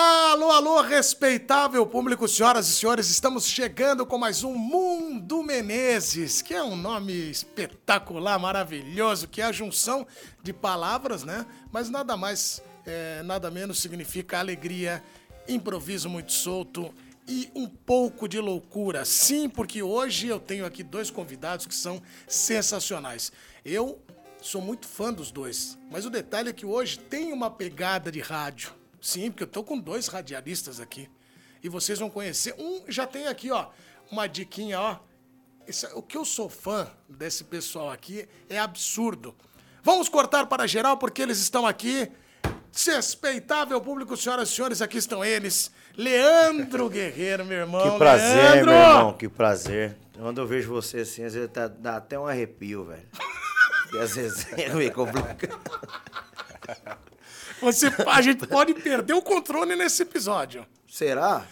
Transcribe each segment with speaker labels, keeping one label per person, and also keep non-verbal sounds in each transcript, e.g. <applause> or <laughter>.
Speaker 1: alô, respeitável público, senhoras e senhores, estamos chegando com mais um Mundo Menezes, que é um nome espetacular, maravilhoso, que é a junção de palavras, né? Mas nada mais, é, nada menos significa alegria, improviso muito solto e um pouco de loucura. Sim, porque hoje eu tenho aqui dois convidados que são sensacionais. Eu sou muito fã dos dois, mas o detalhe é que hoje tem uma pegada de rádio. Sim, porque eu tô com dois radialistas aqui. E vocês vão conhecer. Um já tem aqui, ó, uma diquinha, ó. Esse- o que eu sou fã desse pessoal aqui é absurdo. Vamos cortar para geral porque eles estão aqui. Respeitável público, senhoras e senhores, aqui estão eles. Leandro Guerreiro, meu irmão.
Speaker 2: <laughs> Que prazer,
Speaker 1: Leandro!
Speaker 2: meu irmão, que prazer. Quando eu vejo você assim, às vezes dá, dá até um arrepio, velho. Porque às vezes <laughs> é meio complicado.
Speaker 1: Você, a gente pode perder o controle nesse episódio.
Speaker 2: Será?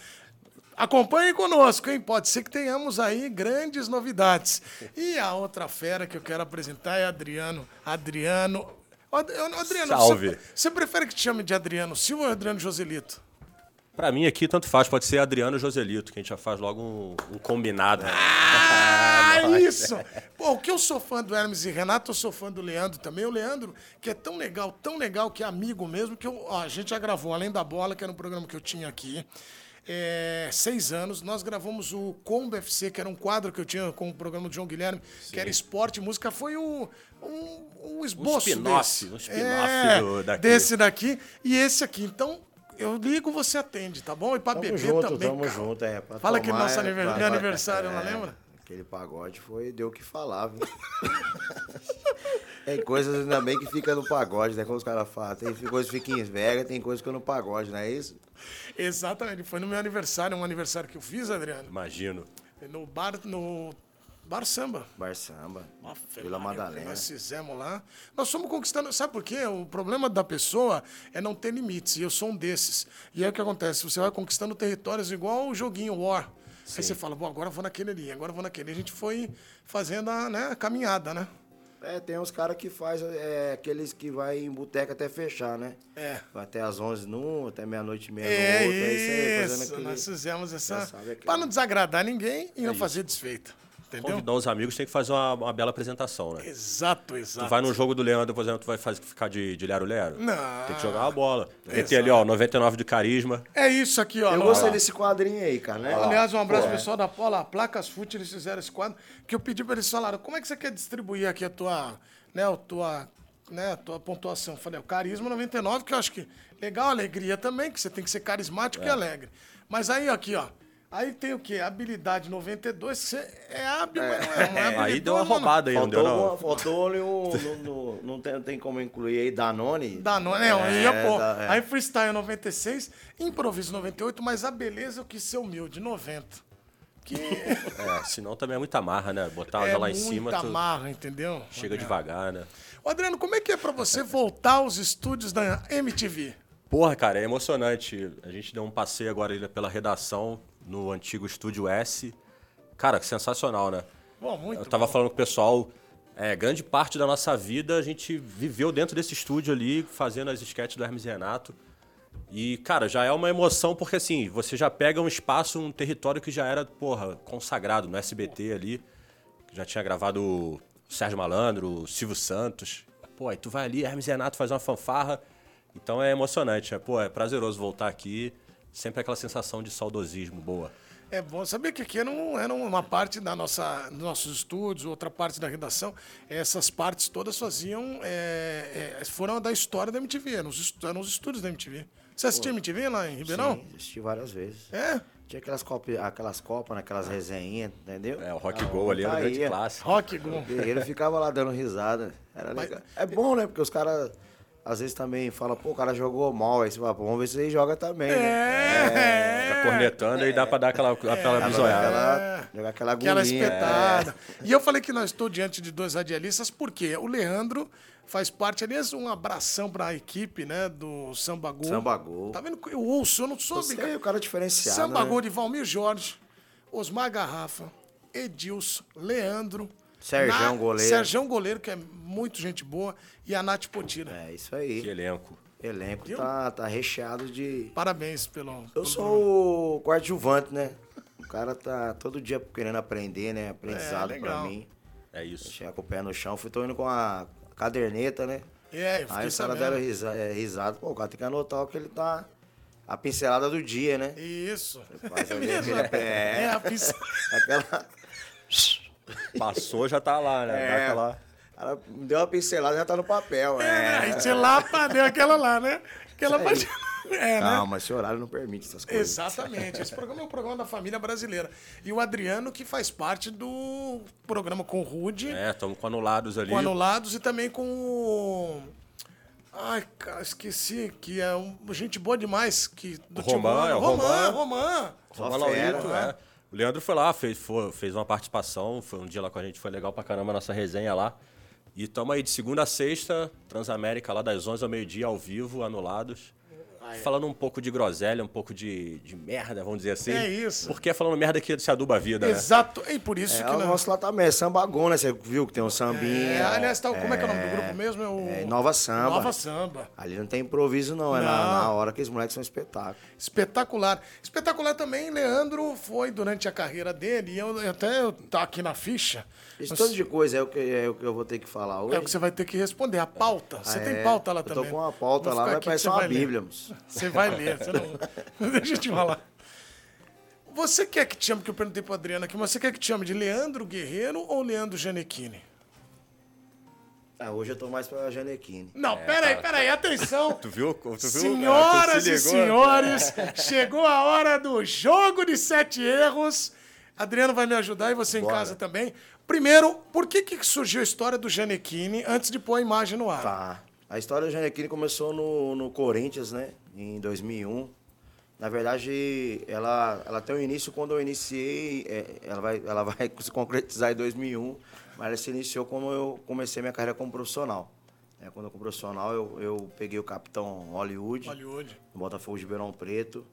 Speaker 1: Acompanhe conosco, hein? Pode ser que tenhamos aí grandes novidades. E a outra fera que eu quero apresentar é Adriano. Adriano. Ô, Ad- ô, Adriano,
Speaker 3: Salve.
Speaker 1: Você, você prefere que te chame de Adriano Silva ou Adriano Joselito?
Speaker 3: Pra mim aqui, tanto faz. Pode ser Adriano e Joselito, que a gente já faz logo um, um combinado. <laughs>
Speaker 1: Ah, isso! Pô, o que eu sou fã do Hermes e Renato, eu sou fã do Leandro também. O Leandro, que é tão legal, tão legal, que é amigo mesmo, que eu- ó, a gente já gravou Além da Bola, que era um programa que eu tinha aqui. é, seis anos, nós gravamos o Combo FC, que era um quadro que eu tinha com o programa do João Guilherme, que era esporte e música, foi o, um, um esboço
Speaker 3: spin-off,
Speaker 1: desse. É,
Speaker 3: um spin-off do- daqui.
Speaker 1: desse daqui e esse aqui. Então, eu ligo, você atende, tá bom? E pra
Speaker 2: Tamo
Speaker 1: beber
Speaker 2: junto,
Speaker 1: também.
Speaker 2: tamo
Speaker 1: cara.
Speaker 2: junto. É, pra
Speaker 1: Fala que
Speaker 2: tomar,
Speaker 1: nosso
Speaker 2: é,
Speaker 1: aniver-
Speaker 2: pra-
Speaker 1: meu aniversário, não lembra?
Speaker 2: É, Aquele pagode foi, deu o que falar, viu? <laughs> Tem coisas ainda bem que fica no pagode, né? Como os caras falam. Tem coisas que fica em Vegas, tem coisas que fica no pagode, não é isso?
Speaker 1: Exatamente, foi no meu aniversário, um aniversário que eu fiz, Adriano,
Speaker 3: Imagino.
Speaker 1: no bar, no bar samba.
Speaker 2: Bar Samba,
Speaker 1: Nossa,
Speaker 2: Vila
Speaker 1: Maria,
Speaker 2: Madalena.
Speaker 1: Nós fizemos lá. Nós fomos conquistando. Sabe por quê? O problema da pessoa é não ter limites. E eu sou um desses. E aí o que acontece? Você vai conquistando territórios igual o joguinho War. Aí você fala, bom, agora eu vou naquele ali, agora eu vou naquele. A gente foi fazendo a né, a caminhada, né?
Speaker 2: É, tem uns caras que faz é, aqueles que vai em boteca até fechar, né?
Speaker 1: É.
Speaker 2: Vai Até às 11 num, um, até meia-noite e meia
Speaker 1: É
Speaker 2: no outro. aí você vai
Speaker 1: isso.
Speaker 2: fazendo aquele- é
Speaker 1: Nós fizemos essa.
Speaker 2: sabe aquele-
Speaker 1: Para não desagradar ninguém e
Speaker 2: É
Speaker 1: não fazer desfeita. Entendeu?
Speaker 3: Convidar os amigos tem que fazer uma, uma bela apresentação, né?
Speaker 1: Exato, exato.
Speaker 3: Tu vai num jogo do Leandro, por exemplo, tu vai fazer, ficar de, de lero-lero?
Speaker 1: Não.
Speaker 3: Tem que jogar uma bola. Tem que ter ali, ó, 99 de carisma.
Speaker 1: É isso aqui, ó.
Speaker 2: Eu
Speaker 1: Não,
Speaker 2: gostei
Speaker 1: ó.
Speaker 2: desse quadrinho aí, cara, né?
Speaker 1: Aliás, um abraço
Speaker 2: Pô, é.
Speaker 1: pessoal da Paula Placas Fute, eles fizeram esse quadro. Que eu pedi pra eles falaram, como é que você quer distribuir aqui a tua, né, a tua, né, a tua pontuação? Eu falei, o carisma 99, que eu acho que legal, alegria também, que você tem que ser
Speaker 2: É.
Speaker 1: carismático e alegre. Mas aí, ó, aqui, ó. Aí tem o quê? Habilidade 92, que você é hábil, mas não é, não é
Speaker 3: Aí
Speaker 1: habilidoso,
Speaker 3: deu uma
Speaker 1: não.
Speaker 3: roubada aí, não deu,
Speaker 2: Faltou, alguma,
Speaker 3: não?
Speaker 2: faltou ali um. no- no- não, tem, não tem como incluir aí Danone.
Speaker 1: Dá, não, né? Eu ia, pô.
Speaker 2: dá, é.
Speaker 1: Aí freestyle 96, improviso 98, mas a beleza eu quis ser humilde, 90. Que
Speaker 2: <laughs>
Speaker 3: É, senão também é muita marra, né? Botar
Speaker 1: é
Speaker 3: já lá em
Speaker 1: muita
Speaker 3: cima, tu
Speaker 1: marra, entendeu?
Speaker 3: chega devagar, né?
Speaker 1: Ô, Adriano, como é que é pra você voltar aos estúdios da MTV?
Speaker 3: Porra, cara, é emocionante. A gente deu um passeio agora ali pela redação no antigo Estúdio S. Cara, que sensacional, né?
Speaker 1: Bom, muito
Speaker 3: Eu tava
Speaker 1: bom.
Speaker 3: falando com o pessoal, é, grande parte da nossa vida a gente viveu dentro desse estúdio ali, fazendo as sketches do Hermes e Renato. E, cara, já é uma emoção, porque assim, você já pega um espaço, um território que já era, porra, consagrado no SBT ali. que Já tinha gravado o Sérgio Malandro, o Silvio Santos. Pô, aí tu vai ali, Hermes e Renato faz uma fanfarra. Então é emocionante, é, pô, é prazeroso voltar aqui. Sempre aquela sensação de saudosismo boa.
Speaker 1: É bom saber que aqui era, um- era uma parte da nossa, dos nossos estúdios, outra parte da redação. Essas partes todas faziam. é, é, foram da história da MTV, eram os, estu- eram os estúdios da MTV. Você assistia MTV lá em Ribeirão?
Speaker 2: Sim, assisti várias vezes.
Speaker 1: É?
Speaker 2: Tinha aquelas copas, aquelas copas, né, aquelas resenhinhas, entendeu? Tá
Speaker 3: É, o Rock
Speaker 1: tá
Speaker 3: Go ali era um grande
Speaker 2: Aí,
Speaker 3: clássico.
Speaker 1: Rock Go.
Speaker 2: O Guerreiro ficava lá dando risada. Era legal. É bom, né? Porque os caras às vezes também falam, pô, o cara jogou mal. Aí você fala, pô, vamos ver se ele joga também,
Speaker 1: É,
Speaker 2: né?
Speaker 3: Fica cornetando e É. dá pra dar aquela, aquela
Speaker 2: Pra jogar
Speaker 3: bisoiada.
Speaker 2: aquela, jogar aquela
Speaker 1: Aquela
Speaker 2: agonia, né?
Speaker 1: espetada. E eu falei que nós estou diante de dois radialistas, porque o Leandro faz parte, aliás, um abração para a equipe, né, do Samba Gol.
Speaker 2: Samba Gol.
Speaker 1: Tá vendo? que Eu ouço, eu não sou
Speaker 2: Você é o cara diferenciado,
Speaker 1: Samba
Speaker 2: né?
Speaker 1: Gol de Valmir Jorge, Osmar Garrafa, Edilson, Leandro.
Speaker 2: Serjão Goleiro.
Speaker 1: Serjão Goleiro, que é muito gente boa, e a Nath Potira.
Speaker 2: É isso aí.
Speaker 3: Que elenco.
Speaker 2: Elenco
Speaker 1: Viu?
Speaker 2: tá, tá recheado de.
Speaker 1: Parabéns pelo.
Speaker 2: Eu
Speaker 1: pelo-
Speaker 2: sou o coadjuvante, né? O cara tá todo dia querendo aprender, né? Aprendizado
Speaker 1: É, legal.
Speaker 2: pra mim.
Speaker 3: É isso.
Speaker 2: Chega com o pé no chão, fui tô indo com a caderneta, né?
Speaker 1: É, eu fiquei
Speaker 2: Aí os caras
Speaker 1: sabendo.
Speaker 2: deram risa- é, risada. Pô, o cara tem que anotar o que ele tá. A pincelada do dia, né?
Speaker 1: Isso. <laughs>
Speaker 2: Faz
Speaker 1: é
Speaker 2: ali
Speaker 1: mesmo?
Speaker 2: aquele pé.
Speaker 1: É, a pizza. <laughs>
Speaker 2: Aquela.
Speaker 3: Passou, já tá lá, né? Dá
Speaker 2: É,
Speaker 3: aquela-
Speaker 2: o cara me deu uma pincelada já tá no papel.
Speaker 1: É,
Speaker 2: É.
Speaker 1: aí você lá pra deu aquela lá, né? Aquela pra...
Speaker 2: Isso
Speaker 1: É, né?
Speaker 2: Calma, esse horário não permite essas coisas.
Speaker 1: Exatamente. Esse programa é um programa da família brasileira. E o Adriano, que faz parte do programa com o Rude,
Speaker 3: É, estamos com anulados ali.
Speaker 1: com Anulados e também com o. Ai, cara, esqueci que é um- gente boa demais. Que, do
Speaker 3: Roman,
Speaker 1: Timão.
Speaker 3: é o
Speaker 1: Roman,
Speaker 3: Roman.
Speaker 1: Roman.
Speaker 2: Só
Speaker 3: Roman Laurito,
Speaker 2: fera,
Speaker 1: né?
Speaker 3: é. O Leandro foi lá, fez, foi- fez uma participação, foi um dia lá com a gente, foi legal pra caramba a nossa resenha lá. E tamo aí de segunda a sexta, Transamérica lá das 11 ao meio-dia, ao vivo, anulados. Falando um pouco de groselha, um pouco de, de merda, vamos dizer assim.
Speaker 1: É isso.
Speaker 3: Porque é falando merda que se aduba a vida, né?
Speaker 1: Exato. E por isso
Speaker 2: É,
Speaker 1: que.
Speaker 2: o
Speaker 1: não-
Speaker 2: nosso lá também é sambagô, né? Você viu que tem um sambinha.
Speaker 1: É, aliás, tá, o- como é que é o nome do grupo mesmo? É, o...
Speaker 2: É, Nova Samba.
Speaker 1: Nova Samba.
Speaker 2: É, Ali não tem improviso, não. É na,
Speaker 1: Não.
Speaker 2: na hora que os moleques são espetáculo.
Speaker 1: Espetacular. Espetacular também, Leandro foi durante a carreira dele, e eu eu até eu tá aqui na ficha.
Speaker 2: Isso
Speaker 1: mas
Speaker 2: tanto de coisa é o, que, é o que eu vou ter que falar hoje.
Speaker 1: É o que você vai ter que responder, a pauta. Você
Speaker 2: Ah,
Speaker 1: tem
Speaker 2: é.
Speaker 1: pauta lá
Speaker 2: eu
Speaker 1: também.
Speaker 2: tô com uma pauta
Speaker 1: Vou ficar
Speaker 2: lá, vai
Speaker 1: aqui que
Speaker 2: parecer
Speaker 1: você
Speaker 2: uma
Speaker 1: vai ler.
Speaker 2: bíblia, moço.
Speaker 1: Você vai ler, você não... <laughs> deixa eu te falar. Você quer que te chame, que eu perguntei pro Adriano aqui, mas você quer que te chame de Leandro Guerreiro ou Leandro Janequini?
Speaker 2: Ah, hoje eu tô mais pra Janequine.
Speaker 1: Não,
Speaker 2: tá,
Speaker 1: peraí, peraí, atenção.
Speaker 3: Tu viu? Tu viu cara? Tu se
Speaker 1: Senhoras e
Speaker 3: ligou?
Speaker 1: senhores, chegou a hora do jogo de sete erros. Adriano vai me ajudar e você em
Speaker 2: Bora.
Speaker 1: casa também. Primeiro, por que, que surgiu a história do Janequine antes de pôr a imagem no ar?
Speaker 2: Tá. A história do Janequine começou no, no Corinthians, né? Em 2001. Na verdade, ela, ela tem um início quando eu iniciei. é, ela, vai, ela vai <laughs> se concretizar em 2001, mas ela se iniciou quando eu comecei minha carreira como profissional. É, quando eu como profissional, eu, eu peguei o capitão Hollywood
Speaker 1: Hollywood.
Speaker 2: no Botafogo de Ribeirão Preto.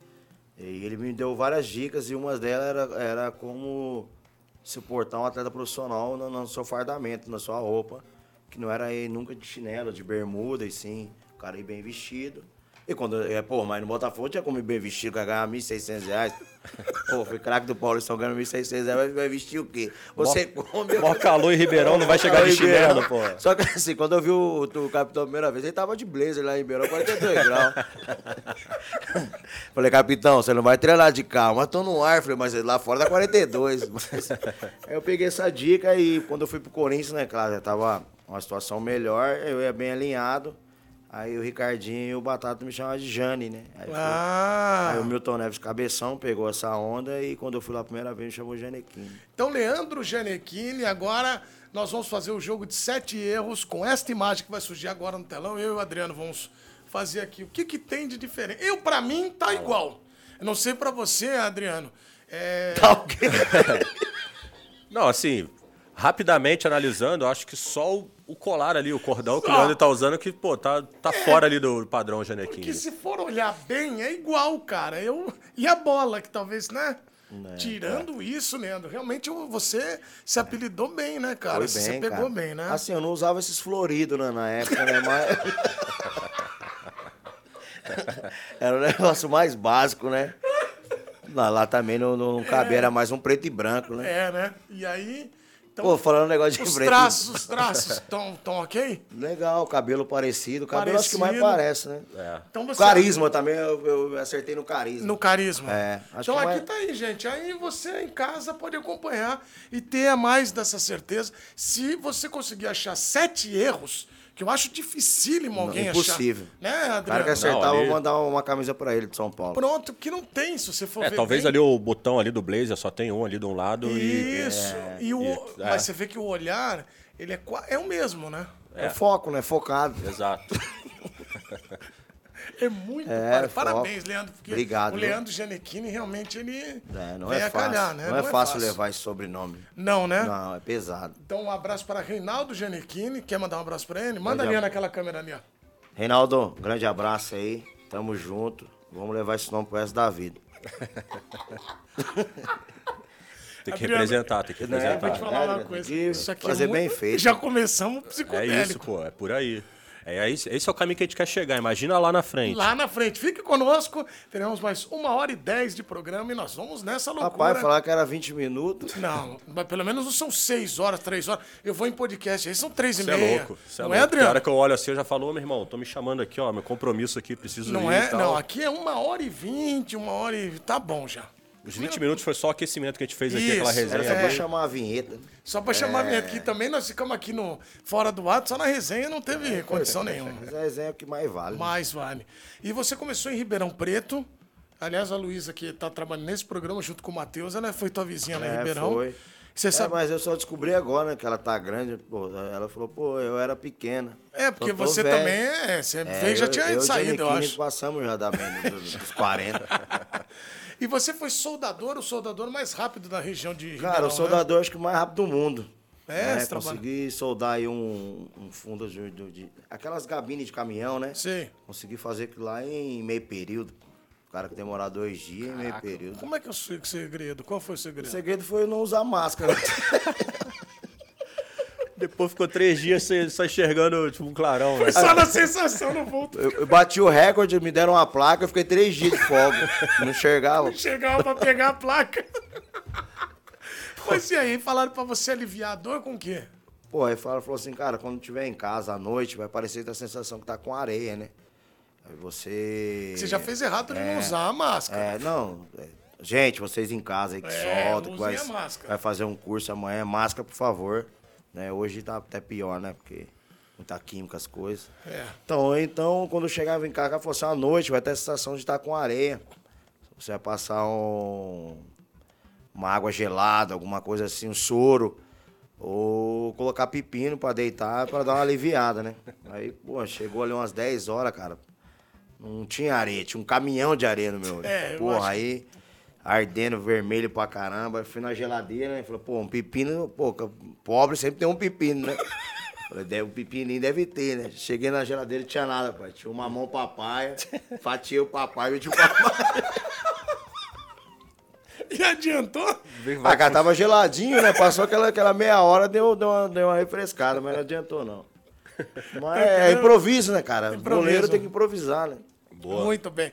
Speaker 2: E ele me deu várias dicas e uma delas era, era como se portar um atleta profissional no, no seu fardamento, na sua roupa, que não era aí nunca de chinelo, de bermuda, e sim, o cara aí bem vestido. E quando, é, pô, mas no Botafogo tinha como ir bem vestido, cara, ganhar 1.600
Speaker 3: <laughs>
Speaker 2: reais. Pô, fui craque do Paulistão, ganhando 1.600 reais, mas vai vestir o quê? Você come...
Speaker 3: Mó calor em Ribeirão, não vai chegar de
Speaker 2: Aí,
Speaker 3: chinelo,
Speaker 2: Ribeirão.
Speaker 3: pô.
Speaker 2: Só que assim, quando eu vi o, o capitão a primeira vez, ele tava de blazer lá em Ribeirão, 42 graus. Falei, capitão, você não vai treinar de carro, mas tô no ar. Falei, mas lá fora dá 42. Mas- Aí eu peguei essa dica e quando eu fui pro Corinthians, né, claro, já tava uma situação melhor, eu ia bem alinhado. Aí o Ricardinho e o Batata me chamavam de Jane, né? Aí, eu fui-
Speaker 1: Ah!
Speaker 2: aí o Milton Neves Cabeção pegou essa onda e quando eu fui lá a primeira vez me chamou de Janequim.
Speaker 1: Então, Leandro Janequini, agora nós vamos fazer o jogo de sete erros com esta imagem que vai surgir agora no telão. Eu e o Adriano vamos fazer aqui. O que, que tem de diferente? Eu, pra mim, tá igual. Eu não sei pra você, Adriano. É...
Speaker 2: Tá ok?
Speaker 3: Não, assim, rapidamente analisando, eu acho que só o, o colar ali, o cordão que o
Speaker 1: Só. É.
Speaker 3: Leandro tá usando, que, pô, tá, tá fora ali do padrão Janequim.
Speaker 1: Porque se for olhar bem, é igual, cara. Eu... E a bola, que talvez, né?
Speaker 2: é.
Speaker 1: Tirando isso, Leandro, realmente eu- você se apelidou bem, né, cara?
Speaker 2: Foi
Speaker 1: você
Speaker 2: bem,
Speaker 1: pegou
Speaker 2: cara.
Speaker 1: bem, né?
Speaker 2: Assim, eu não usava esses floridos né, na época, né? Mas... <laughs> era o negócio mais básico, né? Lá, lá também não, não não cabia, era mais um preto e branco, né?
Speaker 1: É, né? E aí. Então,
Speaker 2: Pô, falando um negócio de
Speaker 1: os
Speaker 2: preto. e-
Speaker 1: traços, os traços estão ok?
Speaker 2: Legal, cabelo parecido. Cabelo acho que mais
Speaker 1: Parecido.
Speaker 2: parece, né?
Speaker 3: É.
Speaker 1: Então você-
Speaker 2: Carisma também, eu, eu acertei no carisma.
Speaker 1: No carisma.
Speaker 2: É, acho
Speaker 1: então
Speaker 2: que
Speaker 1: aqui
Speaker 2: vai-
Speaker 1: tá aí, gente. Aí você em casa pode acompanhar e ter mais dessa certeza. Se você conseguir achar sete erros, que eu acho dificílimo alguém
Speaker 2: impossível.
Speaker 1: achar. Né,
Speaker 2: O cara
Speaker 1: Adriano?
Speaker 2: que acertar, eu vou
Speaker 3: ali-
Speaker 2: mandar uma camisa pra ele de São Paulo.
Speaker 1: Pronto, que não tem, se você for
Speaker 3: É,
Speaker 1: ver
Speaker 3: talvez
Speaker 1: bem.
Speaker 3: ali o botão ali do blazer só tem um ali de um lado e...
Speaker 1: Isso. e o...
Speaker 3: e- é.
Speaker 1: Mas você vê que o olhar, ele é, qua- é o mesmo, né?
Speaker 2: É foco, né? Focado.
Speaker 3: Exato.
Speaker 1: É muito.
Speaker 2: É,
Speaker 1: par-
Speaker 2: foco.
Speaker 1: Parabéns, Leandro. Porque
Speaker 2: Obrigado,
Speaker 1: o
Speaker 2: viu?
Speaker 1: Leandro Gianecchini realmente ele
Speaker 2: É, não,
Speaker 1: vem
Speaker 2: é
Speaker 1: a
Speaker 2: fácil,
Speaker 1: calhar, né?
Speaker 2: não é fácil levar esse sobrenome.
Speaker 1: Não, né?
Speaker 2: Não, é pesado.
Speaker 1: Então, um abraço para Reinaldo Gianecchini. Quer mandar um abraço para ele? Manda ali
Speaker 2: Legal.
Speaker 1: naquela câmera ali, ó.
Speaker 2: Reinaldo, um grande abraço aí. Tamo junto. Vamos levar esse nome pro resto da vida.
Speaker 3: Tem que
Speaker 1: Adriano,
Speaker 3: representar, tem que
Speaker 2: né?
Speaker 1: Vou te
Speaker 3: representar.
Speaker 1: falar uma
Speaker 2: Tem
Speaker 1: coisa.
Speaker 2: que
Speaker 1: Isso aqui
Speaker 2: fazer
Speaker 1: é muito...
Speaker 2: bem feito.
Speaker 1: Já começamos
Speaker 3: É
Speaker 1: psicodélico.
Speaker 3: isso, pô, é por aí. É, esse, esse é o caminho que a gente quer chegar. Imagina lá na frente.
Speaker 1: Lá na frente. Fique conosco. Teremos mais uma hora e dez de programa e nós vamos nessa loucura.
Speaker 2: Rapaz, falar que era 20 minutos.
Speaker 1: Não, mas pelo menos não são seis horas, três horas. Eu vou em podcast, aí são três e
Speaker 3: Você é
Speaker 1: meia.
Speaker 3: louco. Você é
Speaker 1: não
Speaker 3: louco.
Speaker 1: é,
Speaker 3: Na
Speaker 1: Adriano?
Speaker 3: hora que eu olho assim, eu já falo, ô, meu irmão, tô me chamando aqui, ó, meu compromisso aqui, preciso
Speaker 1: Não
Speaker 3: ir
Speaker 1: é,
Speaker 3: e tal.
Speaker 1: não. Aqui é uma hora e vinte, uma hora e... Tá bom já.
Speaker 3: Os 20 minutos foi só o aquecimento que a gente fez aqui,
Speaker 1: Isso,
Speaker 3: aquela
Speaker 2: Era
Speaker 3: resenha.
Speaker 2: só
Speaker 1: É.
Speaker 2: pra chamar a vinheta.
Speaker 1: Só pra chamar a
Speaker 3: É.
Speaker 1: minha aqui também, nós ficamos aqui no fora do ato, só na resenha não teve
Speaker 3: É,
Speaker 1: condição nenhuma.
Speaker 2: Mas a resenha é o que mais vale.
Speaker 1: Mais vale. E você começou em Ribeirão Preto. Aliás, a Luísa, que tá trabalhando nesse programa junto com o Matheus, ela foi tua vizinha lá em
Speaker 2: É,
Speaker 1: né, Ribeirão.
Speaker 2: foi.
Speaker 1: Você
Speaker 2: É,
Speaker 1: sabe.
Speaker 2: mas eu só descobri agora, né, que ela tá grande. Pô, ela falou, pô, eu era pequena.
Speaker 1: É, porque
Speaker 2: Só tô
Speaker 1: você
Speaker 2: velho.
Speaker 1: também é. Você
Speaker 2: É,
Speaker 1: veio, já
Speaker 2: eu-
Speaker 1: tinha
Speaker 2: eu e o
Speaker 1: saído, eu
Speaker 2: Giannichini
Speaker 1: acho.
Speaker 2: passamos já da venda
Speaker 1: <laughs>
Speaker 2: dos, dos 40.
Speaker 1: E você foi soldador, o soldador mais rápido da região de Ribeirão.
Speaker 2: Cara, o
Speaker 1: né?
Speaker 2: soldador acho que mais rápido do mundo.
Speaker 1: É,
Speaker 2: né?
Speaker 1: esse trabalho.
Speaker 2: Consegui soldar aí um, um fundo de, de- de- Aquelas gabines de caminhão, né?
Speaker 1: Sim.
Speaker 2: Consegui fazer aquilo lá em meio período. O cara que demorava dois dias em meio período.
Speaker 1: Como é que eu sei o segredo? Qual foi o segredo?
Speaker 2: O segredo foi eu não usar máscara. né?
Speaker 3: Depois ficou três dias sem- só enxergando tipo, um clarão. né?
Speaker 1: Foi só na sensação, não voltou.
Speaker 2: <laughs> Eu, eu bati o recorde, me deram uma placa, eu fiquei três dias de folga. Não enxergava.
Speaker 1: Chegava pra pegar a placa. Mas e aí, falaram pra você aliviar a dor com o quê?
Speaker 2: Pô, aí fala, falou assim, cara, quando tiver em casa à noite, vai parecer a sensação que tá com areia, né? Aí você.
Speaker 1: Você já fez errado de não usar a máscara.
Speaker 2: É, não. é, Gente, vocês em casa aí que
Speaker 1: É,
Speaker 2: soltam, que vai,
Speaker 1: usem a máscara.
Speaker 2: vai fazer um curso amanhã, máscara, por favor. Né? Hoje tá até pior, né? Porque muita química, as coisas.
Speaker 1: É.
Speaker 2: Então, então, quando eu chegava em casa, fosse à noite, vai ter a sensação de estar com areia. Você vai passar um- uma água gelada, alguma coisa assim, um soro. Ou colocar pepino pra deitar, pra dar uma aliviada, né? Aí, pô, chegou ali umas 10 horas, cara. Não tinha areia, tinha um caminhão de areia no meu. olho.
Speaker 1: É, eu
Speaker 2: Porra,
Speaker 1: acho-
Speaker 2: aí ardendo vermelho pra caramba. Fui na geladeira, né? Falei, pô, um pepino, pô, pobre sempre tem um pepino, né? <laughs> Falei, deve, um pepininho deve ter, né? Cheguei na geladeira, não tinha nada, pai. Tinha uma mão papaya, fatiei o papai, meti o papai.
Speaker 1: E adiantou?
Speaker 2: Ah, cara, tava geladinho, né? Passou aquela, aquela meia hora, deu, deu, uma, deu uma refrescada, mas não adiantou, não. Mas é improviso, né, cara? O
Speaker 1: Improviso.
Speaker 2: goleiro tem que improvisar, né?
Speaker 3: Boa.
Speaker 1: Muito bem.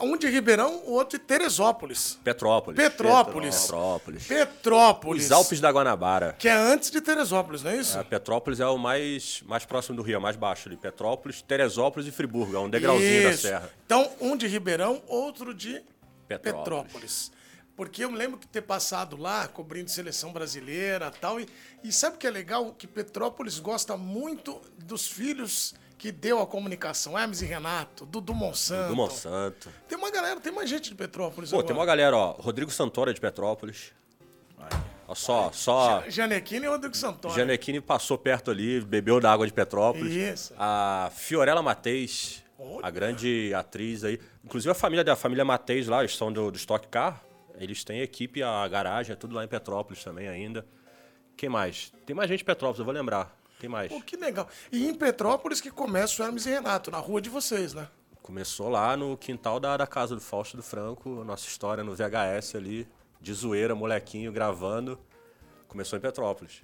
Speaker 1: Um de Ribeirão, o outro de Teresópolis.
Speaker 3: Petrópolis.
Speaker 1: Petrópolis.
Speaker 3: Petrópolis.
Speaker 1: Petrópolis.
Speaker 3: Os Alpes da Guanabara.
Speaker 1: Que é antes de Teresópolis, não é isso?
Speaker 3: A Petrópolis é o mais, mais próximo do Rio, é o mais baixo ali. Petrópolis, Teresópolis e Friburgo. É um degrauzinho
Speaker 1: Isso.
Speaker 3: da serra.
Speaker 1: Então, um de Ribeirão, outro de Petrópolis.
Speaker 3: Petrópolis.
Speaker 1: Porque eu me lembro de ter passado lá, cobrindo seleção brasileira e tal. E, e sabe o que é legal? Que Petrópolis gosta muito dos filhos que deu a comunicação. Hermes e Renato, Dudu Monsanto.
Speaker 3: Do Monsanto.
Speaker 1: Tem uma galera, tem mais gente de Petrópolis
Speaker 3: Pô,
Speaker 1: agora.
Speaker 3: tem uma galera, ó. Rodrigo Santoro é de Petrópolis. Ó, só, só.
Speaker 1: Janequine e Rodrigo Santoro.
Speaker 3: Janequine passou perto ali, bebeu da água de Petrópolis.
Speaker 1: Isso.
Speaker 3: A Fiorella Mateis,
Speaker 1: Olha.
Speaker 3: a grande atriz aí. Inclusive a família da família Mateis lá, eles são do, do Stock Car. Eles têm equipe, a garagem, é tudo lá em Petrópolis também ainda. Quem mais? Tem mais gente em Petrópolis, eu vou lembrar. Tem mais.
Speaker 1: Pô, que legal. E em Petrópolis que começa o Hermes e Renato, na rua de vocês, né?
Speaker 3: Começou lá no quintal da, da casa do Fausto do Franco, nossa história no VHS ali, de zoeira, molequinho gravando. Começou em Petrópolis.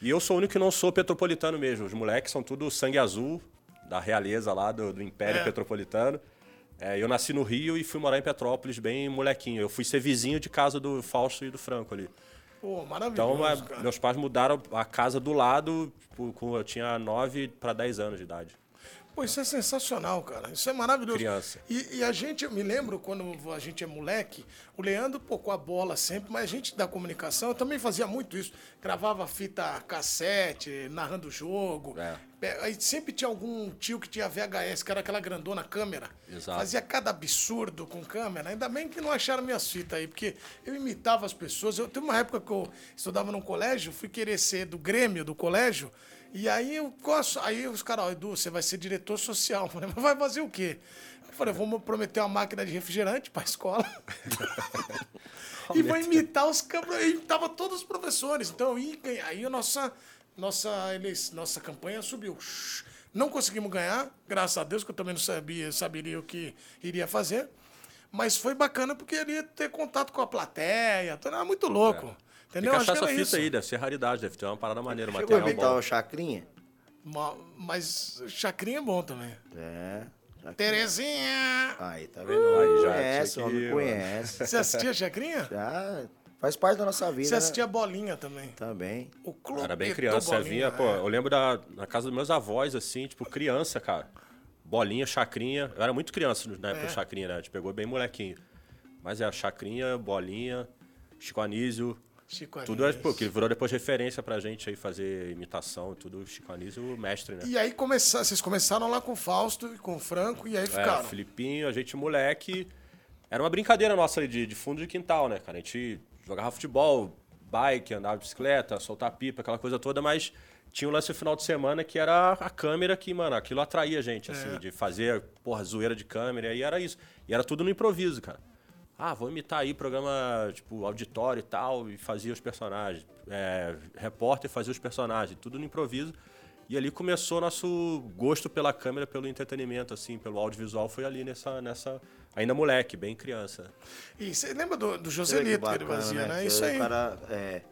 Speaker 3: E eu sou o único que não sou petropolitano mesmo. Os moleques são tudo sangue azul, da realeza lá, do, do Império
Speaker 1: É.
Speaker 3: Petropolitano. É, eu nasci no Rio e fui morar em Petrópolis bem molequinho. Eu fui ser vizinho de casa do Fausto e do Franco ali.
Speaker 1: Pô, maravilhoso,
Speaker 3: Então, é,
Speaker 1: cara.
Speaker 3: meus pais mudaram a casa do lado, tipo, com- eu tinha 9 para 10 anos de idade.
Speaker 1: Pô, isso é sensacional, cara. Isso é maravilhoso.
Speaker 3: Criança.
Speaker 1: E, e a gente, eu me lembro quando a gente é moleque, o Leandro pô, com a bola sempre, mas a gente da comunicação, eu também fazia muito isso. Gravava fita cassete, narrando o jogo.
Speaker 3: É.
Speaker 1: É, Aí sempre tinha algum tio que tinha VHS, que era aquela grandona câmera.
Speaker 3: Exato.
Speaker 1: Fazia cada absurdo com câmera. Ainda bem que não acharam minhas fitas aí, porque eu imitava as pessoas. Eu teve uma época que eu estudava num colégio, fui querer ser do Grêmio do colégio. E aí eu gosto. Aí os caras, ó, Edu, você vai ser diretor social. <laughs> Eu falei, mas vai fazer o quê? Eu falei, eu vou prometer uma máquina de refrigerante pra escola. e vou imitar os câmeras. Eu imitava todos os professores. Então eu ia ganhar. Aí a nossa, nossa, eleição, nossa campanha subiu. Não conseguimos ganhar, graças a Deus, que eu também não sabia, saberia o que iria fazer. Mas foi bacana porque ele ia ter contato com a plateia. tudo, Era muito louco.
Speaker 3: É. Tem
Speaker 1: Entendeu?
Speaker 3: que
Speaker 1: É, Acho
Speaker 3: achar
Speaker 1: que
Speaker 3: essa
Speaker 1: era
Speaker 3: fita
Speaker 1: isso.
Speaker 3: aí, deve ser raridade, deve ter uma parada maneira, um
Speaker 2: Chegou a
Speaker 3: material
Speaker 2: inventar
Speaker 3: bom.
Speaker 2: o chacrinha?
Speaker 1: Ma- Mas chacrinha é bom também.
Speaker 2: É. Já que-
Speaker 1: Terezinha!
Speaker 2: Aí, tá vendo?
Speaker 3: Aí, já,
Speaker 2: conhece,
Speaker 3: isso
Speaker 2: o
Speaker 3: aqui,
Speaker 2: homem
Speaker 3: ó.
Speaker 2: conhece.
Speaker 1: Você assistia chacrinha?
Speaker 2: Já faz parte da nossa vida.
Speaker 1: Você
Speaker 2: né?
Speaker 1: assistia bolinha também.
Speaker 2: Também.
Speaker 1: O clube
Speaker 3: Era bem
Speaker 1: do
Speaker 3: criança, eu
Speaker 1: Bolinha,
Speaker 3: vinha,
Speaker 2: né?
Speaker 3: pô,
Speaker 1: é.
Speaker 3: eu lembro da na casa dos meus avós, assim, tipo, criança, cara. Bolinha, chacrinha. Eu era muito criança na época
Speaker 1: É.
Speaker 3: do chacrinha, né? A gente pegou bem molequinho. Mas é, chacrinha, bolinha, Chico Anísio.
Speaker 1: Chico
Speaker 3: Tudo é,
Speaker 1: Anísio.
Speaker 3: pô, que virou depois referência pra gente aí fazer imitação e tudo. Chico Anísio, o mestre, né?
Speaker 1: E aí começa, vocês começaram lá com o Fausto e com o Franco, e aí
Speaker 3: É,
Speaker 1: ficaram.
Speaker 3: Filipinho, a gente moleque. Era uma brincadeira nossa ali de, de fundo de quintal, né, cara? A gente jogava futebol, bike, andava de bicicleta, soltar pipa, aquela coisa toda, mas tinha um lance no final de semana que era a câmera que, mano, aquilo atraía a gente, assim, de fazer, porra, zoeira de câmera, e aí era isso. E era tudo no improviso, cara. Ah, vou imitar aí programa, tipo, auditório e tal, e fazia os personagens. É, repórter fazia os personagens, tudo no improviso. E ali começou nosso gosto pela câmera, pelo entretenimento, assim, pelo audiovisual, foi ali nessa. nessa ainda moleque, bem criança.
Speaker 1: E você lembra do, do
Speaker 2: Você vê que
Speaker 1: Joselito que ele
Speaker 2: bacana,
Speaker 1: fazia, né?
Speaker 2: Que
Speaker 1: Isso aí.
Speaker 2: O cara é,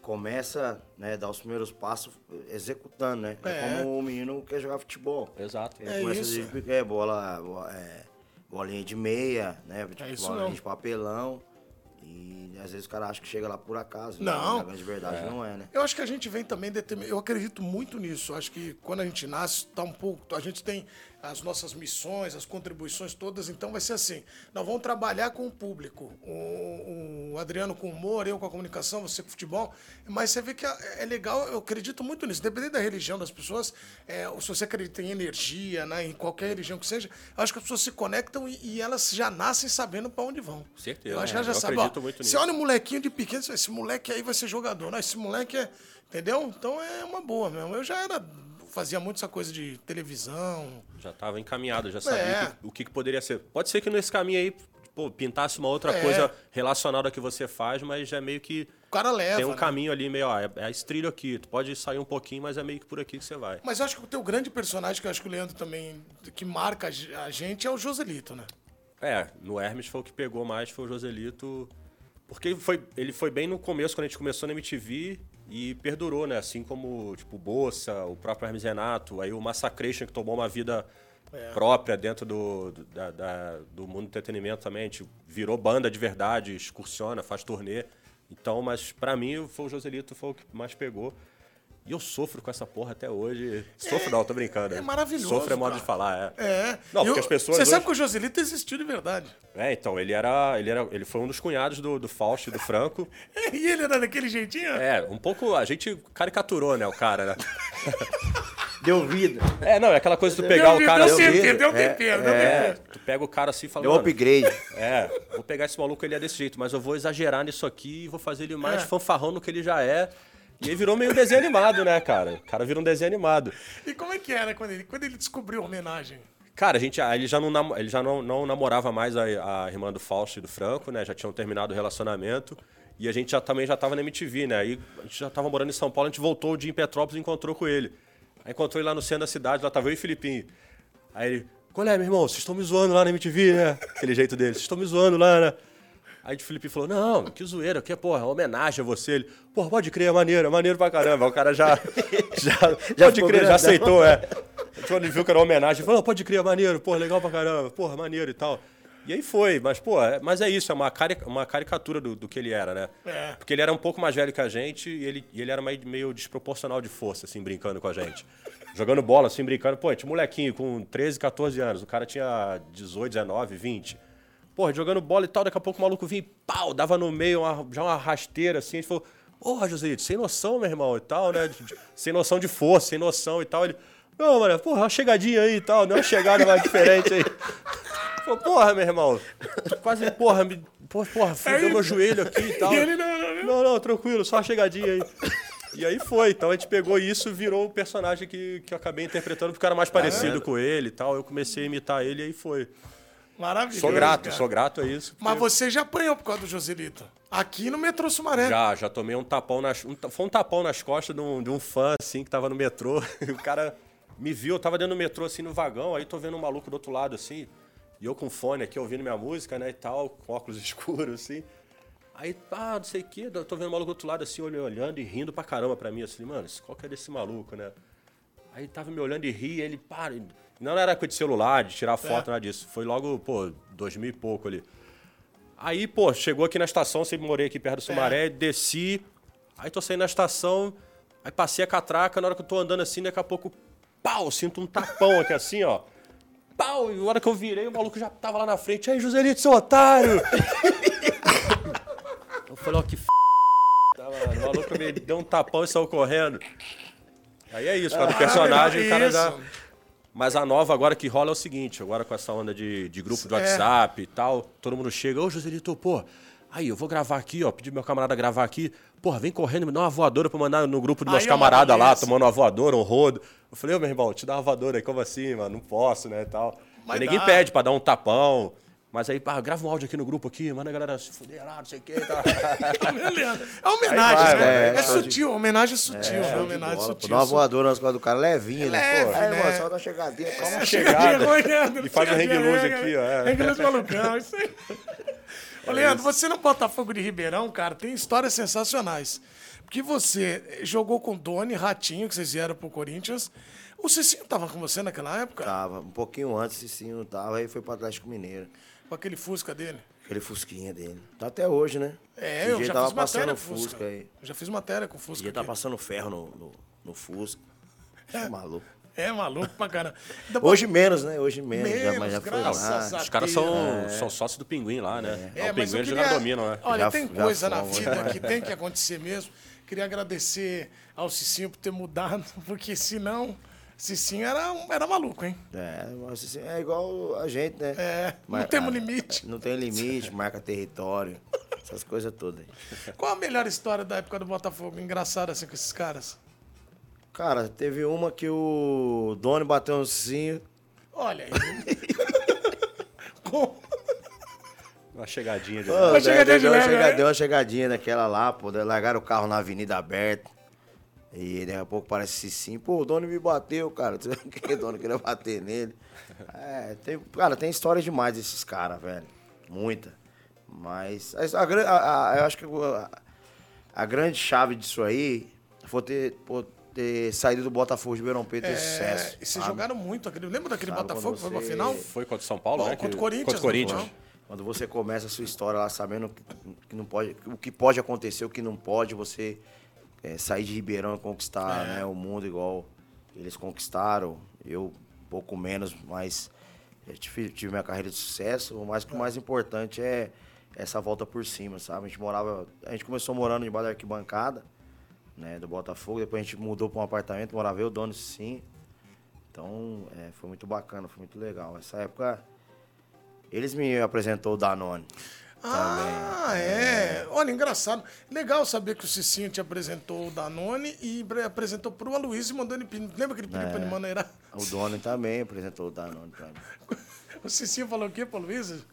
Speaker 2: começa, né, dar os primeiros passos executando, né? É,
Speaker 1: É.
Speaker 2: como o menino quer jogar futebol.
Speaker 3: Exato.
Speaker 2: Ele
Speaker 1: É
Speaker 2: começa
Speaker 1: isso.
Speaker 2: desde pequeno, é, bola, bo- é, bolinha de meia, né? Tipo,
Speaker 1: É isso
Speaker 2: bolinha
Speaker 1: mesmo.
Speaker 2: de papelão. E às vezes o cara acha que chega lá por acaso.
Speaker 1: Não.
Speaker 2: Né? Mas, Na verdade não é, né?
Speaker 1: Eu acho que a gente vem também determinado. Eu acredito muito nisso. Acho que quando a gente nasce, tá um pouco. A gente tem as nossas missões, as contribuições todas, então vai ser assim. Nós vamos trabalhar com o público. O, o Adriano com o humor, eu com a comunicação, você com o futebol. Mas você vê que é é legal, eu acredito muito nisso. Dependendo da religião das pessoas, é, ou se você acredita em energia, né, em qualquer religião que seja, eu acho que as pessoas se conectam e, e elas já nascem sabendo para onde vão.
Speaker 3: Certeza. É,
Speaker 1: Eu acho que elas já
Speaker 3: Eu
Speaker 1: sabem.
Speaker 3: acredito muito
Speaker 1: se
Speaker 3: nisso.
Speaker 1: olha um molequinho de pequeno, você fala, esse moleque aí vai ser jogador. Não, esse moleque é. Entendeu? Então é uma boa mesmo. Eu já era. Fazia muito essa coisa de televisão.
Speaker 3: Já estava encaminhado, já sabia
Speaker 1: É.
Speaker 3: que- o que, que poderia ser. Pode ser que nesse caminho aí, pô, pintasse uma outra
Speaker 1: É.
Speaker 3: coisa relacionada ao que você faz, mas já é meio que.
Speaker 1: O cara leva.
Speaker 3: Tem um
Speaker 1: né?
Speaker 3: caminho ali meio, ó, é, é esse trilho aqui. Tu pode sair um pouquinho, mas é meio que por aqui que você vai.
Speaker 1: Mas eu acho que o teu grande personagem, que eu acho que o Leandro também, que marca a ge- a gente, é o Joselito, né?
Speaker 3: É, no Hermes foi o que pegou mais, foi o Joselito. Porque ele foi, ele foi bem no começo, quando a gente começou na MTV, e perdurou, né? Assim como, tipo, o Bolsa, o próprio Hermes Renato, aí o Massacration, que tomou uma vida
Speaker 1: É.
Speaker 3: própria dentro do, do- da- da- do mundo do entretenimento também. A gente virou banda de verdade, excursiona, faz turnê. Então, mas pra mim, foi o Joselito foi o que mais pegou. E eu sofro com essa porra até hoje. Sofro não, tô brincando.
Speaker 1: é maravilhoso,
Speaker 3: Sofro é modo
Speaker 1: cara.
Speaker 3: de falar, é.
Speaker 1: É.
Speaker 3: Não,
Speaker 1: E
Speaker 3: porque
Speaker 1: o-
Speaker 3: as pessoas
Speaker 1: Você
Speaker 3: hoje-
Speaker 1: sabe que o Joselito existiu de verdade. <laughs>
Speaker 3: é, então, ele era. Ele, era, ele foi um dos cunhados do, do Fausto e do Franco.
Speaker 1: E ele era daquele jeitinho?
Speaker 3: <laughs> É, um pouco. A gente caricaturou, né, o cara, né?
Speaker 2: Deu vida.
Speaker 3: É, não, é aquela coisa de tu pegar
Speaker 1: deu,
Speaker 3: o cara.
Speaker 1: deu
Speaker 3: assim,
Speaker 1: tempero, deu um
Speaker 2: é,
Speaker 1: tempero, deu
Speaker 3: é,
Speaker 1: tempero.
Speaker 3: tu pega o cara assim e fala.
Speaker 2: Deu
Speaker 3: "Mano,
Speaker 2: upgrade.
Speaker 1: <laughs>
Speaker 3: É, vou pegar esse maluco, ele é desse jeito, mas eu vou exagerar nisso aqui e vou fazer ele mais
Speaker 1: É.
Speaker 3: fanfarrão do que ele já é. E aí virou meio desenho animado, né, cara? O cara virou um desenho animado.
Speaker 1: E como é que era quando ele, quando ele descobriu a homenagem?
Speaker 3: Cara, a gente, ah, ele já não, namo- ele já não, não namorava mais a, a irmã do Fausto e do Franco, né? Já tinham terminado o relacionamento. E a gente já também já tava na MTV, né? Aí a gente já tava morando em São Paulo, a gente voltou o dia em Petrópolis e encontrou com ele. Aí encontrou ele lá no centro da cidade, lá tava eu e o Filipinho. Aí ele, qual é, meu irmão? Vocês estão me zoando lá na MTV, né? Aquele jeito dele, vocês estão me zoando lá, né? Aí o Felipe falou, não, que zoeira, que porra, é uma homenagem a você. Ele, porra, pode crer, é maneiro, é maneiro pra caramba. O cara já, <laughs> já, pode
Speaker 2: ficou
Speaker 3: crer, já
Speaker 2: grandão.
Speaker 3: aceitou aceitou, é. Quando ele viu que era uma homenagem, ele falou, "Não, pode crer, maneiro, porra, legal pra caramba, porra, maneiro e tal. E aí foi, mas, pô, é- mas é isso, é uma, cari- uma caricatura do, do que ele era, né?
Speaker 1: É.
Speaker 3: Porque ele era um pouco mais velho que a gente e ele, e ele era meio, meio desproporcional de força, assim, brincando com a gente. Jogando bola, assim, brincando. Pô, a gente, molequinho, com 13, 14 anos, o cara tinha 18, 19, 20. Porra, jogando bola e tal, daqui a pouco o maluco vinha e pau, dava no meio, uma- já uma rasteira assim. A gente falou, porra, Joselito, sem noção, meu irmão, e tal, né? De- de- Sem noção de força, sem noção e tal. Ele, não, mano, porra, uma chegadinha aí e tal, não é uma chegada mais diferente aí. Falou, porra, meu irmão, tu quase, porra, me, porra, porra fudeu meu joelho aqui e tal.
Speaker 1: E ele, "Não, não, não."
Speaker 3: Não, não, tranquilo, só uma chegadinha aí. E aí foi, então a gente pegou isso e virou o personagem que, que eu acabei interpretando, porque eu era mais parecido com ele e tal. Eu comecei a imitar ele e aí foi.
Speaker 1: Maravilhoso.
Speaker 3: Sou grato,
Speaker 1: cara.
Speaker 3: sou grato a isso. porque-
Speaker 1: Mas você já apanhou por causa do Joselito. Aqui no metrô Sumaré. <laughs>
Speaker 3: Já, já tomei um tapão nas. um ta- foi um tapão nas costas de um, de um fã, assim, que tava no metrô. <laughs> E o cara me viu, eu tava dentro do metrô, assim, no vagão, aí tô vendo um maluco do outro lado, assim, e eu com fone aqui, ouvindo minha música, né, e tal, com óculos <laughs> escuros, assim. Aí, ah, não sei o quê, eu tô vendo o maluco do outro lado, assim, olhando, olhando e rindo pra caramba pra mim, assim, mano, qual que é desse maluco, né? Aí ele tava me olhando e ria, ele, para. e Não era coisa de celular, de tirar foto, nada disso. Foi logo, pô, 2000 e pouco ali. Aí, pô, chegou aqui na estação, sempre morei aqui perto do Sumaré, desci. Aí tô saindo na estação, aí passei a catraca, na hora que eu tô andando assim, daqui a pouco, pau, sinto um tapão aqui assim, ó. Pau, e na hora que eu virei, o maluco já tava lá na frente. Aí, Joselito, seu otário! eu falei, ó, que f... Tava, o maluco me deu um tapão e saiu correndo. Aí é isso, cara, o personagem, o cara já...
Speaker 1: Isso.
Speaker 3: Mas a nova agora que rola é o seguinte, agora com essa onda de, de grupo de
Speaker 1: É.
Speaker 3: WhatsApp e tal, todo mundo chega, ô Joselito, pô, aí eu vou gravar aqui, ó, pedir pro meu camarada gravar aqui, porra, vem correndo, me dá uma voadora pra mandar no grupo dos
Speaker 1: Aí
Speaker 3: meus
Speaker 1: é uma
Speaker 3: camaradas lá,
Speaker 1: beleza.
Speaker 3: tomando uma voadora, um rodo. Eu falei, ô meu irmão, te dá uma voadora aí, como assim, mano, não posso, né, e tal.
Speaker 1: Mas
Speaker 3: Aí ninguém
Speaker 1: dá.
Speaker 3: pede pra dar um tapão, mas aí, pá, grava um áudio aqui no grupo aqui, manda a galera se fuder lá, não sei o que e tal.
Speaker 1: É homenagem, né?
Speaker 3: Aí vai,
Speaker 2: vai,
Speaker 1: É
Speaker 2: vai.
Speaker 1: sutil, homenagem sutil, né?
Speaker 2: Show de
Speaker 1: Homenagem
Speaker 2: bola, pô.
Speaker 1: sutil.
Speaker 2: Dá uma voadora nas costas do cara, levinha, né?
Speaker 1: leve,
Speaker 2: Pô, aí,
Speaker 1: né?
Speaker 2: mano, só dá uma chegadinha, calma.
Speaker 3: chegada.
Speaker 1: Chega, Leandro,
Speaker 3: E faz o
Speaker 1: chega,
Speaker 3: hang loose
Speaker 1: chega.
Speaker 3: aqui, ó, é.
Speaker 1: Hang loose malucão, isso aí. Ô, Leandro, você no Botafogo de Ribeirão, cara, tem histórias sensacionais. Porque você jogou com Doni, Ratinho, que vocês vieram pro Corinthians. O Cicinho tava com você naquela época?
Speaker 2: Tava, um pouquinho antes, sim, não tava, aí foi pro Atlético Mineiro.
Speaker 1: Com aquele Fusca dele.
Speaker 2: Aquele fusquinha dele. Tá até hoje, né?
Speaker 1: É,
Speaker 2: Esse
Speaker 1: eu
Speaker 2: dia
Speaker 1: já
Speaker 2: tava
Speaker 1: fiz matéria
Speaker 2: passando
Speaker 1: com Fusca.
Speaker 2: Fusca aí.
Speaker 1: Eu já fiz matéria com
Speaker 2: Esse
Speaker 1: Fusca.
Speaker 2: dia tá
Speaker 1: aqui.
Speaker 2: passando ferro no, no, no
Speaker 1: <laughs>
Speaker 2: Fusca. É maluco.
Speaker 1: É maluco pra caramba. Ainda
Speaker 2: Hoje menos, né? Hoje menos,
Speaker 1: Menos,
Speaker 2: já, mas já foi
Speaker 1: graças
Speaker 2: lá.
Speaker 1: a
Speaker 3: Os caras são, são sócios do Pinguim lá, né? É, o
Speaker 1: mas eu
Speaker 3: Pinguim eles
Speaker 1: queria-
Speaker 3: jogaram domino, né?
Speaker 1: Olha,
Speaker 2: Já-
Speaker 1: tem
Speaker 2: já
Speaker 1: coisa na
Speaker 2: fomos,
Speaker 1: vida
Speaker 2: né? <laughs>
Speaker 1: que tem que acontecer mesmo. Queria agradecer ao Cicinho por ter mudado, <laughs> porque senão, Cicinho era, um- era maluco, hein?
Speaker 2: É, mas assim, é igual a gente, né?
Speaker 1: É, não temos limite.
Speaker 2: Não
Speaker 1: <laughs>
Speaker 2: tem limite, marca território, essas coisas todas. aí.
Speaker 1: Qual a melhor história da época do Botafogo? Engraçada assim com esses caras.
Speaker 2: Cara, teve uma que o Doni bateu um cinho,
Speaker 1: Olha aí.
Speaker 2: <laughs>
Speaker 1: Como?
Speaker 3: Uma chegadinha de.
Speaker 2: Pô,
Speaker 1: Uma chegadinha
Speaker 2: deu,
Speaker 1: de
Speaker 2: deu, uma
Speaker 1: leve,
Speaker 2: chega-
Speaker 1: né?
Speaker 2: deu uma chegadinha daquela lá, pô. daí Largaram o carro na avenida aberta. E daqui a pouco parece sim. Pô, o dono me bateu, cara. <laughs> O dono queria bater nele. É, tem, cara, tem história demais desses caras, velho. Muita. Mas a, gran- a- a- eu acho que a, a grande chave disso aí foi ter, pô, ter saído do Botafogo de Ribeirão Preto ter
Speaker 1: É,
Speaker 2: sucesso. Ah,
Speaker 1: e vocês
Speaker 2: sabe?
Speaker 1: jogaram muito aquele. Lembra daquele
Speaker 2: Sabe
Speaker 1: Botafogo que foi
Speaker 2: quando
Speaker 1: pra
Speaker 2: você-
Speaker 1: final?
Speaker 3: Foi contra o São Paulo,
Speaker 1: Bom,
Speaker 3: né?
Speaker 1: contra o
Speaker 3: Que-
Speaker 1: Corinthians,
Speaker 3: Contra o Corinthians.
Speaker 1: não?
Speaker 2: Quando você começa a sua história lá sabendo que- que não pode, o que pode acontecer, o que não pode, você eh, sair de Ribeirão e conquistar né, o mundo igual eles conquistaram, eu um pouco menos, mas eu tive, tive minha carreira de sucesso, mas o que mais importante é essa volta por cima, sabe? A gente morava, a gente começou morando debaixo da arquibancada, né, do Botafogo, depois a gente mudou para um apartamento, morava eu, dono sim. Então, eh, foi muito bacana, foi muito legal. Essa época eles me apresentou o Danone.
Speaker 1: Ah, é. Olha, engraçado. Legal saber que o Cicinho te apresentou o Danone e bre- apresentou pro Aloysio e mandou ele pedir. Lembra que ele
Speaker 2: É.
Speaker 1: pediu pra ele maneirar?
Speaker 2: O Doni também apresentou o Danone pra mim.
Speaker 1: <laughs> O Cicinho falou o quê pro Aloysio?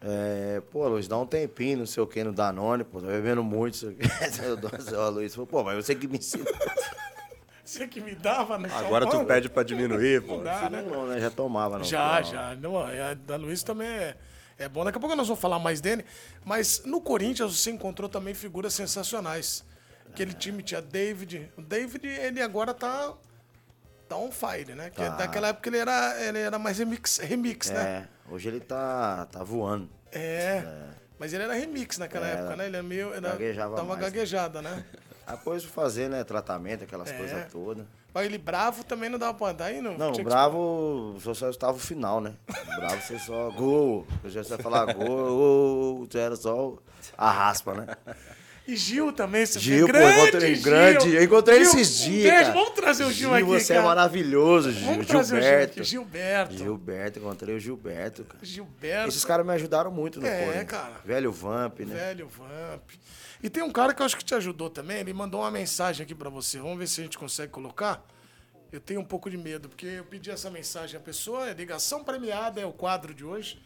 Speaker 2: É, pô, Luiz, dá um tempinho, não sei o que, no Danone, pô, tá bebendo muito. Isso aqui. <laughs> Aí o Doni, ó, Luiz, falou, pô, mas você que me ensina.
Speaker 1: Você que me dava, né?
Speaker 3: Agora tu pede pra diminuir, pô.
Speaker 1: dá, né?
Speaker 2: Não, não, né? Já tomava, não.
Speaker 1: Já,
Speaker 2: pô, não.
Speaker 1: já. Não, é, a da Luiz também é, é bom. Daqui a pouco nós vamos falar mais dele. Mas no Corinthians você encontrou também figuras sensacionais. Aquele time tinha David. O David, ele agora tá. Tá on fire, né? Que
Speaker 2: Tá.
Speaker 1: Daquela época ele era, ele era mais remix, remix né?
Speaker 2: É, hoje ele tá, tá voando.
Speaker 1: É. Mas ele era remix naquela época, né? Ele é meio. Era,
Speaker 2: gaguejava
Speaker 1: dava uma
Speaker 2: mais, né?
Speaker 1: gaguejada,
Speaker 2: <laughs>
Speaker 1: né?
Speaker 2: A coisa de fazer, né? Tratamento, aquelas
Speaker 1: É.
Speaker 2: coisas todas.
Speaker 1: Mas ele bravo também não dava pra andar aí, não? Tinha
Speaker 2: Não, o
Speaker 1: que-
Speaker 2: Bravo só só estava o final, né? O Bravo você só. Gol! Eu já ia falar gol, gol, tu era só o- a raspa, né?
Speaker 1: E Gil também, você
Speaker 2: Gil,
Speaker 1: vê,
Speaker 2: pô, eu encontrei grande. Eu encontrei ele
Speaker 1: Gil,
Speaker 2: esses
Speaker 1: um
Speaker 2: dias.
Speaker 1: beijo,
Speaker 2: cara.
Speaker 1: Vamos trazer o Gil, aqui.
Speaker 2: Você
Speaker 1: cara.
Speaker 2: é maravilhoso, Gil.
Speaker 1: Vamos trazer o Gil
Speaker 2: Gilberto.
Speaker 1: aqui. Gilberto.
Speaker 2: Gilberto, encontrei o Gilberto, cara.
Speaker 1: Gilberto.
Speaker 2: Esses caras me ajudaram muito no
Speaker 1: É,
Speaker 2: Corinthians.
Speaker 1: cara.
Speaker 2: Velho Vamp, né?
Speaker 1: Velho Vamp. E tem um cara que eu acho que te ajudou também. Ele mandou uma mensagem aqui pra você. Vamos ver se a gente consegue colocar. Eu tenho um pouco de medo, porque eu pedi essa mensagem à pessoa. É ligação premiada, é o quadro de hoje.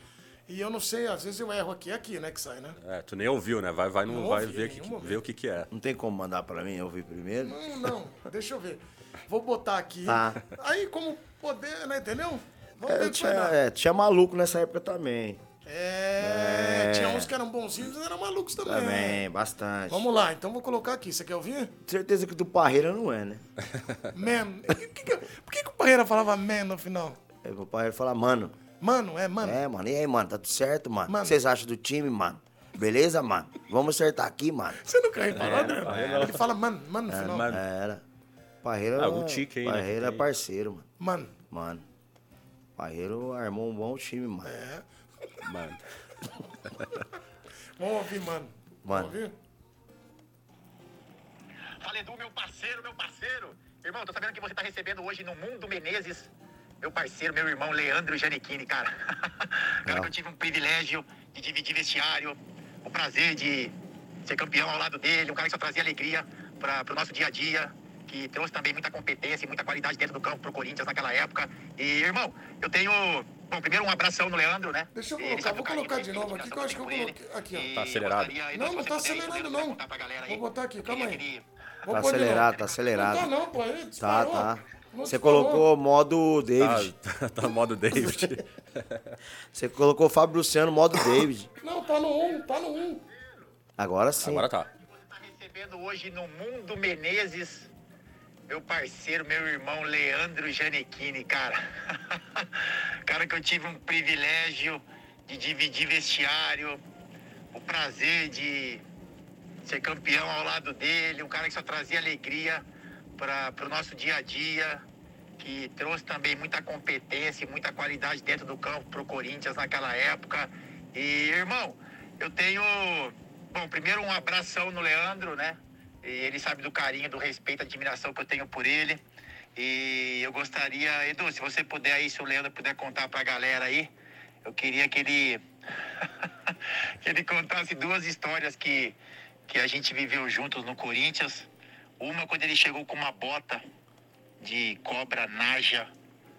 Speaker 1: E eu não sei, às vezes eu erro aqui. É aqui, né, que sai, né?
Speaker 3: É, tu nem ouviu, né? Vai, vai, não,
Speaker 1: Não
Speaker 3: vai
Speaker 1: ouvi
Speaker 3: ver, que,
Speaker 1: nenhum
Speaker 3: ver o que, que é.
Speaker 2: Não tem como mandar pra mim, eu vi primeiro.
Speaker 1: Hum, não, deixa eu ver. Vou botar aqui.
Speaker 2: Tá.
Speaker 1: Aí, como poder, né, entendeu? Vamos
Speaker 2: É,
Speaker 1: ver
Speaker 2: eu
Speaker 1: o que vai
Speaker 2: tinha,
Speaker 1: dar.
Speaker 2: é, tinha maluco nessa época também.
Speaker 1: É, tinha uns que eram bonzinhos e eram malucos também. né?
Speaker 2: Também, bastante.
Speaker 1: Vamos lá, então vou colocar aqui. Você quer ouvir?
Speaker 2: Certeza que do Parreira não é, né?
Speaker 1: Man. E que que- por que, que o Parreira falava man no final?
Speaker 2: Aí É, o Parreira fala, mano.
Speaker 1: Mano, é mano.
Speaker 2: É, mano, e aí, mano? Tá tudo certo, mano? O
Speaker 1: Mano.
Speaker 2: que vocês acham do time, mano? Beleza, mano? Vamos acertar aqui, mano.
Speaker 1: Você nunca
Speaker 2: É,
Speaker 1: reparou, né? Ele fala mano, mano no final.
Speaker 3: mano.
Speaker 2: Era. Parreira.
Speaker 3: Ah, um tique aí, né,
Speaker 2: Parreira
Speaker 3: que
Speaker 2: é
Speaker 3: tem.
Speaker 2: parceiro, mano.
Speaker 1: Mano.
Speaker 2: Mano. Parreiro armou um bom time, mano.
Speaker 1: É.
Speaker 3: Mano.
Speaker 1: Vamos ouvir, mano.
Speaker 2: Mano. Tá
Speaker 1: Vamos ouvir?
Speaker 4: Fala, Edu, meu parceiro, meu parceiro. Irmão, tô sabendo que você tá recebendo hoje no Mundo Menezes meu parceiro, meu irmão Leandro Giannichini, cara. <laughs> cara, que eu tive um privilégio de dividir vestiário, o prazer de ser campeão ao lado dele, um cara que só trazia alegria para pro nosso dia a dia, que trouxe também muita competência e muita qualidade dentro do campo pro Corinthians naquela época. E, irmão, eu tenho... Bom, primeiro um abração no Leandro, né?
Speaker 1: Deixa eu
Speaker 4: Ele
Speaker 1: colocar,
Speaker 4: sabe
Speaker 1: vou
Speaker 4: o carinho
Speaker 1: colocar de
Speaker 4: que eu
Speaker 1: novo
Speaker 4: tenho
Speaker 1: aqui,
Speaker 4: de
Speaker 1: que eu acho que eu
Speaker 4: relação com
Speaker 1: coloquei-
Speaker 4: ele.
Speaker 1: aqui, ó.
Speaker 4: E
Speaker 3: Tá acelerado.
Speaker 4: eu gostaria, Edu,
Speaker 1: Não,
Speaker 4: se
Speaker 1: não
Speaker 4: você
Speaker 1: tá
Speaker 4: puder,
Speaker 1: acelerado,
Speaker 4: Edu,
Speaker 1: não.
Speaker 4: contar pra galera aí.
Speaker 1: Vou botar aqui, calma
Speaker 4: Ele-
Speaker 1: aí.
Speaker 4: ele-
Speaker 1: Vou
Speaker 2: Tá
Speaker 1: pôr de novo.
Speaker 2: acelerado, tá
Speaker 1: Não tá
Speaker 2: acelerado.
Speaker 1: não, pô. Aí
Speaker 2: Tá,
Speaker 1: disparou.
Speaker 2: tá.
Speaker 1: Não
Speaker 2: Você
Speaker 1: disparou.
Speaker 2: colocou o modo David.
Speaker 3: Tá, <laughs> tá modo David. Ah.
Speaker 2: Você colocou o Fábio Luciano
Speaker 3: <coughs>
Speaker 2: modo David.
Speaker 1: Não, tá no 1, um, tá no 1. Um.
Speaker 2: Agora sim.
Speaker 3: Agora tá.
Speaker 4: Tá recebendo hoje no Mundo Menezes meu parceiro, meu irmão Leandro Giannichini, cara. <laughs> cara que eu tive um privilégio de dividir vestiário, o prazer de ser campeão ao lado dele, um cara que só trazia alegria para o nosso dia a dia, que trouxe também muita competência e muita qualidade dentro do campo pro Corinthians naquela época. E, irmão, eu tenho. Bom, primeiro um abração no Leandro, né? E ele sabe do carinho, do respeito, admiração que eu tenho por ele. E eu gostaria, Edu, se você puder aí, se o Leandro puder contar pra galera aí, eu queria que ele <laughs> que ele contasse duas histórias que, que a gente viveu juntos no Corinthians. Uma quando ele chegou com uma bota de cobra naja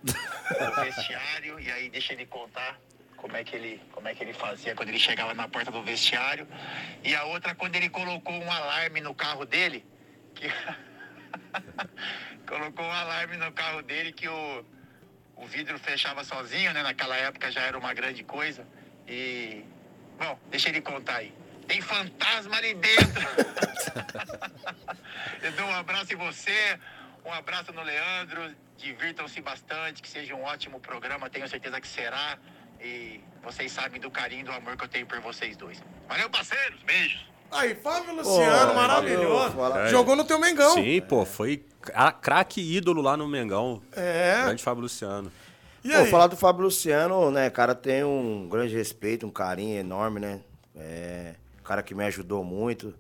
Speaker 4: no vestiário, e aí deixa ele contar como é que ele, como é que ele fazia quando ele chegava na porta do vestiário. E a outra quando ele colocou um alarme no carro dele, que <laughs> colocou um alarme no carro dele que o, o vidro fechava sozinho, né? Naquela época já era uma grande coisa. E. Bom, deixa ele contar aí. Tem fantasma ali dentro! Eu dou um abraço em você, um abraço no Leandro. Divirtam-se bastante, que seja um ótimo programa, tenho certeza que será. E vocês sabem do carinho e do amor que eu tenho por vocês dois. Valeu, parceiros! Beijos!
Speaker 1: Aí, Fábio Luciano,
Speaker 2: Pô,
Speaker 1: maravilhoso.
Speaker 2: valeu, fala-
Speaker 1: Jogou no teu Mengão.
Speaker 3: Sim, pô, foi cra- craque ídolo lá no Mengão.
Speaker 1: É.
Speaker 3: Grande Fábio Luciano.
Speaker 1: E
Speaker 2: Pô,
Speaker 1: aí?
Speaker 2: falar do Fábio Luciano, né, cara, tem um grande respeito, um carinho enorme, né? É, cara que me ajudou muito.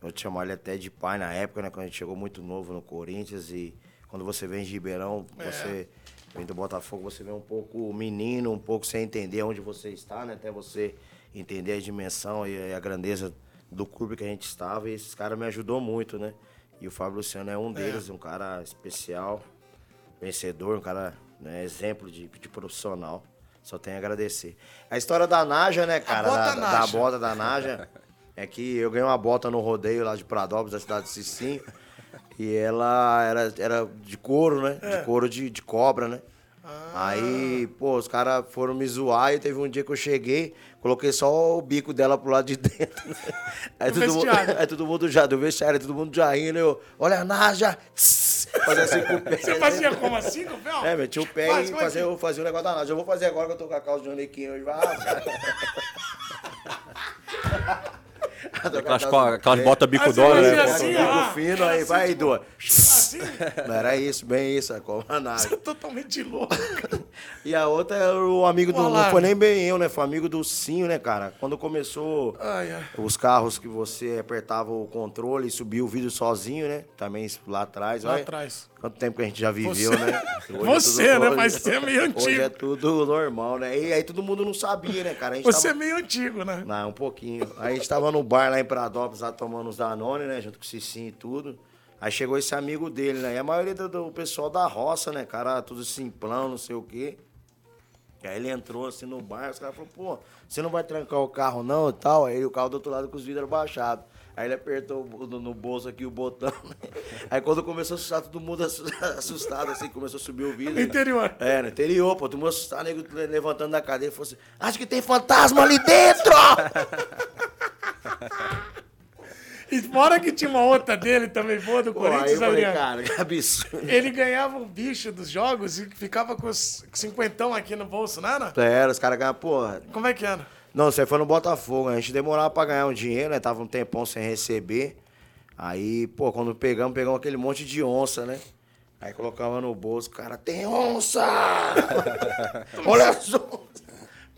Speaker 2: Eu te chamava ele até de pai na época, né? Quando a gente chegou muito novo no Corinthians e quando você vem de Ribeirão, você vem do Botafogo, você vê um pouco menino, um pouco sem entender onde você está, né? Até você entender a dimensão e a grandeza do clube que a gente estava. E esses caras me ajudou muito, né? E o Fábio Luciano é um deles, um cara especial vencedor, um cara, né, exemplo de, de profissional. Só tenho a agradecer. A história da Naja, né, cara?
Speaker 1: bota
Speaker 2: da, da
Speaker 1: Naja.
Speaker 2: bota da Naja. É que eu ganhei uma bota no rodeio lá de Pradópolis, da cidade de Cicinho. E ela era, era de couro, né?
Speaker 1: É.
Speaker 2: De couro de, de cobra, né?
Speaker 1: Ah.
Speaker 2: Aí, pô, os caras foram me zoar e teve um dia que eu cheguei, coloquei só o bico dela pro lado de <laughs> dentro. né? Aí,
Speaker 1: Do
Speaker 2: todo mundo,
Speaker 1: vestiário.
Speaker 2: <laughs> aí todo mundo já, do vestiário, todo mundo já indo, eu, olha a Naja! <laughs> Fazer assim com o pé.
Speaker 1: Você fazia como assim, Rafael? <laughs>
Speaker 2: É, meti o pé
Speaker 1: Faz,
Speaker 2: e
Speaker 1: faz
Speaker 2: fazer,
Speaker 1: assim.
Speaker 2: eu fazia um negócio danado. Eu vou fazer agora que eu tô com a calça de Janequim hoje. Vai rasgar.
Speaker 3: <laughs> Aquelas, co- aquelas botas bico
Speaker 1: Ah, você
Speaker 3: dólar,
Speaker 1: fazia
Speaker 3: né?
Speaker 1: assim,
Speaker 3: pô?
Speaker 1: ó.
Speaker 2: é, bico fino, aí vai, Edu. <laughs>
Speaker 1: Assim?
Speaker 2: Não era isso, bem isso, a
Speaker 1: Você é
Speaker 2: comanagem.
Speaker 1: totalmente louco.
Speaker 2: E a outra era o amigo do.
Speaker 1: Olá.
Speaker 2: Não foi nem bem eu, né? Foi amigo do Cinho, né, cara? Quando começou
Speaker 1: Ai, ai.
Speaker 2: os carros que você apertava o controle e subia o vídeo sozinho, né? Também isso lá atrás.
Speaker 1: Lá
Speaker 2: olha.
Speaker 1: atrás.
Speaker 2: Quanto tempo que a gente já viveu,
Speaker 1: <laughs> Você-
Speaker 2: né? Hoje
Speaker 1: Você, né?
Speaker 2: hoje-
Speaker 1: Mas você é meio
Speaker 2: Hoje é
Speaker 1: antigo.
Speaker 2: tudo normal, né? E aí todo mundo não sabia, né, cara? A gente
Speaker 1: Você é
Speaker 2: tava...
Speaker 1: meio antigo, né?
Speaker 2: Não, um pouquinho. Aí a gente tava no bar lá em Pradópolis, lá tomando uns Danone, né? Junto com o Cicinho e tudo. Aí chegou esse amigo dele, né? E a maioria do, do pessoal da roça, né, cara? Tudo simplão, não sei o quê. E aí ele entrou assim no bar, os caras falaram, pô, você não vai trancar o carro não e tal? Aí o carro do outro lado com os vidros baixados. Aí ele apertou o- no, no bolso aqui o botão. <laughs> né? Aí quando começou a assustar, todo mundo assu- <laughs> assustado, assim, começou a subir o vidro.
Speaker 1: No interior.
Speaker 2: É, no interior, pô. Todo mundo assustado, nego le- levantando da cadeira e falou assim, acho que tem fantasma ali
Speaker 1: <laughs>
Speaker 2: dentro!
Speaker 1: E fora que tinha uma outra dele também, boa do
Speaker 2: pô, aí eu
Speaker 1: Corinthians,
Speaker 2: falei,
Speaker 1: Adriano.
Speaker 2: cara, que absurdo. <laughs>
Speaker 1: Ele ganhava um bicho dos jogos e ficava com os cinquentão aqui no bolso, não era?
Speaker 2: Era, os caras ganham, porra.
Speaker 1: Como é que era?
Speaker 2: Não, você foi no Botafogo. né? A gente demorava pra ganhar um dinheiro, né? Tava um tempão sem receber. Aí, pô, quando pegamos, pegamos aquele monte de onça, né? Aí colocava no bolso, cara, tem onça!
Speaker 1: <laughs>
Speaker 2: Olha só!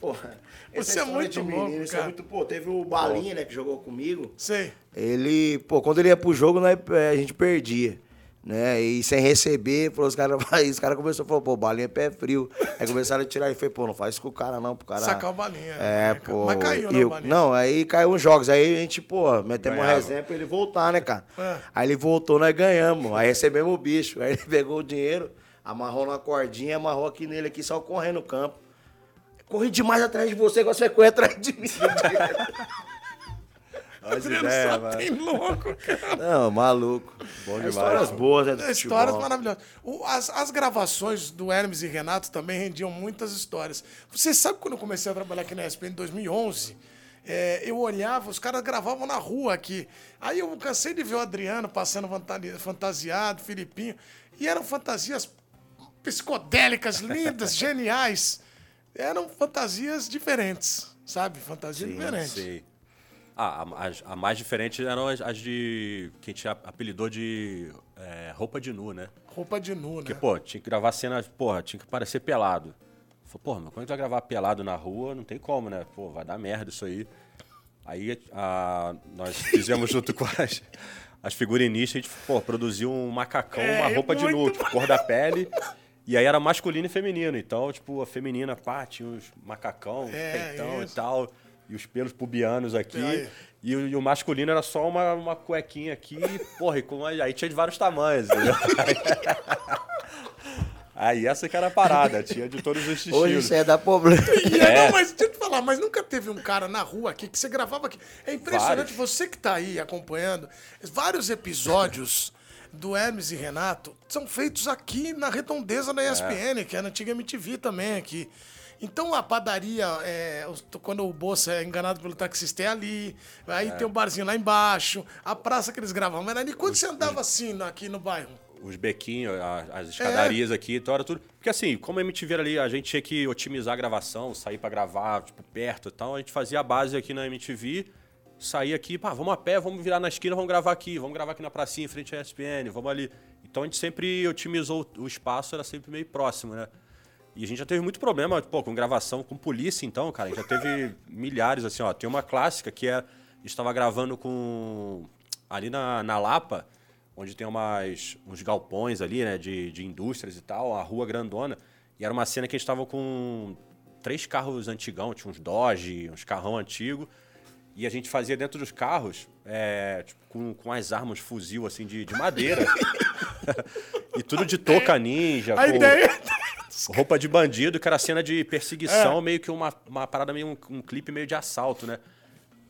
Speaker 2: Porra, essa
Speaker 1: Você é
Speaker 2: história
Speaker 1: muito
Speaker 2: de
Speaker 1: louco,
Speaker 2: isso é
Speaker 1: cara.
Speaker 2: muito- pô, teve o Balinha, né, que jogou comigo.
Speaker 1: Sei.
Speaker 2: Ele, pô, quando ele ia pro jogo, nós, eh, a gente perdia. Né? E sem receber, falou, os caras os cara <laughs> começaram a falar, pô, balinha é pé frio. Aí começaram a tirar e foi, pô, não faz isso com o cara, não, pro cara.
Speaker 1: Sacar o balinha.
Speaker 2: É,
Speaker 1: né, cara?
Speaker 2: pô.
Speaker 1: Mas caiu,
Speaker 2: e
Speaker 1: né, o
Speaker 2: eu-
Speaker 1: balinha?
Speaker 2: Não, aí caiu os jogos. Aí a gente, pô, metemos uma
Speaker 3: Ganhava.
Speaker 2: resenha pra ele voltar, né, cara?
Speaker 1: É.
Speaker 2: Aí ele voltou, nós ganhamos. Aí recebemos o bicho. Aí ele pegou o dinheiro, amarrou numa cordinha, amarrou aqui nele aqui, só correndo no campo. Corri demais atrás de você, agora você corre atrás de mim.
Speaker 1: <laughs> Olha as Adriano
Speaker 2: ideias,
Speaker 1: só
Speaker 2: mano.
Speaker 1: tem louco, cara.
Speaker 2: Não, maluco. Bom demais. É Histórias boas, né? do futebol.
Speaker 1: É Histórias maravilhosas. O- as, as gravações do Hermes e Renato também rendiam muitas histórias. Você sabe quando eu comecei a trabalhar aqui na ESPN em 2011? é, eu olhava, os caras gravavam na rua aqui. Aí eu cansei de ver o Adriano passando fantani- fantasiado, Filipinho. E eram fantasias psicodélicas, lindas,
Speaker 2: <laughs>
Speaker 1: geniais. Eram fantasias diferentes, sabe? Fantasias diferentes.
Speaker 3: Sei. Ah, a, as- a mais diferente eram as, as de. que a gente apelidou de é, roupa de nu, né?
Speaker 1: Roupa de nu, né?
Speaker 3: Porque, pô, tinha que gravar cena, porra, tinha que parecer pelado. Falei, porra, mas quando a gente vai gravar pelado na rua, não tem como, né? Pô, vai dar merda isso aí. Aí a- nós fizemos junto com as, as figurinistas, a gente, pô, produziu um macacão,
Speaker 1: É,
Speaker 3: uma roupa de nu,
Speaker 1: muito
Speaker 3: tipo, cor da pele. E aí era masculino e feminino. Então, tipo, a feminina, pá, tinha os macacão,
Speaker 1: É,
Speaker 3: peitão
Speaker 1: isso.
Speaker 3: e tal. E os pelos pubianos aqui.
Speaker 1: Aí.
Speaker 3: E, o- e o masculino era só uma, uma cuequinha aqui, porra, e com, aí tinha de vários tamanhos, entendeu? Aí essa que era a parada, tinha de todos os
Speaker 2: Hoje
Speaker 3: estilos.
Speaker 2: isso é dar <laughs> problema.
Speaker 1: E é,
Speaker 3: É.
Speaker 1: não, mas deixa eu te falar, mas nunca teve um cara na rua aqui que você gravava aqui. É impressionante,
Speaker 3: Vários.
Speaker 1: você que tá aí acompanhando, vários episódios <laughs> do Hermes e Renato são feitos aqui na redondeza da ESPN, que é na antiga MTV também aqui. Então a padaria, é, os- quando o Bolsa é enganado pelo taxista, é ali. Aí tem o barzinho lá embaixo, a praça que eles gravavam era ali. Quando você andava assim na- aqui no bairro?
Speaker 3: Os bequinhos, a- as escadarias aqui, então era tudo. Porque assim, como a MTV era ali, a gente tinha que otimizar a gravação, sair pra gravar, tipo, perto e tal. A gente fazia a base aqui na MTV, saía aqui, pá, vamos a pé, vamos virar na esquina, vamos gravar aqui, vamos gravar aqui na pracinha, em frente à ESPN, vamos ali. Então a gente sempre otimizou o espaço, era sempre meio próximo, né? E a gente já teve muito problema, pô, com gravação, com polícia, então, cara. A gente já teve <laughs> milhares, assim, ó. Tem uma clássica que é. Estava gravando com. Ali na, na Lapa, onde tem umas, uns galpões ali, né, de, de indústrias e tal, a rua grandona. E era uma cena que a gente estava com três carros antigão, tinha uns Dodge, uns carrão antigo. E a gente fazia dentro dos carros, é, tipo, com, com as armas fuzil, assim, de, de
Speaker 1: <laughs>
Speaker 3: madeira. <laughs> e tudo de touca ninja.
Speaker 1: A
Speaker 3: com-
Speaker 1: ideia.
Speaker 3: Roupa de bandido, que era cena de perseguição, meio que uma, uma parada, meio um, um clipe meio de assalto, né?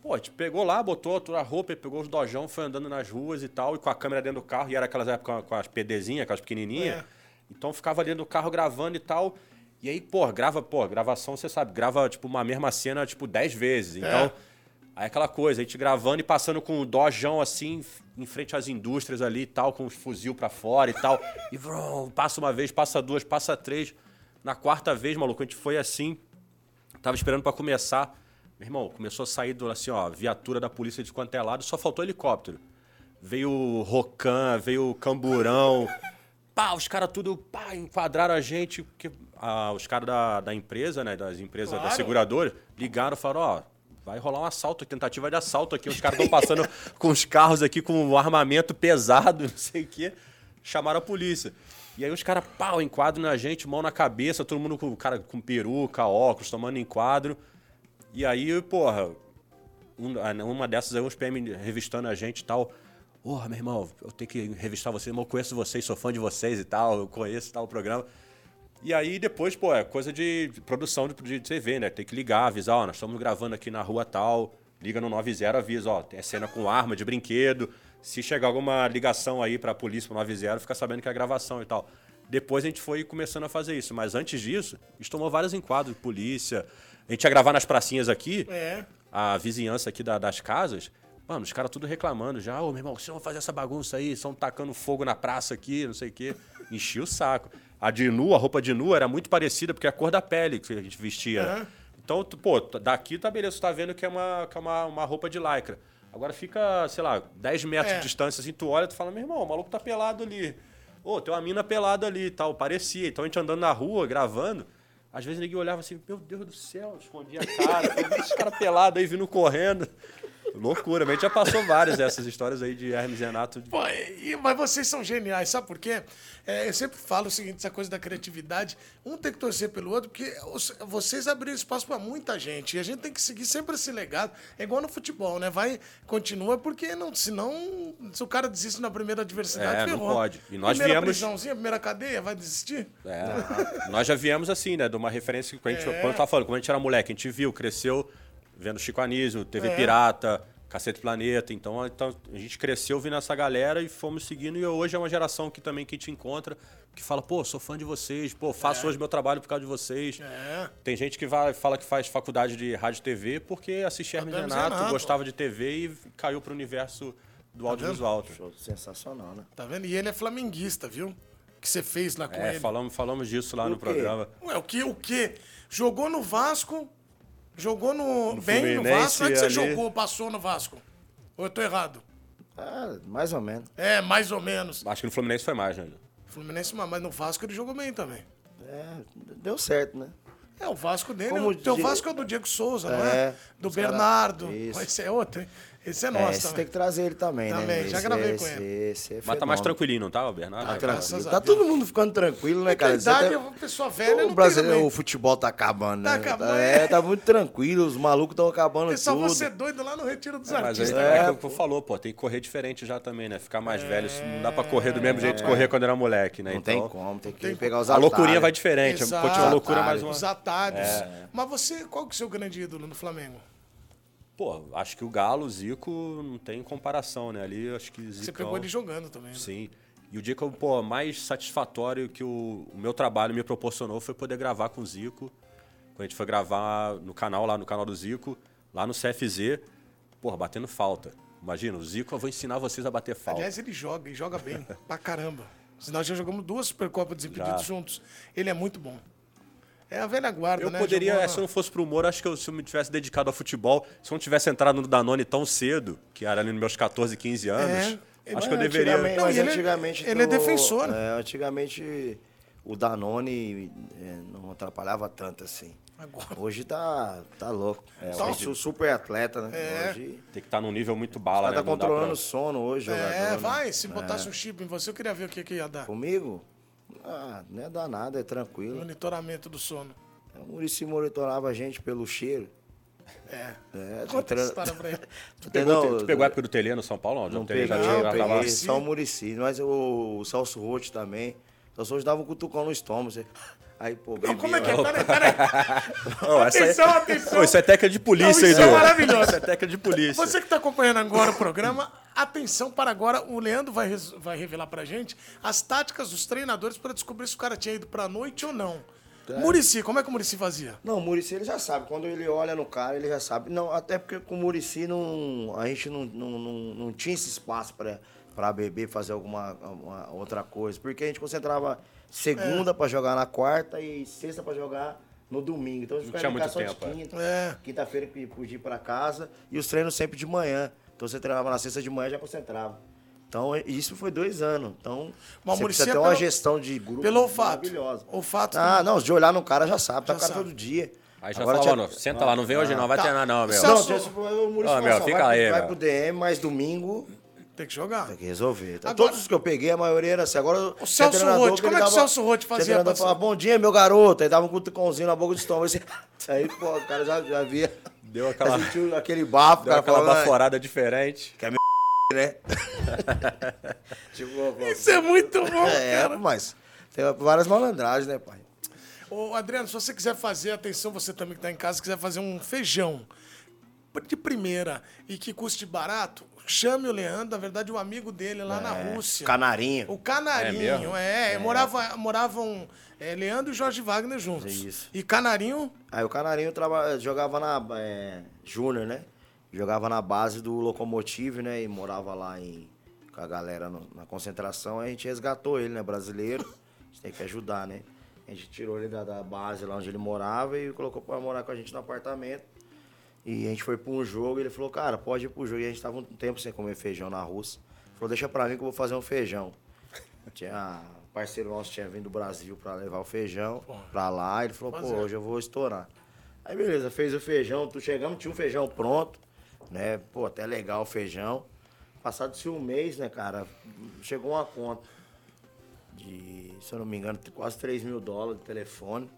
Speaker 3: Pô, a gente pegou lá, botou toda a roupa, pegou os dojão, foi andando nas ruas e tal, e com a câmera dentro do carro, e era aquelas épocas com as PDzinhas, aquelas pequenininhas.
Speaker 1: É.
Speaker 3: Então ficava dentro do carro gravando e tal. E aí, pô, grava, pô, gravação, você sabe, grava, tipo, uma mesma cena, tipo, dez vezes. Então, aí aquela coisa, a gente gravando e passando com o dojão, assim, em frente às indústrias ali e tal, com os fuzil pra fora e tal. E vrum, passa uma vez, passa duas, passa três. Na quarta vez, maluco, a gente foi assim, Tava esperando pra começar. Meu irmão, começou a sair do, assim, ó, viatura da polícia de quanto é lado, só faltou helicóptero. Veio o Rocan, veio o Camburão. <laughs> Pá, os caras tudo pá, enquadraram a gente. Porque, ah, os caras da, da empresa, né? Das empresas, da
Speaker 1: Claro.
Speaker 3: seguradora, ligaram e falaram, ó. Vai rolar um assalto, tentativa de assalto aqui. Os caras estão passando com os carros aqui com um armamento pesado, não sei o quê. Chamaram a polícia. E aí os caras, pau, enquadro na gente, mão na cabeça, todo mundo com, cara, com peruca, óculos, tomando enquadro. E aí, porra, um- a- uma dessas aí, uns PM revistando a gente e tal. Porra, meu irmão, eu tenho que revistar vocês, mas eu conheço vocês, sou fã de vocês e tal, eu conheço e tal o programa. E aí depois, pô, é coisa de de produção de, de TV, né? Tem que ligar, avisar, ó, nós estamos gravando aqui na rua tal, Liga no 90 avisa, ó, é cena com arma de brinquedo. Se chegar alguma ligação aí pra polícia pro 90, fica sabendo que é gravação e tal. Depois a gente foi começando a fazer isso, mas antes disso, a gente tomou vários enquadros de polícia. A gente ia gravar nas pracinhas aqui,
Speaker 1: É.
Speaker 3: a vizinhança aqui da- das casas. Mano, os caras tudo reclamando já. Ô, meu irmão, vocês vão fazer essa bagunça aí, estão tacando fogo na praça aqui, não sei o quê. Enchia o saco. A de nu, a roupa de nu era muito parecida, porque é a cor da pele que a gente vestia. né?
Speaker 1: Aham.
Speaker 3: Então, tu- pô, tu- daqui tá beleza, tu tá vendo que é uma, que é uma, uma roupa de lycra. Agora fica, sei lá, 10 metros
Speaker 1: É.
Speaker 3: de distância, assim, tu olha, tu fala, meu irmão, o maluco tá pelado ali. Ô, tem uma mina pelada ali e tal, parecia. Então a gente andando na rua, gravando, às vezes ninguém olhava assim, meu Deus do céu, escondia a cara, "Pô, esse cara pelado aí vindo correndo. Loucura, mas a gente já passou várias dessas histórias aí de Hermes e Renato.
Speaker 1: Pô, e- mas vocês são geniais, sabe por quê? É, eu sempre falo o seguinte, essa coisa da criatividade, um tem que torcer pelo outro, porque os- vocês abriram espaço para muita gente, e a gente tem que seguir sempre esse legado, é igual no futebol, né? Vai, continua, porque não, senão, se o cara desiste na primeira adversidade,
Speaker 3: É, não
Speaker 1: ferrou.
Speaker 3: pode. E nós
Speaker 1: primeira
Speaker 3: viemos-
Speaker 1: prisãozinha, primeira cadeia, vai desistir?
Speaker 3: É, nós já viemos assim, né? De uma referência que a gente, quando eu tava falando, quando a gente era moleque, a gente viu, cresceu vendo Chico Anísio, TV Pirata, Cacete Planeta. Então, a- então a gente cresceu vindo essa galera e fomos seguindo. E hoje é uma geração que também que te encontra, que fala, pô, sou fã de vocês, pô, faço hoje meu trabalho por causa de vocês.
Speaker 1: É.
Speaker 3: Tem gente que vai, fala que faz faculdade de rádio e TV porque assistia Hermes e
Speaker 1: Hermes e
Speaker 3: Renato,
Speaker 1: Renato.
Speaker 3: gostava de TV e caiu pro universo do audiovisual. tá?
Speaker 2: Show sensacional, né?
Speaker 1: Tá vendo? E ele é flamenguista, viu? Que você fez lá com
Speaker 3: É,
Speaker 1: ele.
Speaker 3: falamos, falamos disso lá
Speaker 2: Por
Speaker 3: no
Speaker 2: quê?
Speaker 3: programa.
Speaker 1: Ué, o que? O que? Jogou no Vasco, jogou no. bem no
Speaker 3: Fluminense,
Speaker 1: Vasco. Onde você
Speaker 3: ali.
Speaker 1: jogou, passou no Vasco? Ou eu tô errado?
Speaker 2: Ah, mais ou menos.
Speaker 1: É, mais ou menos.
Speaker 3: Acho que no Fluminense foi mais, né?
Speaker 1: Fluminense, mas mas no Vasco ele jogou bem também.
Speaker 2: É, deu certo, né?
Speaker 1: É, o Vasco dele.
Speaker 2: Como
Speaker 1: o teu
Speaker 2: di-
Speaker 1: Vasco é o do Diego Souza, não
Speaker 2: É,
Speaker 1: é? Do
Speaker 2: os cara-
Speaker 1: Bernardo.
Speaker 2: Isso.
Speaker 1: Esse é outro, hein? Esse é
Speaker 2: É,
Speaker 1: nosso
Speaker 2: você
Speaker 1: também.
Speaker 2: tem que trazer ele também, né?
Speaker 1: Também, já
Speaker 2: Esse-
Speaker 1: gravei com
Speaker 2: esse-
Speaker 1: ele. Ah,
Speaker 2: Esse é
Speaker 3: Mas tá mais
Speaker 2: fenômeno.
Speaker 3: tranquilo, não tá, Bernardo?
Speaker 2: Tá,
Speaker 1: Graças
Speaker 2: tranquilo.
Speaker 1: a
Speaker 2: tá
Speaker 1: Deus.
Speaker 2: todo mundo ficando tranquilo, né, cara?
Speaker 1: a idade,
Speaker 2: Você
Speaker 1: é
Speaker 2: tá-
Speaker 1: uma pessoa velha, não
Speaker 2: o,
Speaker 1: tem
Speaker 2: brasileiro,
Speaker 1: também.
Speaker 2: o futebol tá acabando, né?
Speaker 1: Tá acabando, é.
Speaker 2: É, tá muito tranquilo, os malucos estão acabando
Speaker 1: Porque só
Speaker 2: tudo.
Speaker 1: você é doido lá no Retiro dos
Speaker 3: Mas aí,
Speaker 1: Artistas. né?
Speaker 3: é, o que o Pô falou, pô, tem que correr diferente já também, né? Ficar mais velho, isso não dá pra correr do mesmo jeito que correr quando era moleque, né?
Speaker 2: Não
Speaker 3: então,
Speaker 2: tem como, tem que pegar os
Speaker 3: A loucurinha
Speaker 2: atalhos.
Speaker 3: vai diferente,
Speaker 1: Exato.
Speaker 3: continua a loucura é. mais uma.
Speaker 1: Os atalhos. Mas você, qual que é o seu grande ídolo no Flamengo?
Speaker 3: Pô, acho que o Galo, o Zico, não tem comparação, né? Ali acho que Zicão...
Speaker 1: Você pegou ele jogando também. né?
Speaker 3: Sim. E o dia que eu, pô, mais satisfatório que o, o meu trabalho me proporcionou foi poder gravar com o Zico. Quando a gente foi gravar no canal, lá no canal do Zico, lá no CFZ, porra, batendo falta. Imagina, o Zico, eu vou ensinar vocês a bater falta.
Speaker 1: Aliás, ele joga, e joga bem, pra caramba. Nós já jogamos duas Supercopas Desimpedidos
Speaker 3: Já.
Speaker 1: juntos. Ele é muito bom. É a velha guarda,
Speaker 3: Eu
Speaker 1: né?
Speaker 3: poderia,
Speaker 1: Jogou
Speaker 3: eh,
Speaker 1: na-
Speaker 3: se eu não fosse pro humor, acho que eu, se eu me tivesse dedicado ao futebol, se eu não tivesse entrado no Danone tão cedo, que era ali nos meus 14, 15 anos,
Speaker 1: É.
Speaker 3: acho que eu
Speaker 2: Mas
Speaker 3: deveria.
Speaker 2: antigamente-
Speaker 1: Não,
Speaker 2: mas
Speaker 1: e ele é-
Speaker 2: antigamente
Speaker 1: ele é
Speaker 2: tu-
Speaker 1: defensor, né?
Speaker 2: é, antigamente o Danone é, não atrapalhava tanto assim.
Speaker 1: Agora.
Speaker 2: Hoje tá, tá louco. É,
Speaker 1: Tá.
Speaker 2: hoje o super atleta, né?
Speaker 1: É.
Speaker 2: Hoje
Speaker 3: Tem que estar num nível muito
Speaker 2: o
Speaker 3: bala,
Speaker 2: cara tá
Speaker 3: né? Não dá
Speaker 2: controlando o
Speaker 3: pra-
Speaker 2: sono hoje, jogador,
Speaker 1: É,
Speaker 2: né?
Speaker 1: vai, se botasse um chip em você, eu queria ver o que, que ia dar.
Speaker 2: Comigo? Ah, não é danado, é tranquilo.
Speaker 1: Monitoramento do sono.
Speaker 2: O Murici monitorava a gente pelo cheiro.
Speaker 1: É.
Speaker 2: É, tô
Speaker 1: Conta
Speaker 2: tre-
Speaker 1: essa história
Speaker 2: <laughs>
Speaker 1: pra ele.
Speaker 2: tô
Speaker 3: Pegou,
Speaker 2: treinando-
Speaker 3: tu pegou a época do Telê no São Paulo? Não,
Speaker 2: é. Não
Speaker 3: o Telê
Speaker 2: peguei,
Speaker 3: já
Speaker 1: não,
Speaker 3: tinha. já
Speaker 2: peguei,
Speaker 3: tava-
Speaker 1: Muricy.
Speaker 2: só o Murici. Mas o, o Celso Rotti também. O Celso Rotti dava um cutucão no estômago. você- <laughs> Aí, pô,
Speaker 1: Não,
Speaker 2: bebia,
Speaker 1: como é que
Speaker 2: né?
Speaker 1: é? Peraí, peraí.
Speaker 3: Não, essa aí-
Speaker 1: Atenção, atenção.
Speaker 3: Ô, isso é técnica de polícia,
Speaker 1: Não, isso é
Speaker 3: Edu.
Speaker 1: maravilhoso.
Speaker 3: Isso é técnica de polícia.
Speaker 1: Você que está acompanhando agora o programa, atenção para agora. O Leandro vai, res- vai revelar para gente as táticas dos treinadores para descobrir se o cara tinha ido para noite ou não. Murici, como é que o Murici fazia?
Speaker 2: Não, o Murici ele já sabe. Quando ele olha no cara, ele já sabe. Não, até porque com o Murici não, a gente não, não, não, não tinha esse espaço pra, pra beber, fazer alguma uma outra coisa. Porque a gente concentrava
Speaker 3: É.
Speaker 2: segunda pra jogar na quarta e sexta pra jogar no domingo. Então a gente
Speaker 3: Não
Speaker 2: ficava
Speaker 3: tinha
Speaker 2: em
Speaker 3: muito
Speaker 2: casa só de
Speaker 3: tempo,
Speaker 2: quinta.
Speaker 1: é.
Speaker 2: Quinta-feira que podia ir pra casa e os treinos sempre de manhã. Então você treinava na sexta de manhã e já concentrava. Então, isso foi dois anos. Então,
Speaker 1: Mas o
Speaker 2: você
Speaker 1: Muricy
Speaker 2: precisa
Speaker 1: é
Speaker 2: ter uma
Speaker 1: pelo-
Speaker 2: gestão de grupo
Speaker 1: pelo olfato.
Speaker 2: maravilhosa.
Speaker 1: Olfato
Speaker 2: Ah,
Speaker 1: também.
Speaker 2: não, de olhar no cara já sabe.
Speaker 1: Já
Speaker 2: Tá com o cara
Speaker 1: sabe.
Speaker 2: todo dia.
Speaker 3: Aí já falava,
Speaker 2: tinha-
Speaker 3: não, senta lá, não vem hoje não, vai
Speaker 1: Tá.
Speaker 3: treinar não, meu.
Speaker 1: Só-
Speaker 2: Não, tinha- o Muricy
Speaker 3: Ô,
Speaker 2: falou
Speaker 3: meu,
Speaker 2: assim, ó,
Speaker 3: fica
Speaker 2: vai,
Speaker 3: aí,
Speaker 2: vai
Speaker 3: meu.
Speaker 2: pro DM, mas domingo
Speaker 1: Tem que jogar.
Speaker 2: tem que resolver. Tá?
Speaker 1: Agora-
Speaker 2: Todos os que eu peguei, a maioria era assim. Agora,
Speaker 1: O Celso Roth, como é que o Celso Roth fazia
Speaker 2: Ele
Speaker 1: pra-
Speaker 2: dava- falava, bom dia, meu garoto. Aí dava um cutucãozinho na boca do estômago. Assim, <laughs> aí, pô, o cara já, já via.
Speaker 3: Deu aquela-
Speaker 2: já sentiu aquele bafo.
Speaker 3: Deu
Speaker 2: o cara
Speaker 3: aquela
Speaker 2: falava, "Ah,
Speaker 3: baforada diferente.
Speaker 2: Tipo,
Speaker 1: Isso é muito bom,
Speaker 2: <laughs> é,
Speaker 1: cara.
Speaker 2: mas tem várias malandragens, né, pai?
Speaker 1: tá Ô, Adriano, se você quiser fazer, atenção, você também que está em casa, quiser fazer um feijão de primeira e que custe barato, chame o Leandro, na verdade, um amigo dele lá na
Speaker 2: É,
Speaker 1: Rússia.
Speaker 2: Canarinho.
Speaker 1: O
Speaker 3: É
Speaker 1: Canarinho,
Speaker 3: mesmo?
Speaker 1: é. Morava, moravam é, Leandro e Jorge Wagner juntos.
Speaker 2: É isso.
Speaker 1: E Canarinho,
Speaker 2: Aí o Canarinho traba- jogava na é, Júnior, né? Jogava na base do Locomotive, né? E morava lá em, com a galera no- na concentração. Aí a gente resgatou ele, né? Brasileiro. A gente tem que ajudar, né? A gente tirou ele da, da base lá onde ele morava e colocou pra morar com a gente no apartamento. E a gente foi pra um jogo e ele falou, cara, pode ir pro jogo. E a gente tava um tempo sem comer feijão na Rússia. Ele Falou, deixa pra mim que eu vou fazer um feijão. Tinha um parceiro nosso tinha vindo do Brasil pra levar o feijão pra lá. Ele falou, pô, hoje eu vou estourar. Aí beleza, fez o feijão, tu chegamos, tinha um feijão pronto, né? Pô, até legal o feijão. Passado-se um mês, né, cara, chegou uma conta de, se eu não me engano, quase 3 mil dólares de telefone.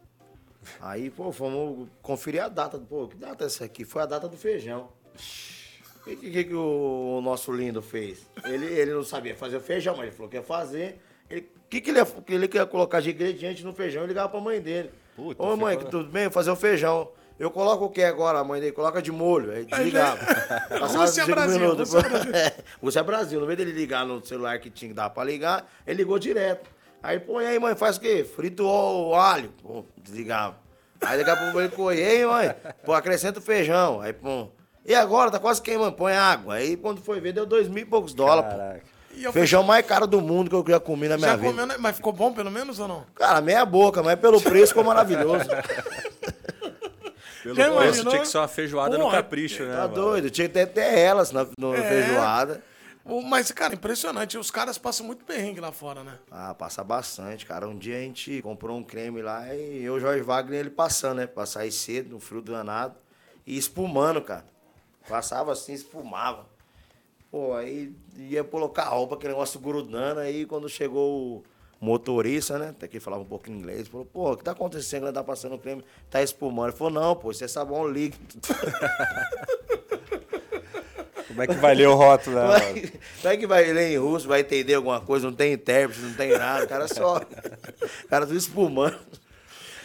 Speaker 2: Aí, pô, fomos conferir a data. Pô, que data é essa aqui? Foi a data do feijão. E o que, que, que o nosso lindo fez? Ele, ele não sabia fazer o feijão, mas ele falou que ia fazer. O que, que ele, ia, que ele ia colocar de ingrediente no feijão? Ele ligava pra mãe dele.
Speaker 3: Puta,
Speaker 2: Ô, mãe,
Speaker 3: ficou-
Speaker 2: tudo bem? Vou Fazer o feijão. Eu coloco o que agora? A mãe dele coloca de molho. Aí desligava.
Speaker 1: <laughs>
Speaker 2: Passava
Speaker 1: Rússia,
Speaker 2: cinco
Speaker 1: Brasil,
Speaker 2: minutos.
Speaker 1: Rússia, Brasil.
Speaker 2: É, <laughs> Você é Brasil, no vez dele ligar no celular que tinha que dar pra ligar, ele ligou direto. Aí, pô, e aí, mãe, faz o quê? Frito o o alho. Pô, desligava. Aí daqui a pouco ele corre, e aí, mãe, pô, acrescenta o feijão. Aí, pô, e agora? Tá quase queimando, põe água. Aí, quando foi ver, deu dois mil e poucos dólares,
Speaker 3: Caraca.
Speaker 1: E
Speaker 2: pô.
Speaker 1: eu-
Speaker 2: Feijão mais caro do mundo que eu já comi na minha
Speaker 1: já
Speaker 2: vida.
Speaker 1: comeu, né? mas ficou bom pelo menos ou não?
Speaker 2: Cara, meia boca, mas pelo preço
Speaker 1: <laughs>
Speaker 2: ficou maravilhoso. Tá
Speaker 3: Pelo
Speaker 1: Já
Speaker 3: preço,
Speaker 1: imaginou?
Speaker 3: tinha que ser uma feijoada no
Speaker 1: Porra,
Speaker 3: capricho,
Speaker 1: É,
Speaker 3: né?
Speaker 2: tá
Speaker 3: mano?
Speaker 2: doido, tinha que ter, ter elas na no feijoada.
Speaker 1: O- Mas, cara, impressionante. Os caras passam muito perrengue lá fora, né?
Speaker 2: Ah, passa bastante, cara. Um dia a gente comprou um creme lá e eu, Jorge Wagner, ele passando, né? Pra sair cedo, no frio danado. E espumando, cara. Passava assim, espumava. Pô, aí ia colocar a roupa, aquele negócio grudando. Aí quando chegou o motorista, né? Até que falava um pouco inglês. Falou, pô, o que tá acontecendo? Ele tá passando o creme, tá espumando. Ele falou, não, pô, isso é sabão líquido. <laughs>
Speaker 5: Como é que vai ler o rótulo, né?
Speaker 2: Vai-
Speaker 5: mano?
Speaker 2: Como é que vai ler em russo, vai entender alguma coisa? Não tem intérprete, não tem nada. O cara só... <laughs> O cara tudo espumando.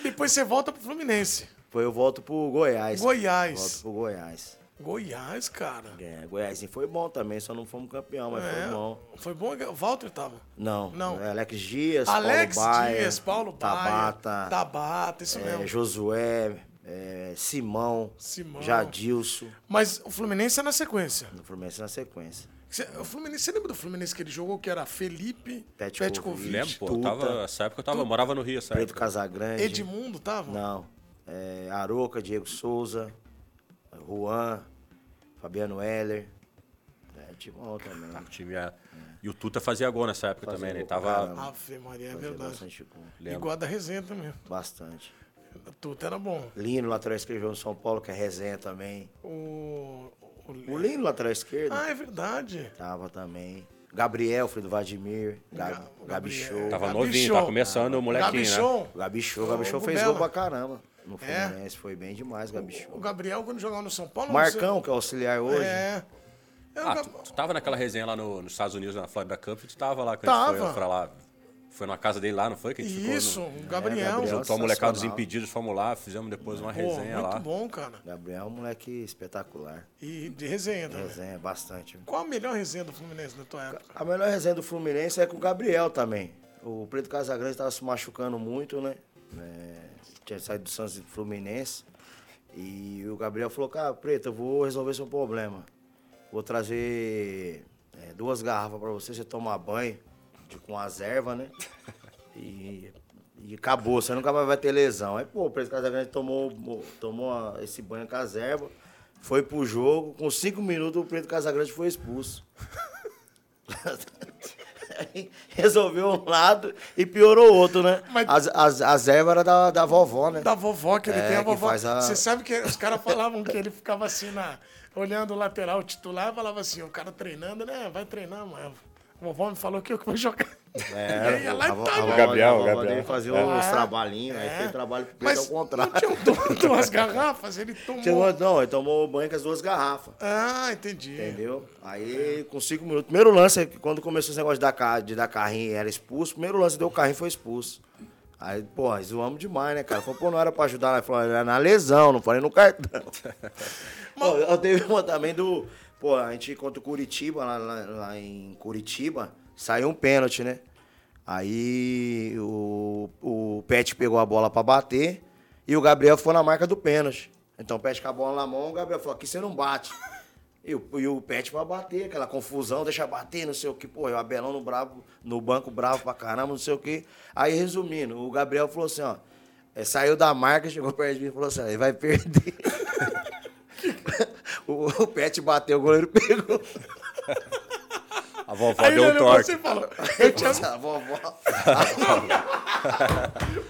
Speaker 1: Depois você volta pro Fluminense.
Speaker 2: Foi, eu volto pro Goiás.
Speaker 1: Goiás.
Speaker 2: Volto pro Goiás.
Speaker 1: Goiás, cara.
Speaker 2: É, Goiás sim, foi bom também, só não fomos campeão, mas
Speaker 1: É,
Speaker 2: foi bom.
Speaker 1: Foi bom. O Walter tava.
Speaker 2: Não,
Speaker 1: Não.
Speaker 2: é Alex Dias,
Speaker 1: Alex
Speaker 2: Paulo Baia,
Speaker 1: Dias, Paulo Baia.
Speaker 2: Tabata,
Speaker 1: Tabata, isso
Speaker 2: é,
Speaker 1: mesmo.
Speaker 2: Josué, é, Simão,
Speaker 1: Simão.
Speaker 2: Jadilson.
Speaker 1: Mas o Fluminense é na sequência.
Speaker 2: No Fluminense na sequência.
Speaker 1: Cê- o Fluminense, você lembra do Fluminense que ele jogou, que era Felipe
Speaker 2: Petkovic.
Speaker 1: Petkovic?
Speaker 3: Lembro, pô.
Speaker 2: Tuta.
Speaker 3: Tava, essa época eu tava, eu morava no Rio, essa
Speaker 2: Preto
Speaker 3: época.
Speaker 2: Casagrande.
Speaker 1: Tá. Edmundo tava?
Speaker 2: Não. É, Aroca, Diego Souza, Juan, Fabiano Heller. É, Timão também.
Speaker 3: O time é- E o Tuta fazia gol nessa época
Speaker 2: Fazia
Speaker 3: também, né?
Speaker 2: gol
Speaker 3: Tava.
Speaker 2: pra caramba.
Speaker 1: Ave Maria, é
Speaker 2: Fazia
Speaker 1: verdade.
Speaker 2: bastante gol.
Speaker 3: Lembro.
Speaker 1: Igual a da resenha também.
Speaker 2: Bastante.
Speaker 1: Tudo era bom.
Speaker 2: Lino, lateral esquerdo, jogou no São Paulo, que é resenha também.
Speaker 1: O...
Speaker 2: O Lino, lateral esquerdo,
Speaker 1: Ah, é verdade.
Speaker 2: tava também. Gabriel, filho do Vladimir. Ga
Speaker 1: Ga-
Speaker 2: Gabi Show.
Speaker 3: Tava
Speaker 1: Gabi
Speaker 3: novinho,
Speaker 1: Show.
Speaker 3: tava começando o molequinho, né?
Speaker 1: Gabichon.
Speaker 2: O Gabi Show, o Gabi
Speaker 1: Ô,
Speaker 2: Show fez
Speaker 1: Bubela.
Speaker 2: gol pra caramba. No
Speaker 1: É?
Speaker 2: Fluminense, foi bem demais, Gabi
Speaker 1: O
Speaker 2: Show.
Speaker 1: Gabriel, quando jogava no São Paulo... não sei-
Speaker 2: Marcão, que é auxiliar hoje.
Speaker 1: É. Era o
Speaker 3: Ah,
Speaker 1: Gab-
Speaker 3: tu, tu tava naquela resenha lá no- nos Estados Unidos, na Florida Cup, tu tava lá quando a gente
Speaker 1: Tava.
Speaker 3: foi pra lá. Foi na casa dele lá, não foi? Que a gente
Speaker 1: Isso,
Speaker 3: ficou.
Speaker 1: o Gabriel.
Speaker 2: É, Gabriel.
Speaker 3: No... Juntou a
Speaker 2: Sensacional.
Speaker 3: molecada dos impedidos, fomos lá, fizemos depois uma
Speaker 1: Pô,
Speaker 3: resenha
Speaker 1: muito
Speaker 3: lá.
Speaker 1: bom, cara.
Speaker 2: Gabriel é um moleque espetacular.
Speaker 1: E de resenha também.
Speaker 2: Resenha bastante.
Speaker 1: Qual a melhor resenha do Fluminense na tua época?
Speaker 2: A melhor resenha do Fluminense é com o Gabriel também. O Preto Casagrande estava se machucando muito, né? É, tinha saído do Santos e do Fluminense. E o Gabriel falou, cara, Preto, eu vou resolver seu problema. Vou trazer é, duas garrafas para você, você tomar banho de- com as ervas, né? E, e acabou, você nunca mais vai ter lesão. Aí, pô, o Preto Casagrande tomou, tomou a- esse banho com as ervas, foi pro jogo, com cinco minutos o Preto Casagrande foi expulso. Aí, <laughs> Resolveu um lado e piorou o outro, né?
Speaker 1: Mas-
Speaker 2: As, as, as ervas eram da, da vovó, né?
Speaker 1: Da vovó que ele
Speaker 2: É,
Speaker 1: tem, a
Speaker 2: que
Speaker 1: vovó.
Speaker 2: faz a-
Speaker 1: Você sabe que os caras falavam que ele ficava assim, na... olhando o lateral titular e falava assim: o cara treinando, né? Vai treinar, mano. A vovó me falou que eu que vou jogar. <laughs> e aí, ia lá
Speaker 2: É, a
Speaker 1: e
Speaker 2: vo-
Speaker 1: tá,
Speaker 2: a
Speaker 1: né?
Speaker 2: vovó-
Speaker 5: Gabriel,
Speaker 2: a vovó
Speaker 5: Gabriel.
Speaker 2: dele fazia uns trabalhinhos, aí fez trabalho pro Pedro ao
Speaker 1: Mas
Speaker 2: contrário.
Speaker 1: não tinha um <laughs> dono de umas garrafas, ele tomou.
Speaker 2: Chegou- Não, ele tomou banho com as duas garrafas.
Speaker 1: Ah, entendi.
Speaker 2: Entendeu? Aí, com cinco minutos. Primeiro lance, é que quando começou esse negócio de dar, ca- de dar carrinho era expulso. Primeiro lance deu o carrinho foi expulso. Aí, porra, né?" zoamos demais, né, cara? Falou, pô, não era pra ajudar. Ele falou, era na lesão, não falei no cartão. Ó, eu teve uma também do. Pô, a gente contra o Curitiba, lá, lá- lá em Curitiba, saiu um pênalti, né? Aí o, o Pet pegou a bola pra bater e o Gabriel foi na marca do pênalti. Então o Pet com a bola na mão, o Gabriel falou: aqui você não bate. E o, e o Pet pra bater, aquela confusão, deixa bater, não sei o que. Pô, é o Abelão no, bravo, no banco bravo pra caramba, não sei o que. Aí resumindo, o Gabriel falou assim: ó, é, saiu da marca, chegou perto de mim e falou assim: ó, ele vai perder. <laughs> O, o Pet bateu, o goleiro pegou.
Speaker 5: A vovó
Speaker 1: Aí ele
Speaker 5: deu um
Speaker 1: olhou pra você
Speaker 5: toque.
Speaker 1: e falou:
Speaker 2: A vovó. <laughs>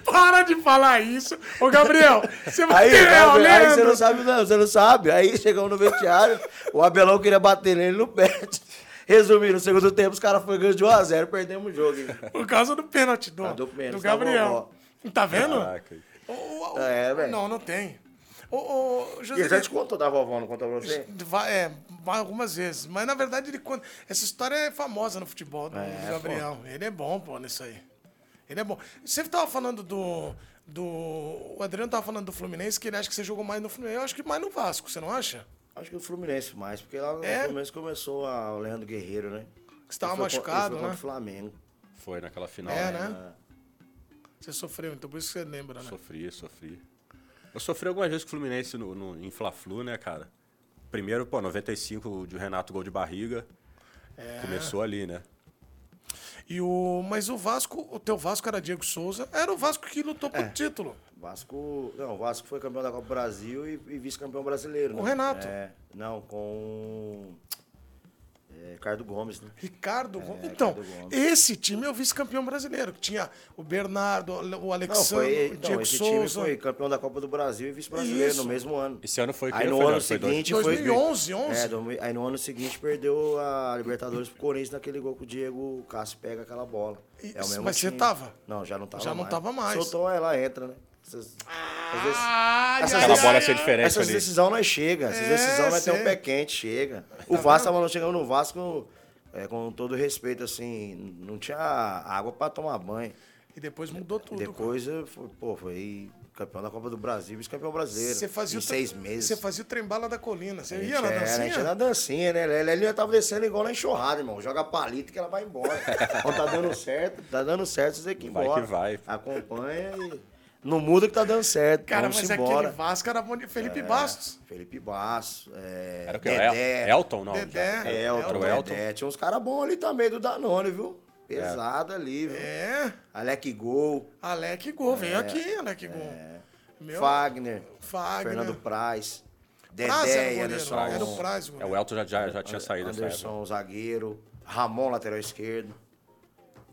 Speaker 1: para de falar isso. Ô, Gabriel, você vai
Speaker 2: Aí,
Speaker 1: ter.
Speaker 2: o Abel- aí
Speaker 1: Leandro.
Speaker 2: você não sabe, não, você não sabe. Aí chegamos no vestiário, o Abelão queria bater nele no Pet. Resumindo, no segundo tempo, os caras foram ganhando de 1x0, perdemos o jogo. hein?
Speaker 1: Por causa do pênalti do,
Speaker 2: Ah, do
Speaker 1: do,
Speaker 2: pênalti da
Speaker 1: Gabriel. Tá vendo?
Speaker 5: Caraca.
Speaker 1: Ô, ô, ô,
Speaker 2: É, velho.
Speaker 1: não, não tem. Ô, ô,
Speaker 2: E
Speaker 1: José,
Speaker 2: ele já te contou da vovó, não contou pra você?
Speaker 1: vai- é, vai algumas vezes. Mas na verdade ele conta. Essa história é famosa no futebol né, do Gabriel. Ele é bom, pô, nisso aí. Ele é bom. Você tava falando do. do. O Adriano tava falando do Fluminense, que ele acha que você jogou mais no Fluminense. Eu acho que mais no Vasco, você não acha?
Speaker 2: Acho que o Fluminense mais, porque lá no
Speaker 1: É?
Speaker 2: Fluminense começou a, o Leandro Guerreiro, né?
Speaker 1: Que você tava
Speaker 2: Ele foi co-
Speaker 1: machucado,
Speaker 2: ele foi
Speaker 1: né?
Speaker 2: contra o Flamengo.
Speaker 3: Foi naquela final.
Speaker 1: É,
Speaker 3: né?
Speaker 1: né? Você sofreu, então por isso que você lembra, né?
Speaker 3: Sofri, sofri. Eu sofri algumas vezes com o Fluminense no, no, em Fla-Flu, né, cara? Primeiro, pô, 95 de Renato gol de barriga.
Speaker 1: É.
Speaker 3: Começou ali, né?
Speaker 1: E o, mas o Vasco, o teu Vasco era Diego Souza, era o Vasco que lutou
Speaker 2: É.
Speaker 1: por título.
Speaker 2: Vasco. Não, o Vasco foi campeão da Copa do Brasil e, e vice-campeão brasileiro.
Speaker 1: Com
Speaker 2: né?
Speaker 1: o Renato.
Speaker 2: É, não, com. É, Ricardo Gomes, né?
Speaker 1: Ricardo Gomes. Então,
Speaker 2: Ricardo Gomes.
Speaker 1: esse time é o vice-campeão brasileiro, que tinha o Bernardo, o
Speaker 2: Não,
Speaker 1: Alexandre,
Speaker 2: foi,
Speaker 1: o
Speaker 2: então,
Speaker 1: Diego
Speaker 2: esse time
Speaker 1: Souza.
Speaker 2: foi campeão da Copa do Brasil e vice-brasileiro
Speaker 1: Isso.
Speaker 2: no mesmo ano.
Speaker 3: Esse ano foi que
Speaker 2: Aí
Speaker 3: ano
Speaker 2: no
Speaker 3: foi,
Speaker 2: ano
Speaker 3: Leandro? Foi dois-
Speaker 2: seguinte.
Speaker 1: 2011,
Speaker 2: foi,
Speaker 1: 11.
Speaker 2: É, dois mil- aí no ano seguinte perdeu a Libertadores pro Corinthians naquele gol que o Diego Cássio pega aquela bola.
Speaker 1: E-
Speaker 2: é o mesmo
Speaker 1: mas você
Speaker 2: time.
Speaker 1: tava?
Speaker 2: Não, já não tava
Speaker 1: Já não
Speaker 2: mais.
Speaker 1: tava mais.
Speaker 2: Soltou, ela entra, né? Essas- às vezes-
Speaker 1: Ai,
Speaker 2: Essa-
Speaker 1: ai,
Speaker 3: Aquela
Speaker 1: ai,
Speaker 3: bola
Speaker 1: ai.
Speaker 3: ser diferente
Speaker 2: Essas
Speaker 3: ali.
Speaker 2: decisões nós chega, essas
Speaker 1: É, Tá
Speaker 2: decisões nós tem
Speaker 1: sei.
Speaker 2: um pé quente, chega. O Vasco tava chegando no Vasco, é, com todo respeito, assim, não tinha água pra tomar banho.
Speaker 1: E depois mudou
Speaker 2: E
Speaker 1: tudo.
Speaker 2: depois, eu fui- pô, foi campeão da Copa do Brasil, vice-campeão brasileiro.
Speaker 1: Você fazia
Speaker 2: em
Speaker 1: o tre-
Speaker 2: seis meses.
Speaker 1: Você fazia o trembala da colina. Você
Speaker 2: A gente
Speaker 1: ia na
Speaker 2: era, A gente
Speaker 1: dancinha?
Speaker 2: era na dancinha, né? Ele- Ele já tava descendo igual na enxurrada, irmão. Joga palito que ela vai
Speaker 3: <laughs>
Speaker 2: embora. Quando tá dando certo, tá dando certo, você tem que ir
Speaker 3: Vai que
Speaker 2: embora.
Speaker 3: vai.
Speaker 2: Acompanha e não muda que tá dando certo.
Speaker 1: Cara,
Speaker 2: Vamos
Speaker 1: mas é
Speaker 2: embora.
Speaker 1: aquele Vasco era bom de
Speaker 2: É.
Speaker 1: Felipe Bastos.
Speaker 2: Felipe Basso, é,
Speaker 3: Era o que?
Speaker 2: Dedé,
Speaker 3: Elton, não?
Speaker 1: Dedé.
Speaker 3: já.
Speaker 2: É, Elton,
Speaker 3: Era o Elton. É.
Speaker 2: Dedé. Tinha uns caras bons ali também do Danone, viu? Pesado ali, viu?
Speaker 1: É.
Speaker 2: Alec Gol,
Speaker 1: Alec Gol,
Speaker 2: É.
Speaker 1: veio aqui, Alec Gol. Meu,
Speaker 2: Fagner,
Speaker 1: Fagner.
Speaker 2: Fernando Praz,
Speaker 1: Praz era o
Speaker 2: Dedé,
Speaker 1: goleiro,
Speaker 2: Anderson,
Speaker 1: Era o Praz,
Speaker 3: É, o
Speaker 1: goleiro.
Speaker 3: Elton já, já, já tinha saído dessa época.
Speaker 2: Anderson, zagueiro, Ramon, lateral esquerdo,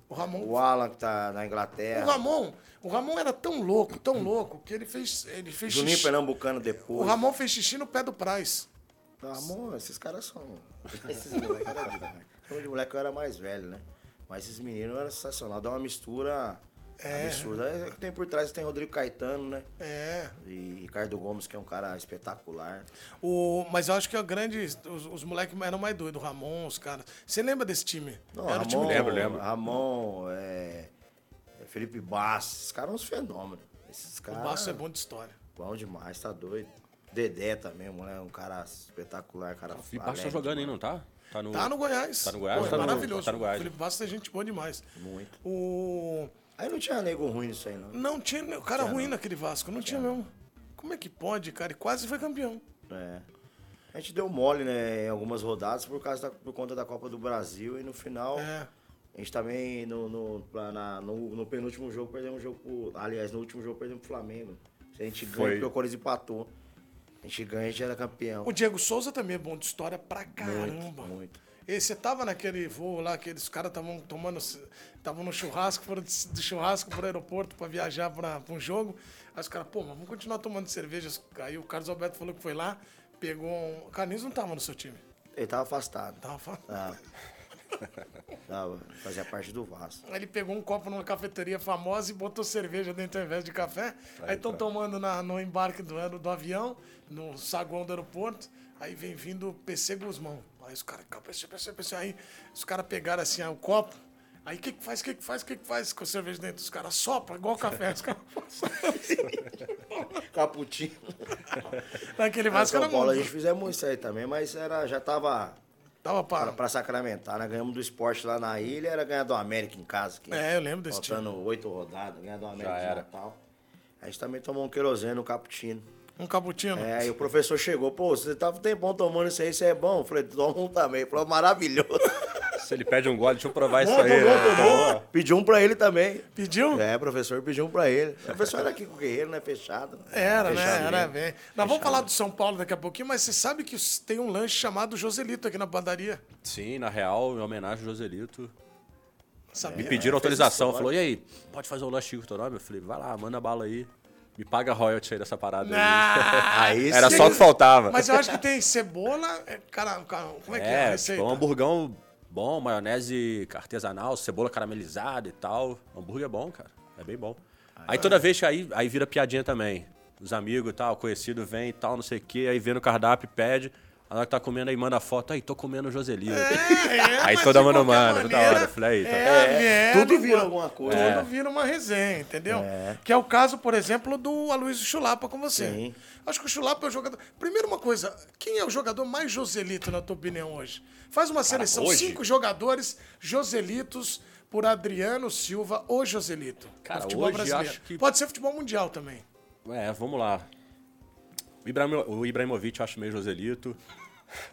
Speaker 1: O Ramon
Speaker 2: o Alan, que tá na Inglaterra,
Speaker 1: O Ramon, o Ramon era tão louco, tão louco, que ele fez, ele fez
Speaker 2: Juninho
Speaker 1: xixi.
Speaker 2: Pernambucano
Speaker 1: O
Speaker 2: depois.
Speaker 1: Ramon fez xixi no pé do Praz.
Speaker 2: Não, Ramon, esses caras são... <laughs> Esses moleques eram demais. Eu de moleque eu era mais velho, né? Mas esses meninos eram sensacional, dá uma mistura absurda. É que tem por trás, tem Rodrigo Caetano, né?
Speaker 1: É.
Speaker 2: E Ricardo Gomes, que é um cara espetacular.
Speaker 1: O, mas eu acho que a grande. Os, os moleques eram mais doidos, o Ramon, os caras. Você lembra desse time?
Speaker 2: Não,
Speaker 1: era
Speaker 2: Ramon,
Speaker 1: o time do-
Speaker 3: Lembro, lembro.
Speaker 2: Ramon, é, é Felipe Bastos, esses caras são uns fenômenos. Esses
Speaker 1: O
Speaker 2: caras.
Speaker 1: Basso é bom de história.
Speaker 2: Bom demais, tá doido. Dedé também, moleque, um cara espetacular, cara.
Speaker 3: O Felipe Baixo tá
Speaker 2: alegre
Speaker 3: jogando aí,
Speaker 2: demais.
Speaker 3: não tá? Tá no,
Speaker 1: Tá no Goiás.
Speaker 3: Tá no Goiás,
Speaker 1: Pô, é
Speaker 3: tá no-
Speaker 1: maravilhoso.
Speaker 3: tá no Goiás.
Speaker 1: O Felipe Basso é gente boa demais.
Speaker 2: Muito.
Speaker 1: O.
Speaker 2: Aí não tinha nego ruim nisso aí, não.
Speaker 1: Não tinha. O cara ruim naquele Vasco. Não tinha mesmo. Como é que pode, cara? E quase foi campeão.
Speaker 2: É. A gente deu mole, né, em algumas rodadas por, causa da- por conta da Copa do Brasil e no final.
Speaker 1: É.
Speaker 2: A gente também, no, no, pra- na- no, no penúltimo jogo, perdemos um jogo pro, Aliás, no último jogo, perdemos pro Flamengo. Se a gente ganha,
Speaker 3: Foi.
Speaker 2: porque o Corinthians empatou. A gente ganha, a gente era campeão.
Speaker 1: O Diego Souza também é bom de história pra caramba.
Speaker 2: muito.
Speaker 1: E você tava naquele voo lá, aqueles caras estavam tomando. Estavam no churrasco, foram de- do churrasco pro aeroporto pra viajar pra, pra um jogo. Aí os caras, pô, mas vamos continuar tomando cerveja. Aí o Carlos Alberto falou que foi lá, pegou um. O Carlinhos não tava no seu time.
Speaker 2: Ele tava afastado.
Speaker 1: Tava falando.
Speaker 2: Tava. Tava. Fazia parte do Vasco.
Speaker 1: Aí Ele pegou um copo numa cafeteria famosa e botou cerveja dentro ao invés de café. Aí estão tomando na- no embarque do, ano- do avião, no saguão do aeroporto. Aí vem vindo o PC Guzmão. Aí os caras, "Cá, PC, PC, PC. Aí os caras pegaram assim ah, o copo. Aí o que, que faz, o que, que faz, o que, que faz com a cerveja dentro dos caras? Sopra, igual café. Os caras passam.
Speaker 2: Caputino.
Speaker 1: <laughs> Naquele
Speaker 2: Aí,
Speaker 1: vaso que
Speaker 2: São
Speaker 1: era
Speaker 2: Paulo a gente
Speaker 1: muito.
Speaker 2: fizemos isso aí também, mas era, já tava
Speaker 1: Tava para.
Speaker 2: pra, pra sacramentar, né? Ganhamos do esporte lá na ilha, era ganhar do América em casa. Aqui,
Speaker 1: É, eu lembro desse
Speaker 2: Faltando oito rodadas, ganhar do América
Speaker 3: Já
Speaker 2: de
Speaker 3: era.
Speaker 2: Natal. A gente também tomou um querosene, um cappuccino.
Speaker 1: Um cappuccino.
Speaker 2: É, e o professor chegou, pô, você tava um tempão tomando isso aí, isso é bom? Eu falei, toma um também. Ele falou, maravilhoso.
Speaker 3: Se ele pede um gole, deixa eu provar isso
Speaker 2: Tomou,
Speaker 3: aí. né?
Speaker 2: tomou, tomou. Pediu um pra ele também.
Speaker 1: Pediu?
Speaker 2: É, professor pediu um pra ele. O professor era aqui com o Guerreiro, né? Fechado. né?
Speaker 1: Era, né?
Speaker 2: Fechado
Speaker 1: Era
Speaker 2: mesmo.
Speaker 1: bem. Nós vamos falar do São Paulo daqui a pouquinho, mas você sabe que os- tem um lanche chamado Joselito aqui na padaria.
Speaker 3: Sim, na real, em homenagem ao Joselito. Me
Speaker 1: Sabia?
Speaker 3: pediram
Speaker 2: fez
Speaker 3: autorização.
Speaker 2: história.
Speaker 3: Falou, e aí, pode fazer o lanche com o teu nome? Eu falei, vai lá, manda bala aí. Me paga royalty aí dessa parada
Speaker 1: Ah,
Speaker 2: Aí
Speaker 3: aí. Era
Speaker 2: sim.
Speaker 3: só o que faltava.
Speaker 1: Mas eu acho que tem cebola. é, Cara, cara, como é que é a
Speaker 3: É,
Speaker 1: receita?
Speaker 3: tipo, um hamburgão bom, maionese artesanal, cebola caramelizada e tal. Hambúrguer é bom, cara. É bem bom. Aí toda
Speaker 1: é.
Speaker 3: vez que aí, aí vira piadinha também. Os amigos e tal, conhecido vem e tal, não sei o quê. Aí vê no cardápio, pede. A hora que tá comendo aí, manda foto. Aí, tô comendo o Joselito.
Speaker 1: É, é,
Speaker 3: Aí
Speaker 1: mas
Speaker 3: toda
Speaker 1: de
Speaker 3: mano,
Speaker 1: qualquer
Speaker 3: mano, toda
Speaker 1: maneira,
Speaker 3: hora. Falei, aí, tá.
Speaker 1: É,
Speaker 2: É,
Speaker 1: merda,
Speaker 2: tudo vira
Speaker 3: um
Speaker 1: mano.
Speaker 2: alguma coisa.
Speaker 3: é.
Speaker 2: né?
Speaker 1: Tudo vira uma resenha, entendeu?
Speaker 2: É.
Speaker 1: Que é o caso, por exemplo, do Aloysio Chulapa com você.
Speaker 2: Sim.
Speaker 1: Acho que o Chulapa é o jogador. Primeiro, uma coisa: quem é o jogador mais Joselito, na tua opinião, hoje? Faz uma seleção:
Speaker 3: hoje?
Speaker 1: cinco jogadores Joselitos por Adriano Silva ou Joselito. no
Speaker 3: Cara,
Speaker 1: futebol
Speaker 3: hoje
Speaker 1: brasileiro.
Speaker 3: acho que-
Speaker 1: Pode ser futebol mundial também.
Speaker 3: É, vamos lá. O, Ibrahimo- o Ibrahimovic eu acho meio Joselito. <laughs>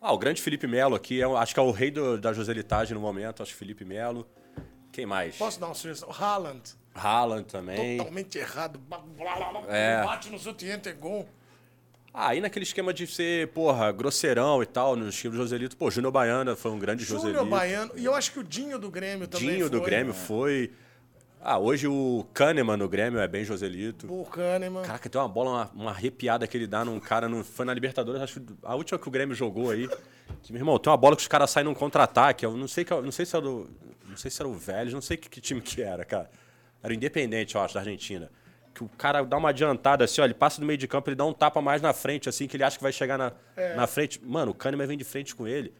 Speaker 3: ah, o grande Felipe Melo aqui, é, o- acho que é o rei do- da Joselitagem no momento, acho que Felipe Melo. Quem mais?
Speaker 1: Posso dar uma sugestão? Haaland.
Speaker 3: Haaland também.
Speaker 1: Totalmente errado. Blá, blá, blá, blá,
Speaker 3: É.
Speaker 1: Bate no sutiã, é gol.
Speaker 3: Ah, e naquele esquema de ser, porra, grosseirão e tal, no estilo Joselito. Pô, Júnior Baiana foi um grande
Speaker 1: Júnior
Speaker 3: Joselito.
Speaker 1: Baiano. E eu acho que o Dinho do Grêmio também.
Speaker 3: Dinho do
Speaker 1: foi. né?
Speaker 3: Grêmio foi. Ah, hoje o Kahneman no Grêmio é bem Joselito.
Speaker 1: O Kahneman.
Speaker 3: Caraca, tem uma bola, uma, uma arrepiada que ele dá num cara. No, foi na Libertadores, acho que a última que o Grêmio jogou aí. Que, meu irmão, tem uma bola que os caras saem num contra-ataque. Eu não sei, que- é não sei se era do. Não sei se era o Vélez, não sei que, que time que era, cara. Era o Independente, eu acho, da Argentina. Que o cara dá uma adiantada assim, ó, ele passa do meio de campo, ele dá um tapa mais na frente, assim, que ele acha que vai chegar na,
Speaker 1: É.
Speaker 3: na frente. Mano, o Kahneman vem de frente com ele.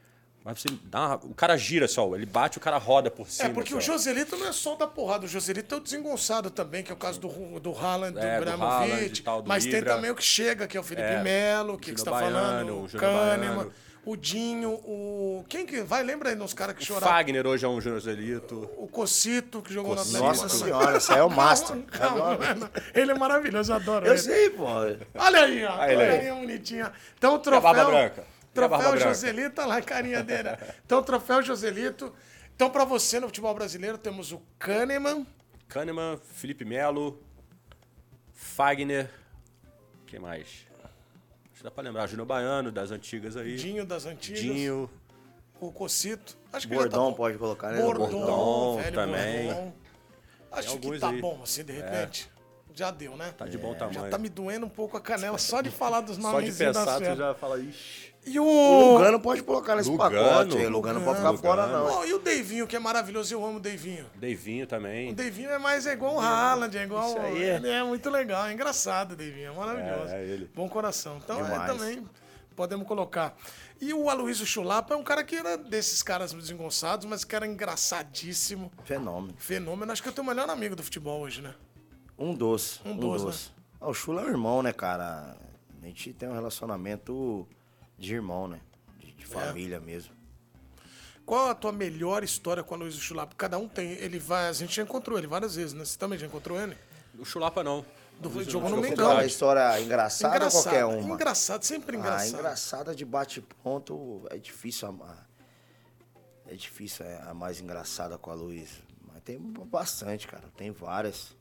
Speaker 3: Mas você dá uma- o cara gira só, ele bate, o cara roda por cima.
Speaker 1: É, porque
Speaker 3: só.
Speaker 1: o Joselito não é só o da porrada. O Joselito é o desengonçado também, que é o caso do, Ru- do Haaland,
Speaker 3: É,
Speaker 1: do
Speaker 3: do Haaland
Speaker 1: Bramovic.
Speaker 3: e tal, do
Speaker 1: Mas tem
Speaker 3: Ibra.
Speaker 1: também o que chega, que é o Felipe
Speaker 3: É,
Speaker 1: Melo, que, que
Speaker 3: Júnior
Speaker 1: você tá
Speaker 3: Baiano,
Speaker 1: falando, o
Speaker 3: Júnior
Speaker 1: Kahneman,
Speaker 3: Baiano.
Speaker 1: o Dinho, o... Quem que vai? Lembra aí nos caras que
Speaker 3: O
Speaker 1: choraram?
Speaker 3: Fagner hoje é um Joselito.
Speaker 1: O Cocito, que jogou
Speaker 2: Cocito.
Speaker 1: na Atlético.
Speaker 2: Nossa Senhora, esse aí é o master.
Speaker 1: <laughs> Calma, calma. Ele é maravilhoso, eu adoro
Speaker 2: Eu
Speaker 1: ele.
Speaker 2: sei, pô.
Speaker 1: Olha aí, ó.
Speaker 3: Aí, ele aí.
Speaker 1: carinha bonitinha. Então, o
Speaker 3: a
Speaker 1: troféu.
Speaker 3: barba branca? E a barba
Speaker 1: Troféu
Speaker 3: branca?
Speaker 1: Joselito, olha lá a carinha dele. ó. Então, troféu Joselito. Então, pra você no futebol brasileiro, temos o Kahneman.
Speaker 3: Kahneman, Felipe Melo, Fagner, quem mais? Acho que dá pra lembrar, Júnior Baiano, das antigas aí.
Speaker 1: Dinho das antigas.
Speaker 3: Dinho.
Speaker 1: O Cocito. Acho que já
Speaker 2: Bordão
Speaker 1: tá bom.
Speaker 2: pode colocar, né?
Speaker 1: Bordão,
Speaker 3: Bordão
Speaker 1: velho,
Speaker 3: também.
Speaker 1: Bordão. Acho que
Speaker 3: alguns
Speaker 1: tá
Speaker 3: aí. É.
Speaker 1: bom, assim, de repente. Já deu, né?
Speaker 3: Tá de bom
Speaker 1: Já
Speaker 3: tamanho.
Speaker 1: tá me doendo um pouco a canela só de falar dos
Speaker 3: Só de
Speaker 1: nomes
Speaker 3: pensar, tu já fala, ixi.
Speaker 1: E o...
Speaker 2: O Lugano pode colocar nesse
Speaker 3: Lugano.
Speaker 2: pacote. aí. Lugano não pode ficar
Speaker 3: Lugano.
Speaker 2: fora, não.
Speaker 1: Bom, e o Davinho, que é maravilhoso. Eu amo o Davinho.
Speaker 3: Devinho também.
Speaker 1: O Devinho é mais é igual o Haaland, é igual.
Speaker 2: Isso aí.
Speaker 1: Ele é muito legal, é engraçado o Devinho, é maravilhoso.
Speaker 3: É, é ele.
Speaker 1: Bom coração. Então é,
Speaker 2: Demais.
Speaker 1: também podemos colocar. E o Aloysio Chulapa é um cara que era desses caras desengonçados, mas que era engraçadíssimo.
Speaker 2: Fenômeno.
Speaker 1: Fenômeno. Acho que eu tenho o melhor amigo do futebol hoje, né?
Speaker 2: Um doce.
Speaker 1: Um
Speaker 2: Um,
Speaker 1: doce,
Speaker 2: doce. Ah, o Chula é um irmão, né, cara? A gente tem um relacionamento de irmão, né? De, de família mesmo.
Speaker 1: Qual a tua melhor história com o Aloysio Chulapa? Cada um tem. Ele vai. A gente já encontrou ele várias vezes, né? Você também já encontrou ele?
Speaker 3: O Chulapa não.
Speaker 1: Do-
Speaker 3: Luiz
Speaker 1: jogou
Speaker 3: não
Speaker 1: no
Speaker 2: Então,
Speaker 1: Mengão.
Speaker 2: uma história engraçada ou qualquer uma?
Speaker 1: Engraçado, sempre engraçado.
Speaker 2: Ah, engraçada de bate-ponto é difícil. A, a- é difícil é, a mais engraçada com a Luiz. Mas tem bastante, cara. Tem várias.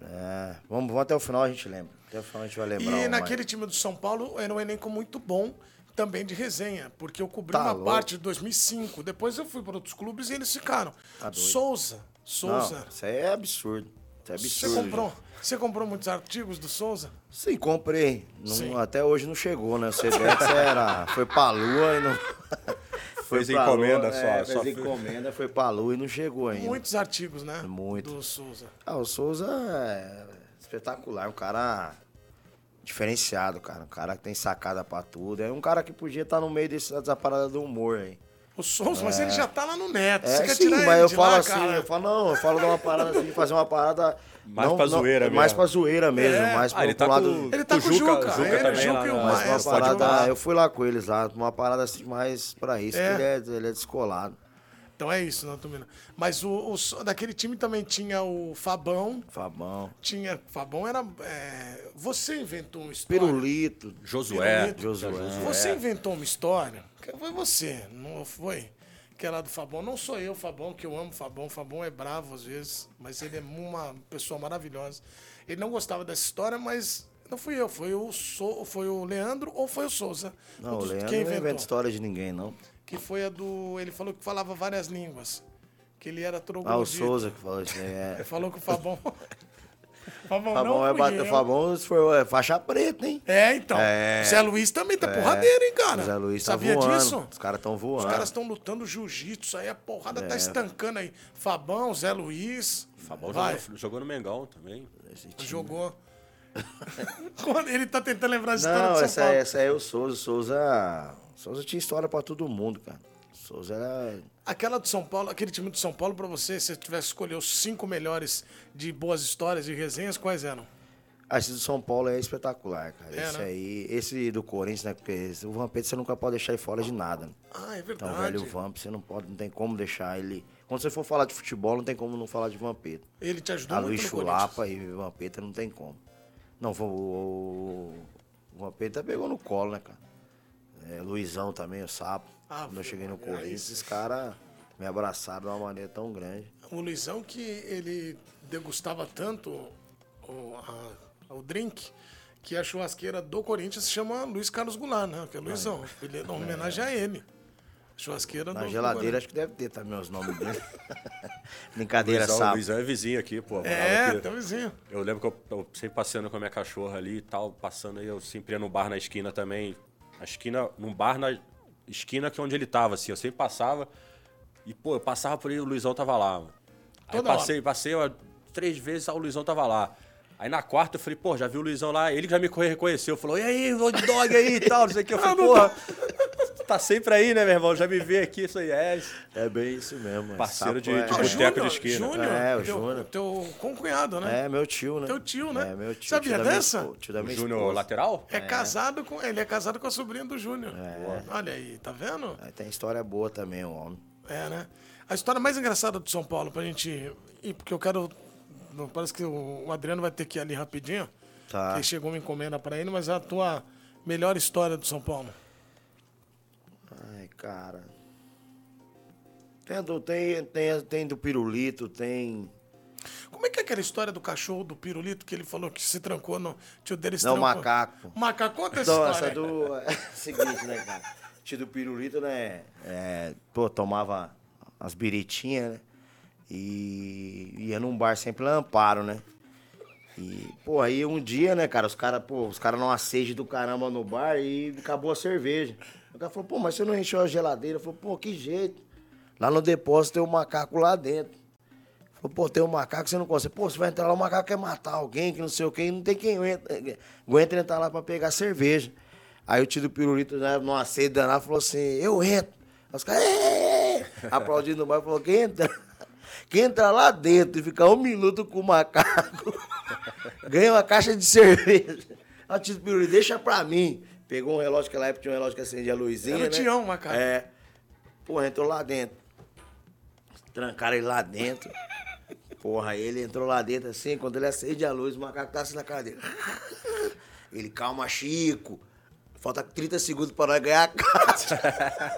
Speaker 2: É, vamos, vamos até o final, a gente lembra. Até o final a gente vai lembrar.
Speaker 1: E
Speaker 2: uma.
Speaker 1: naquele time do São Paulo era um elenco muito bom também de resenha, porque eu cobri
Speaker 2: Tá
Speaker 1: uma
Speaker 2: louco.
Speaker 1: parte de 2005. Depois eu fui para outros clubes e eles ficaram.
Speaker 2: Tá doido.
Speaker 1: Souza, Souza.
Speaker 2: Não, isso aí é absurdo. Isso é
Speaker 1: Você
Speaker 2: absurdo.
Speaker 1: comprou, você comprou muitos artigos do Souza?
Speaker 2: Sim, comprei. Não-
Speaker 1: Sim.
Speaker 2: Até hoje não chegou, né? O CBX era. Foi pra lua e não.
Speaker 3: <laughs> Fez
Speaker 2: pra
Speaker 3: encomenda
Speaker 2: lua,
Speaker 3: só,
Speaker 2: É,
Speaker 3: só
Speaker 2: fez
Speaker 3: foi-
Speaker 2: encomenda, foi pra lua e não chegou ainda.
Speaker 1: Muitos artigos, né?
Speaker 2: Muito.
Speaker 1: Do Souza.
Speaker 2: Ah, o Souza é espetacular, um cara tá diferenciado, cara. Um cara que tem sacada pra tudo. É um cara que podia estar no meio desse- dessa parada do humor aí.
Speaker 1: Os sons, mas ele já tá lá no neto. Você
Speaker 2: É,
Speaker 1: quer
Speaker 2: sim,
Speaker 1: tirar
Speaker 2: mas
Speaker 1: ele
Speaker 2: eu
Speaker 1: de
Speaker 2: falo
Speaker 1: lá,
Speaker 2: assim,
Speaker 1: cara?
Speaker 2: eu falo, não, eu falo de uma parada assim, fazer uma parada.
Speaker 3: <laughs> Mais
Speaker 2: não,
Speaker 3: pra
Speaker 2: não,
Speaker 3: zoeira
Speaker 2: Mais
Speaker 3: mesmo.
Speaker 2: pra zoeira mesmo,
Speaker 1: É.
Speaker 2: mais
Speaker 3: Ah,
Speaker 2: pro,
Speaker 3: ele tá
Speaker 2: pro
Speaker 3: com, né?
Speaker 2: lado.
Speaker 1: Ele tá com o Juca, ele,
Speaker 3: também
Speaker 1: Juca
Speaker 3: lá
Speaker 1: e o
Speaker 3: na-
Speaker 1: Maia,
Speaker 2: Mas
Speaker 1: é,
Speaker 2: uma
Speaker 1: pode
Speaker 2: parada,
Speaker 1: falar.
Speaker 2: eu fui lá com eles lá, uma parada assim, mais pra isso,
Speaker 1: É.
Speaker 2: que ele é, ele é descolado.
Speaker 1: Então é isso, não tô vendo. Mas o, o so- daquele time também tinha o Fabão.
Speaker 2: Fabão.
Speaker 1: Tinha. Fabão era. é, você inventou uma história. né?
Speaker 2: Pirulito.
Speaker 3: Josué.
Speaker 1: Pirulito.
Speaker 2: Josué.
Speaker 1: Você inventou uma história. que Foi você, não foi? Que é lá do Fabão. Não sou eu, Fabão, que eu amo o Fabão. O Fabão é bravo às vezes, mas ele é uma pessoa maravilhosa. Ele não gostava dessa história, mas não fui eu. Foi o, so, foi o Leandro ou foi o Souza.
Speaker 2: Não,
Speaker 1: Um
Speaker 2: o
Speaker 1: dos-
Speaker 2: Leandro
Speaker 1: quem
Speaker 2: não inventa
Speaker 1: inventou?
Speaker 2: história de ninguém, não.
Speaker 1: Que foi a do. Ele falou que falava várias línguas. Que ele era troglodita.
Speaker 2: Ah, o Souza que falou isso aí. É.
Speaker 1: Falou que o
Speaker 2: <laughs>
Speaker 1: Fabão. Fabão,
Speaker 2: Fabão,
Speaker 1: não
Speaker 2: é,
Speaker 1: fui
Speaker 2: bate-
Speaker 1: eu.
Speaker 2: Fabão se for, é faixa preta, hein?
Speaker 1: É, então.
Speaker 2: É.
Speaker 1: O Zé Luiz também tá porradeiro, hein, cara?
Speaker 2: O Zé Luiz tá
Speaker 1: Sabia
Speaker 2: voando.
Speaker 1: disso?
Speaker 2: Os caras estão voando.
Speaker 1: Os caras estão lutando jiu-jitsu aí, a porrada
Speaker 2: É.
Speaker 1: tá estancando aí. Fabão, Zé Luiz.
Speaker 3: Fabão
Speaker 1: Vai,
Speaker 3: jogou, Tá jogou no Mengão também.
Speaker 1: jogou. <laughs> Quando ele tá tentando lembrar a história
Speaker 2: Não,
Speaker 1: de São
Speaker 2: essa,
Speaker 1: Paulo.
Speaker 2: é- essa é o Souza. Souza. Souza tinha história pra todo mundo, cara. Souza era.
Speaker 1: Aquela do São Paulo, aquele time do São Paulo, pra você, se você tivesse que escolher os cinco melhores de boas histórias e resenhas, quais eram?
Speaker 2: Ah, esse do São Paulo é espetacular, cara.
Speaker 1: É,
Speaker 2: esse
Speaker 1: né?
Speaker 2: aí. Esse do Corinthians, né? Porque esse- o Vampeta você nunca pode deixar ele fora de nada. né?
Speaker 1: Ah, é
Speaker 2: Então,
Speaker 1: verdade.
Speaker 2: velho, o Vamp, você não pode, não tem como deixar ele. Quando você for falar de futebol, não tem como não falar de Vampeta.
Speaker 1: Ele te ajudou
Speaker 2: A
Speaker 1: muito
Speaker 2: Luiz
Speaker 1: no Corinthians.
Speaker 2: Chulapa e Vampeta não tem como. Não, foi o, o, o Vampeta pegou no colo, né, cara? É, Luizão também, o sapo.
Speaker 1: Ah,
Speaker 2: Quando eu
Speaker 1: foi,
Speaker 2: cheguei no
Speaker 1: aí-
Speaker 2: Corinthians, esses caras me abraçaram de uma maneira tão grande.
Speaker 1: O Luizão que ele degustava tanto o, a- o drink que a churrasqueira do Corinthians se chama Luiz Carlos Goulart, né? Que é Luizão. Ele é uma homenagem a ele. Churrasqueira
Speaker 2: Na
Speaker 1: do
Speaker 2: geladeira,
Speaker 1: do
Speaker 2: acho que deve ter também os
Speaker 1: <laughs>
Speaker 2: nomes dele. Brincadeira,
Speaker 3: Luizão,
Speaker 2: sapo.
Speaker 3: Luizão é vizinho aqui, pô.
Speaker 1: Corinthians. É,
Speaker 3: morava aqui.
Speaker 1: teu vizinho.
Speaker 3: Eu lembro que eu, eu sempre passeando com a minha cachorra ali e tal, passando aí, eu sempre ia num bar na esquina também. A esquina, num bar na esquina que é onde ele tava, assim, eu sempre passava. E, pô, eu passava por aí, o Luizão tava lá. mano. Aí
Speaker 1: Toda
Speaker 3: passei, passei ó, três vezes, ah, o Luizão tava lá. Aí na quarta eu falei, pô, já vi o Luizão lá, ele que já me corre- reconheceu, falou, e aí, road dog aí e tal, não sei o que. <laughs> Eu falei, porra, tá sempre aí, né, meu irmão? Já me vê aqui, isso aí é.
Speaker 2: É bem isso mesmo. mano. Sapo
Speaker 3: Parceiro de-
Speaker 2: é-
Speaker 3: de boteco. de esquina.
Speaker 1: Júnior,
Speaker 2: É, o
Speaker 1: teu-
Speaker 2: Júnior.
Speaker 1: Teu concunhado, né?
Speaker 2: É, meu tio, né?
Speaker 1: Teu tio, né?
Speaker 2: É, meu tio.
Speaker 1: Sabia
Speaker 2: tio da minha
Speaker 1: dessa?
Speaker 2: esposa- Tio da
Speaker 3: O
Speaker 2: minha
Speaker 3: Júnior
Speaker 2: esposa.
Speaker 3: lateral?
Speaker 1: É, casado com. Ele é casado com a sobrinha do Júnior.
Speaker 2: É.
Speaker 1: Olha aí, tá vendo?
Speaker 2: Aí É, tem história boa também, o homem.
Speaker 1: É, né? A história mais engraçada do São Paulo, pra gente ir, porque eu quero. não, Parece que o o Adriano vai ter que ir ali rapidinho.
Speaker 2: Tá.
Speaker 1: Que chegou uma encomenda pra ele, mas é a tua melhor história do São Paulo.
Speaker 2: Ai, cara. Tem do, tem, tem, tem do pirulito, tem.
Speaker 1: Como é que é aquela história do cachorro do pirulito que ele falou que se trancou no. Tio dele se
Speaker 2: Não,
Speaker 1: trancou?
Speaker 2: macaco.
Speaker 1: Macaco, conta é essa
Speaker 2: Então,
Speaker 1: história.
Speaker 2: essa do. É <laughs> o seguinte, né, cara? Tio do pirulito, né? é, pô, tomava as biritinhas, né? E ia num bar sempre lamparo, né? E, pô, aí um dia, né, cara, os caras, pô, os caras não aceitam do caramba no bar e acabou a cerveja. O cara falou, pô, mas você não encheu a geladeira? Eu falei, pô, que jeito. Lá no depósito tem um macaco lá dentro. Falou, pô, tem um macaco, você não consegue. Pô, você vai entrar lá, o macaco quer matar alguém, que não sei o quê, e não tem quem aguenta, aguenta entrar lá pra pegar cerveja. Aí o tio do pirulito, né, numa sede danada, falou assim, eu entro. Aí os caras, "É, é,
Speaker 1: <laughs>
Speaker 2: é", aplaudindo no bairro, falou, quem entra? Quem entrar lá dentro e ficar um minuto com o macaco, <laughs> ganha uma caixa de cerveja. Aí o tio do pirulito, deixa pra mim. Pegou um relógio, que naquela época tinha um relógio que acendia a luzinha,
Speaker 1: Era o
Speaker 2: né?
Speaker 1: Tião, macaco.
Speaker 2: É. Pô, entrou lá dentro. Trancaram ele lá dentro. Porra, ele entrou lá dentro assim, quando ele acende a luz, o macaco tá assim na cara dele. <laughs> Ele, calma, Chico. Falta 30 segundos pra nós ganhar a casa.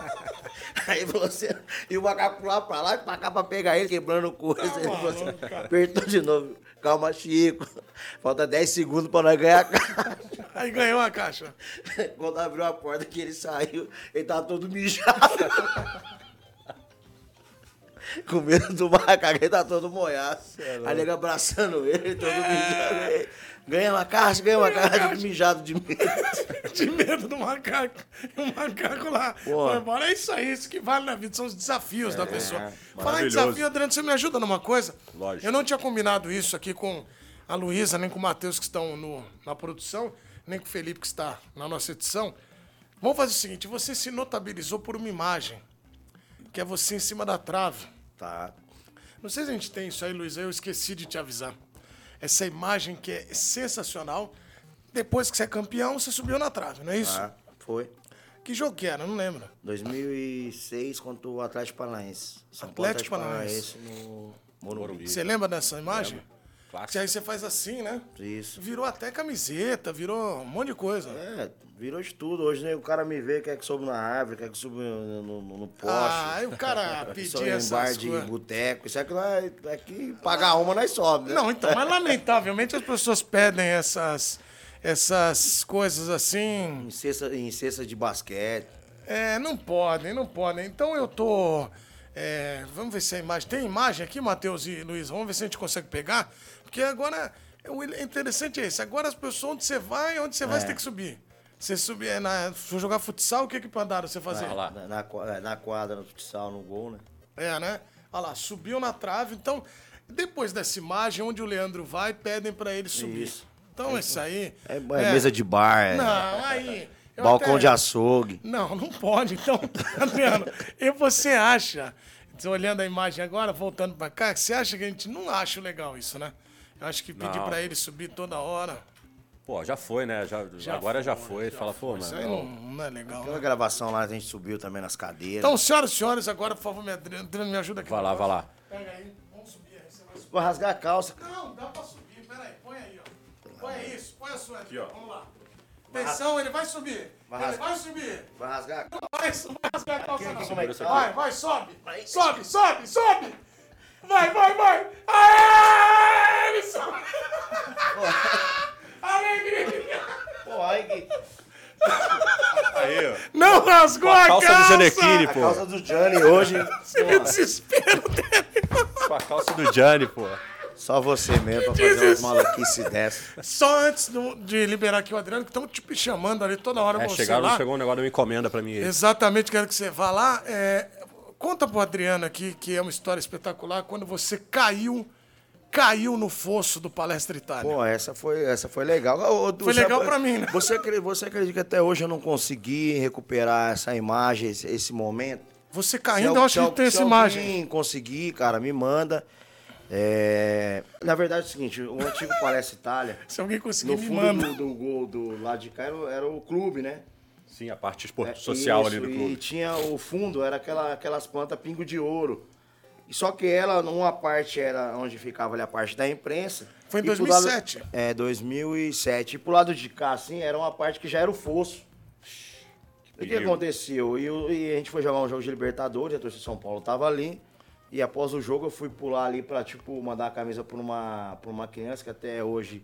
Speaker 2: <laughs> Aí falou assim, e o macaco lá pra lá e pra cá pra pegar ele, quebrando coisa. Ele falou assim, apertou de novo. Calma, Chico. Falta 10 segundos pra nós ganhar a casa.
Speaker 1: Aí ganhou a caixa.
Speaker 2: <laughs> Quando abriu a porta que ele saiu, ele tava todo mijado. <laughs> Com medo do macaco, ele tava todo moiado. A nega abraçando ele, todo mijado. Ele, Ganha uma caixa, ganha uma caixa, mijado de medo.
Speaker 1: <laughs>
Speaker 2: <laughs>
Speaker 1: De medo do macaco. O macaco lá.
Speaker 2: Pô.
Speaker 1: Foi embora. É isso aí, isso que vale na vida, são os desafios da pessoa. Falar em
Speaker 3: maravilhoso.
Speaker 1: desafio, Adriano, você me ajuda numa coisa?
Speaker 3: Lógico.
Speaker 1: Eu não tinha combinado isso aqui com a Luísa, nem com o Matheus, que estão no- na produção, nem com o Felipe, que está na nossa edição. Vamos fazer o seguinte: você se notabilizou por uma imagem. que é você em cima da trave.
Speaker 2: Tá.
Speaker 1: Não sei se a gente tem isso aí, Luiz, eu esqueci de te avisar. Essa imagem que é sensacional. Depois que você é campeão, você subiu na trave, não é isso?
Speaker 2: Tá. Foi.
Speaker 1: Que jogo que era? Não lembro.
Speaker 2: 2006 contra o Atlético Paranaense. São Paulo
Speaker 1: Atlético Paranaense.
Speaker 2: no Morumbi.
Speaker 1: Você lembra dessa imagem?
Speaker 3: Clássico.
Speaker 1: Que aí você faz assim, né?
Speaker 2: Isso.
Speaker 1: Virou até camiseta, virou um monte de coisa.
Speaker 2: É, virou de tudo. Hoje né, o cara me vê, quer que suba na árvore, quer que suba no, no- no- no poste.
Speaker 1: Ah, aí o cara
Speaker 2: <laughs> Só
Speaker 1: pedia
Speaker 2: em bar
Speaker 1: essas
Speaker 2: de
Speaker 1: coisas.
Speaker 2: boteco. Isso é que nós, aqui pagar uma, nós sobe, né?
Speaker 1: Não, então, mas lamentavelmente as pessoas pedem essas, essas coisas assim.
Speaker 2: Em cesta, em cesta de basquete.
Speaker 1: É, não podem, não podem. Então eu tô. é, vamos ver se a imagem. Tem imagem aqui, Matheus e Luiz? Vamos ver se a gente consegue pegar. Porque agora. O interessante é esse. Agora as pessoas, onde você vai, onde
Speaker 2: É.
Speaker 1: você vai, você tem que subir. Você subir. é na- se for jogar futsal, o que que mandaram você fazer?
Speaker 3: lá.
Speaker 2: Na, na qua- na quadra, no futsal, no gol, né?
Speaker 1: É, né? Olha lá, subiu na trave. Então, depois dessa imagem, onde o Leandro vai, pedem pra ele subir.
Speaker 2: Isso.
Speaker 1: Então, isso aí.
Speaker 2: É, é mesa de bar, é
Speaker 1: Não, aí. eu
Speaker 2: balcão
Speaker 1: até-
Speaker 2: de açougue.
Speaker 1: Não, não pode. Então, <laughs> Leandro, e você acha, olhando a imagem agora, voltando pra cá, você acha que a gente não acha legal isso, né? Eu acho que pedir
Speaker 3: Não.
Speaker 1: pra ele subir toda hora.
Speaker 3: Pô, já foi, né? Já, agora já foi. Fala, pô,
Speaker 1: Isso
Speaker 3: mano.
Speaker 1: aí não, não é legal.
Speaker 2: Aquela
Speaker 1: né?
Speaker 2: gravação lá, a gente subiu também nas cadeiras.
Speaker 1: Então, senhoras e senhores, agora, por favor, me, adre- me ajuda aqui.
Speaker 3: Vai lá, vai lá.
Speaker 1: Pega aí, vamos subir aí, você vai subir.
Speaker 2: Vou rasgar a calça.
Speaker 1: Não, dá pra subir, peraí, põe aí, ó. Põe isso, põe a sua aqui, ó. Vamos lá. Atenção, ele vai subir. Ele vai subir.
Speaker 2: Vai rasgar a calça.
Speaker 1: Vai, vai rasgar a calça não.
Speaker 2: Como é que tá?
Speaker 1: Vai, vai, sobe. Sobe, sobe, sobe. Vai, vai, vai. Aê, ele <laughs> sobe. Alegria.
Speaker 2: Pô, aí que-
Speaker 3: Aí, ó.
Speaker 1: Não rasgou a calça.
Speaker 3: Calça do Janequine,
Speaker 2: a
Speaker 3: pô.
Speaker 2: calça do Johnny hoje.
Speaker 1: Que desespero dele.
Speaker 3: Com a calça do Gianni, pô.
Speaker 2: Só você mesmo pra fazer umas maluquices dessas.
Speaker 1: Só antes do- de liberar aqui o Adriano, que estão te chamando ali toda hora.
Speaker 3: É,
Speaker 1: você
Speaker 3: chegaram,
Speaker 1: lá.
Speaker 3: chegou um negócio de uma encomenda pra mim. aí.
Speaker 1: Exatamente, quero que você vá lá. É, conta pro Adriano aqui, que é uma história espetacular, quando você caiu, caiu no fosso do Palestra Itália.
Speaker 2: Pô, essa foi, essa foi legal. Ô, ô, Du,
Speaker 1: Foi
Speaker 2: sabe-
Speaker 1: legal pra mim, né?
Speaker 2: Você, acre- você acredita que até hoje eu não consegui recuperar essa imagem, esse, esse momento?
Speaker 1: Você
Speaker 2: Se
Speaker 1: caindo,
Speaker 2: al-
Speaker 1: eu acho
Speaker 2: se
Speaker 1: que
Speaker 2: al-
Speaker 1: tem
Speaker 2: se
Speaker 1: essa imagem.
Speaker 2: alguém conseguir, cara, me manda. É, Na verdade é o seguinte, o antigo Palestra Itália,
Speaker 1: Se alguém conseguir,
Speaker 2: no
Speaker 1: me
Speaker 2: fundo
Speaker 1: manda.
Speaker 2: do, do gol do lado de cá era, o- era o clube, né?
Speaker 3: Sim, a parte espor-
Speaker 2: É,
Speaker 3: social ali
Speaker 2: isso,
Speaker 3: do
Speaker 2: E
Speaker 3: clube.
Speaker 2: tinha o fundo, era aquela, aquelas plantas pingo de ouro. E Só que ela, numa parte era onde ficava ali a parte da imprensa.
Speaker 1: Foi em
Speaker 2: e pro
Speaker 1: 2007.
Speaker 2: Lado, é, 2007. E pro lado de cá, assim, era uma parte que já era o fosso. E o que
Speaker 3: perigo.
Speaker 2: aconteceu? E, o- e a gente foi jogar um jogo de Libertadores, a torcida de São Paulo tava ali. E após o jogo eu fui pular ali pra, tipo, mandar a camisa pra uma, pra uma criança que até hoje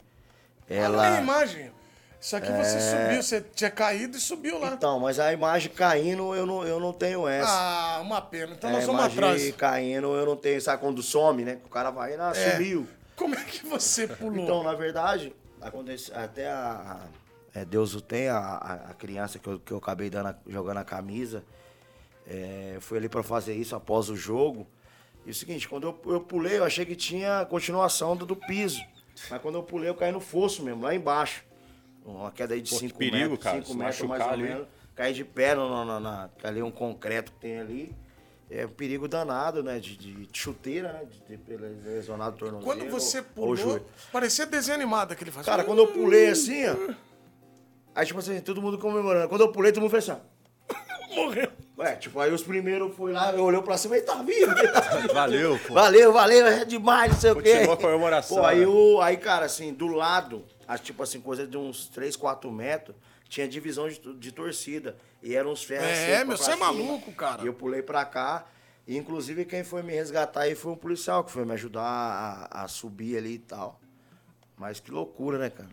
Speaker 1: Olha Ah, a
Speaker 2: ela... É.
Speaker 1: minha imagem. Isso aqui você subiu, você tinha caído e subiu lá.
Speaker 2: Então, mas a imagem caindo, eu não, eu não tenho essa.
Speaker 1: Ah, uma pena. Então
Speaker 2: É,
Speaker 1: nós vamos
Speaker 2: imagem
Speaker 1: atrás.
Speaker 2: caindo, eu não tenho, sabe quando some, né? O cara vai, ah,
Speaker 1: É.
Speaker 2: sumiu.
Speaker 1: Como é que você pulou?
Speaker 2: Então, na verdade, acontece até a. a- é, Deus o tem, a, a- a criança que eu, que eu acabei dando a- jogando a camisa. É, eu fui ali pra fazer isso após o jogo. E é o seguinte, quando eu, eu pulei, eu achei que tinha a continuação do, do piso. Mas quando eu pulei, eu caí no fosso mesmo, lá embaixo. Uma queda aí de
Speaker 3: Pô, que
Speaker 2: 5
Speaker 3: perigo,
Speaker 2: metros,
Speaker 3: cara,
Speaker 2: cinco
Speaker 3: se
Speaker 2: metros mais
Speaker 3: machucar
Speaker 2: ou
Speaker 3: ali.
Speaker 2: menos. Caí de pé no, no- no- na- ali um concreto que tem ali. É um perigo danado, né? De, de chuteira, né? De, de lesionado o tornozelo.
Speaker 1: Quando você
Speaker 2: ou o
Speaker 1: pulou,
Speaker 2: joelho.
Speaker 1: parecia desenho animado que ele faz. um
Speaker 2: Cara, quando eu pulei assim, ó. Aí, tipo assim, todo mundo comemorando. Quando eu pulei, todo mundo fez assim. ó.
Speaker 1: Morreu.
Speaker 2: Ué, tipo, aí os primeiros foi lá, eu olhei pra cima e tá vivo. ele tá vivo.
Speaker 3: Valeu, pô.
Speaker 2: Valeu, valeu, é demais, não sei o quê.
Speaker 3: Continuou a comemoração,
Speaker 2: Pô, aí,
Speaker 3: né?
Speaker 2: o, aí, cara, assim, do lado, a- tipo assim, coisa de uns 3, 4 metros, tinha divisão de, to- de torcida. E eram uns ferros.
Speaker 1: É,
Speaker 2: seca
Speaker 1: meu,
Speaker 2: pra
Speaker 1: você é
Speaker 2: cima.
Speaker 1: maluco, cara.
Speaker 2: E eu pulei pra cá. E, inclusive, quem foi me resgatar aí foi um policial, que foi me ajudar a, a subir ali e tal. Mas que loucura, né, cara?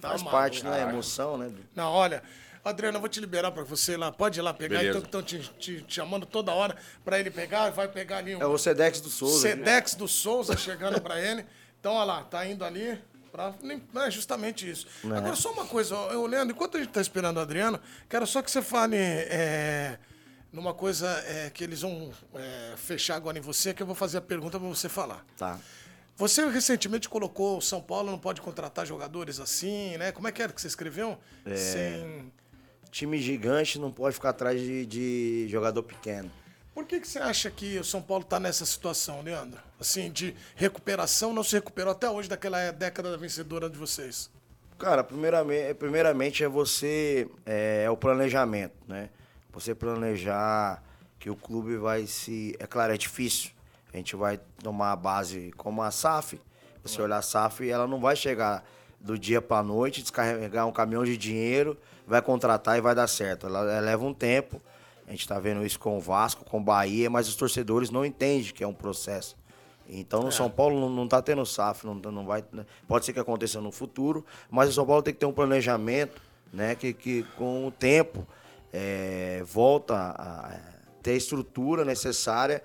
Speaker 1: Tá
Speaker 2: Faz
Speaker 1: maluco.
Speaker 2: parte da emoção, né?
Speaker 1: Não, olha. Adriano, eu vou te liberar pra você ir lá. Pode ir lá pegar,
Speaker 3: Beleza.
Speaker 1: então que estão te, te- te chamando toda hora pra ele pegar. Vai pegar ali um
Speaker 2: É o Sedex do Souza.
Speaker 1: Sedex do Souza chegando pra ele. Então, olha lá, tá indo ali. Pra... nem- É justamente isso. Agora, só uma coisa, ó, eu, Leandro, enquanto a gente tá esperando o Adriano, quero só que você fale é, numa coisa é, que eles vão é, fechar agora em você, que eu vou fazer a pergunta pra você falar.
Speaker 2: Tá.
Speaker 1: Você recentemente colocou o São Paulo não pode contratar jogadores assim, né? Como é que era que você escreveu? Sem...
Speaker 2: Time gigante não pode ficar atrás de, de jogador pequeno.
Speaker 1: Por que, que você acha que o São Paulo está nessa situação, Leandro? Assim, de recuperação, não se recuperou até hoje daquela década vencedora de vocês?
Speaker 2: Cara, primeiramente, primeiramente é você. É, é o planejamento, né? Você planejar que o clube vai se. É claro, é difícil. A gente vai tomar a base como a SAF. Você olhar a SAF, ela não vai chegar do dia para noite, descarregar um caminhão de dinheiro, vai contratar e vai dar certo. Ela, ela leva um tempo. A gente está vendo isso com o Vasco, com o Bahia, mas os torcedores não entendem que é um processo. Então, no São Paulo não, não tá tendo SAF, não, não vai, né? pode ser que aconteça no futuro, mas o São Paulo tem que ter um planejamento, né? Que, que com o tempo é, volta a ter a estrutura necessária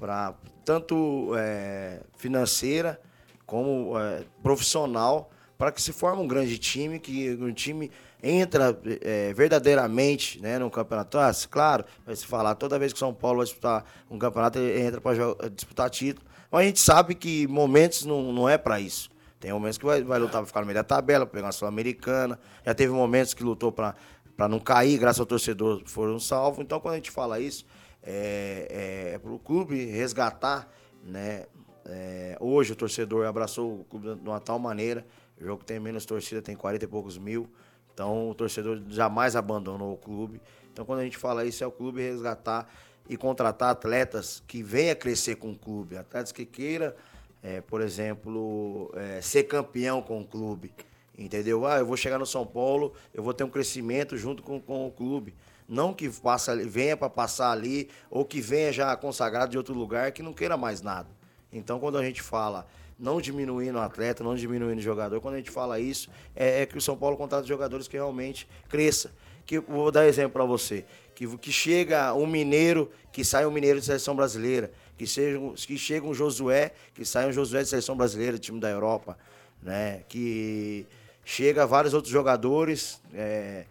Speaker 2: para tanto é, financeira como é, profissional para que se forme um grande time, que um time entra é, verdadeiramente né, no campeonato. Ah, claro, vai se falar, toda vez que o São Paulo vai disputar um campeonato, ele entra para disputar título. Mas a gente sabe que momentos não, não é para isso. Tem momentos que vai, vai lutar para ficar no meio da tabela, pra pegar uma Sul-Americana. Já teve momentos que lutou para não cair, graças ao torcedor foram salvos. Então, quando a gente fala isso, é, é, para o clube resgatar. Né? É, hoje o torcedor abraçou o clube de uma tal maneira o jogo tem menos torcida, tem 40 e poucos mil. Então o torcedor jamais abandonou o clube. Então quando a gente fala isso, é o clube resgatar e contratar atletas que venha crescer com o clube, atletas que queira, é, por exemplo, é, ser campeão com o clube. Entendeu? Ah, eu vou chegar no São Paulo, eu vou ter um crescimento junto com, com o clube. Não que passa, venha para passar ali ou que venha já consagrado de outro lugar que não queira mais nada. Então, quando a gente fala não diminuindo o atleta, não diminuindo o jogador. Quando a gente fala isso, é, é que o São Paulo contrata jogadores que realmente cresça. Que vou dar exemplo para você, que, que chega um mineiro, que sai um mineiro de seleção brasileira, que, seja, que chega um Josué, que sai um Josué de seleção brasileira, time da Europa, né? Que chega vários outros jogadores, é,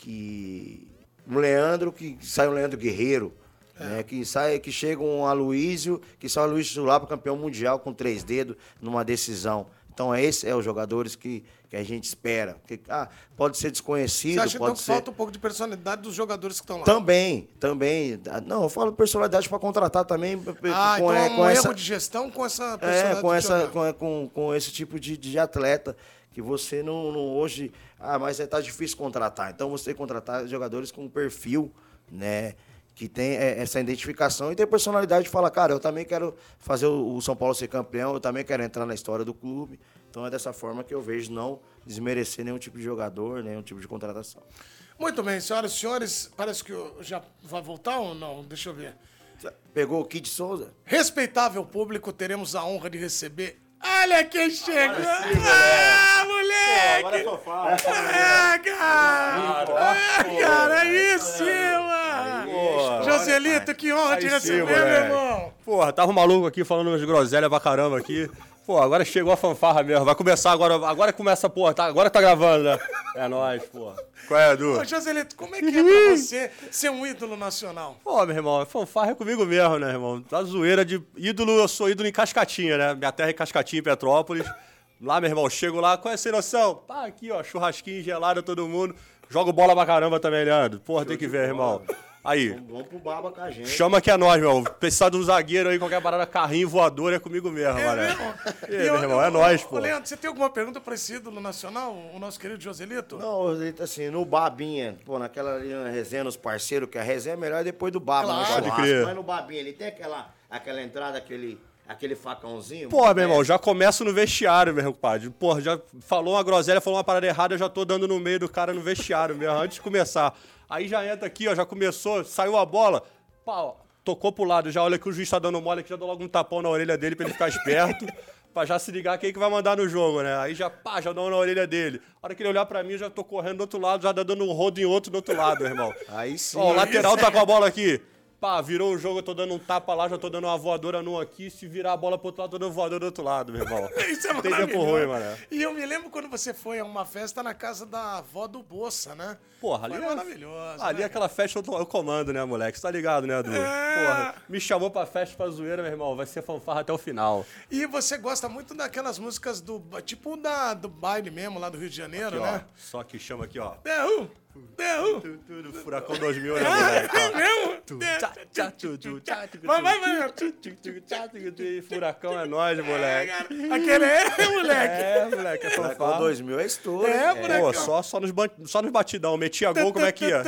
Speaker 2: que um Leandro, que sai um Leandro Guerreiro, é. É, que, sai, que chega um Aloísio, que sai o Aloysio Chulapa campeão mundial com três dedos numa decisão. Então, esse é os jogadores que, que a gente espera. Que, ah, pode ser desconhecido,
Speaker 1: Você acha
Speaker 2: pode
Speaker 1: então que
Speaker 2: ser...
Speaker 1: falta um pouco de personalidade dos jogadores que estão lá?
Speaker 2: Também, também. Não, eu falo personalidade para contratar também.
Speaker 1: Ah, então é um erro de gestão com essa
Speaker 2: é,
Speaker 1: personalidade.
Speaker 2: com,
Speaker 1: de
Speaker 2: essa,
Speaker 1: jogar.
Speaker 2: com, é, com, com esse tipo de, de atleta que você não, não hoje. Ah, mas está difícil contratar. Então você tem que contratar jogadores com um perfil, né? Que tem é, essa identificação e tem personalidade de falar, cara, eu também quero fazer o, o São Paulo ser campeão, eu também quero entrar na história do clube. Então é dessa forma que eu vejo não desmerecer nenhum tipo de jogador, nenhum tipo de contratação.
Speaker 1: Muito bem, senhoras e senhores, parece que eu já vai voltar ou não? Deixa eu ver.
Speaker 2: Pegou o Kid Souza?
Speaker 1: Respeitável público, teremos a honra de receber. Olha quem chegou! Ah, moleque! Ah, cara! Ah, cara, aí sim, mano! Joselito, que honra te receber, meu irmão!
Speaker 3: Porra, tava um maluco aqui falando umas groselhas pra caramba aqui. Pô, agora chegou a fanfarra mesmo. Vai começar agora. Agora começa, porra. Tá, agora tá gravando, né? É nóis, porra. Qual é, Edu?
Speaker 1: Ô, Joselito, como é que é pra você ser um ídolo nacional?
Speaker 3: Pô, meu irmão, fanfarra é comigo mesmo, né, irmão? Tá zoeira de ídolo, eu sou ídolo em Cascatinha, né? Minha terra é Cascatinha, Petrópolis. Lá, meu irmão, eu chego lá, qual é sem noção? Pá, aqui, ó, churrasquinho, gelado, todo mundo. Jogo bola pra caramba também, Leandro. Porra, tem que ver, irmão. Aí,
Speaker 2: Vamos É pro baba com a gente.
Speaker 3: chama que é nós, meu irmão. Precisar de um zagueiro aí, qualquer parada, carrinho, voador, é comigo mesmo,
Speaker 1: É,
Speaker 3: mané.
Speaker 1: mesmo? E
Speaker 3: Ih, meu
Speaker 1: eu-
Speaker 3: irmão, é
Speaker 1: ô,
Speaker 3: nóis,
Speaker 1: ô,
Speaker 3: pô.
Speaker 1: Leandro, você tem alguma pergunta pra esse ídolo nacional, o nosso querido Joselito?
Speaker 2: Não, assim, no Babinha, pô, naquela ali na resenha, nos parceiros, que a resenha é melhor depois do Baba,
Speaker 1: Claro.
Speaker 2: no
Speaker 1: Pode
Speaker 2: churrasco.
Speaker 3: crer.
Speaker 2: Mas no Babinha, ele tem aquela, aquela entrada, aquele, aquele facãozinho.
Speaker 3: Porra, meu
Speaker 2: né?
Speaker 3: irmão, já começo no vestiário, meu compadre. Porra, já falou uma groselha, falou uma parada errada, eu já tô dando no meio do cara no vestiário mesmo, antes de começar. Aí já entra aqui, ó, já começou, saiu a bola, pau, tocou pro lado, já olha que o juiz tá dando mole aqui, já dou logo um tapão na orelha dele pra ele ficar esperto,
Speaker 2: <laughs>
Speaker 3: pra já se ligar quem que vai mandar no jogo, né? Aí já, pá, já dou na orelha dele. A hora que ele olhar pra mim, eu já tô correndo do outro lado, já dando um rodo em outro do outro lado, meu irmão.
Speaker 2: Aí sim.
Speaker 3: Ó, o lateral tá com a bola aqui. Pá, virou o jogo, eu tô dando um tapa lá, já tô dando uma voadora num aqui. Se virar a bola pro outro lado, eu tô dando voadora do outro lado, meu irmão.
Speaker 1: <laughs> Isso é
Speaker 3: Não tem tempo
Speaker 1: maravilhoso.
Speaker 3: ruim, mano.
Speaker 1: E eu me lembro quando você foi a uma festa na casa da avó do Bossa, né?
Speaker 3: Porra, ali
Speaker 1: foi
Speaker 3: é-
Speaker 1: maravilhoso.
Speaker 3: Ali
Speaker 1: né,
Speaker 3: é aquela festa, eu, tô, eu comando, né, moleque? Você tá ligado, né, Edu? Porra, me chamou pra festa, pra zoeira, meu irmão. Vai ser fanfarra até o final.
Speaker 1: cara? E você gosta muito daquelas músicas do. tipo da, do baile mesmo, lá do Rio de Janeiro,
Speaker 3: Aqui, ó,
Speaker 1: né?
Speaker 3: só que chama aqui, ó.
Speaker 1: É, uh, Não.
Speaker 3: Tudo Furacão 2000, né, moleque?
Speaker 1: É
Speaker 3: Ó.
Speaker 1: mesmo?
Speaker 3: Tchá, tchá, tchu, tchu, tchá, tchu,
Speaker 1: Vai, vai, vai.
Speaker 3: tchu, tchu, tchu, tchá, tchu, tchu. Furacão é nós, moleque.
Speaker 1: Aquele é, moleque.
Speaker 3: É, moleque, é
Speaker 2: Furacão
Speaker 3: fanfarra.
Speaker 2: 2000 é estouro.
Speaker 1: É,
Speaker 2: hein?
Speaker 1: moleque.
Speaker 3: Pô, só, só, nos ban... só nos batidão. Metia gol, como é que
Speaker 1: <laughs>
Speaker 3: ia?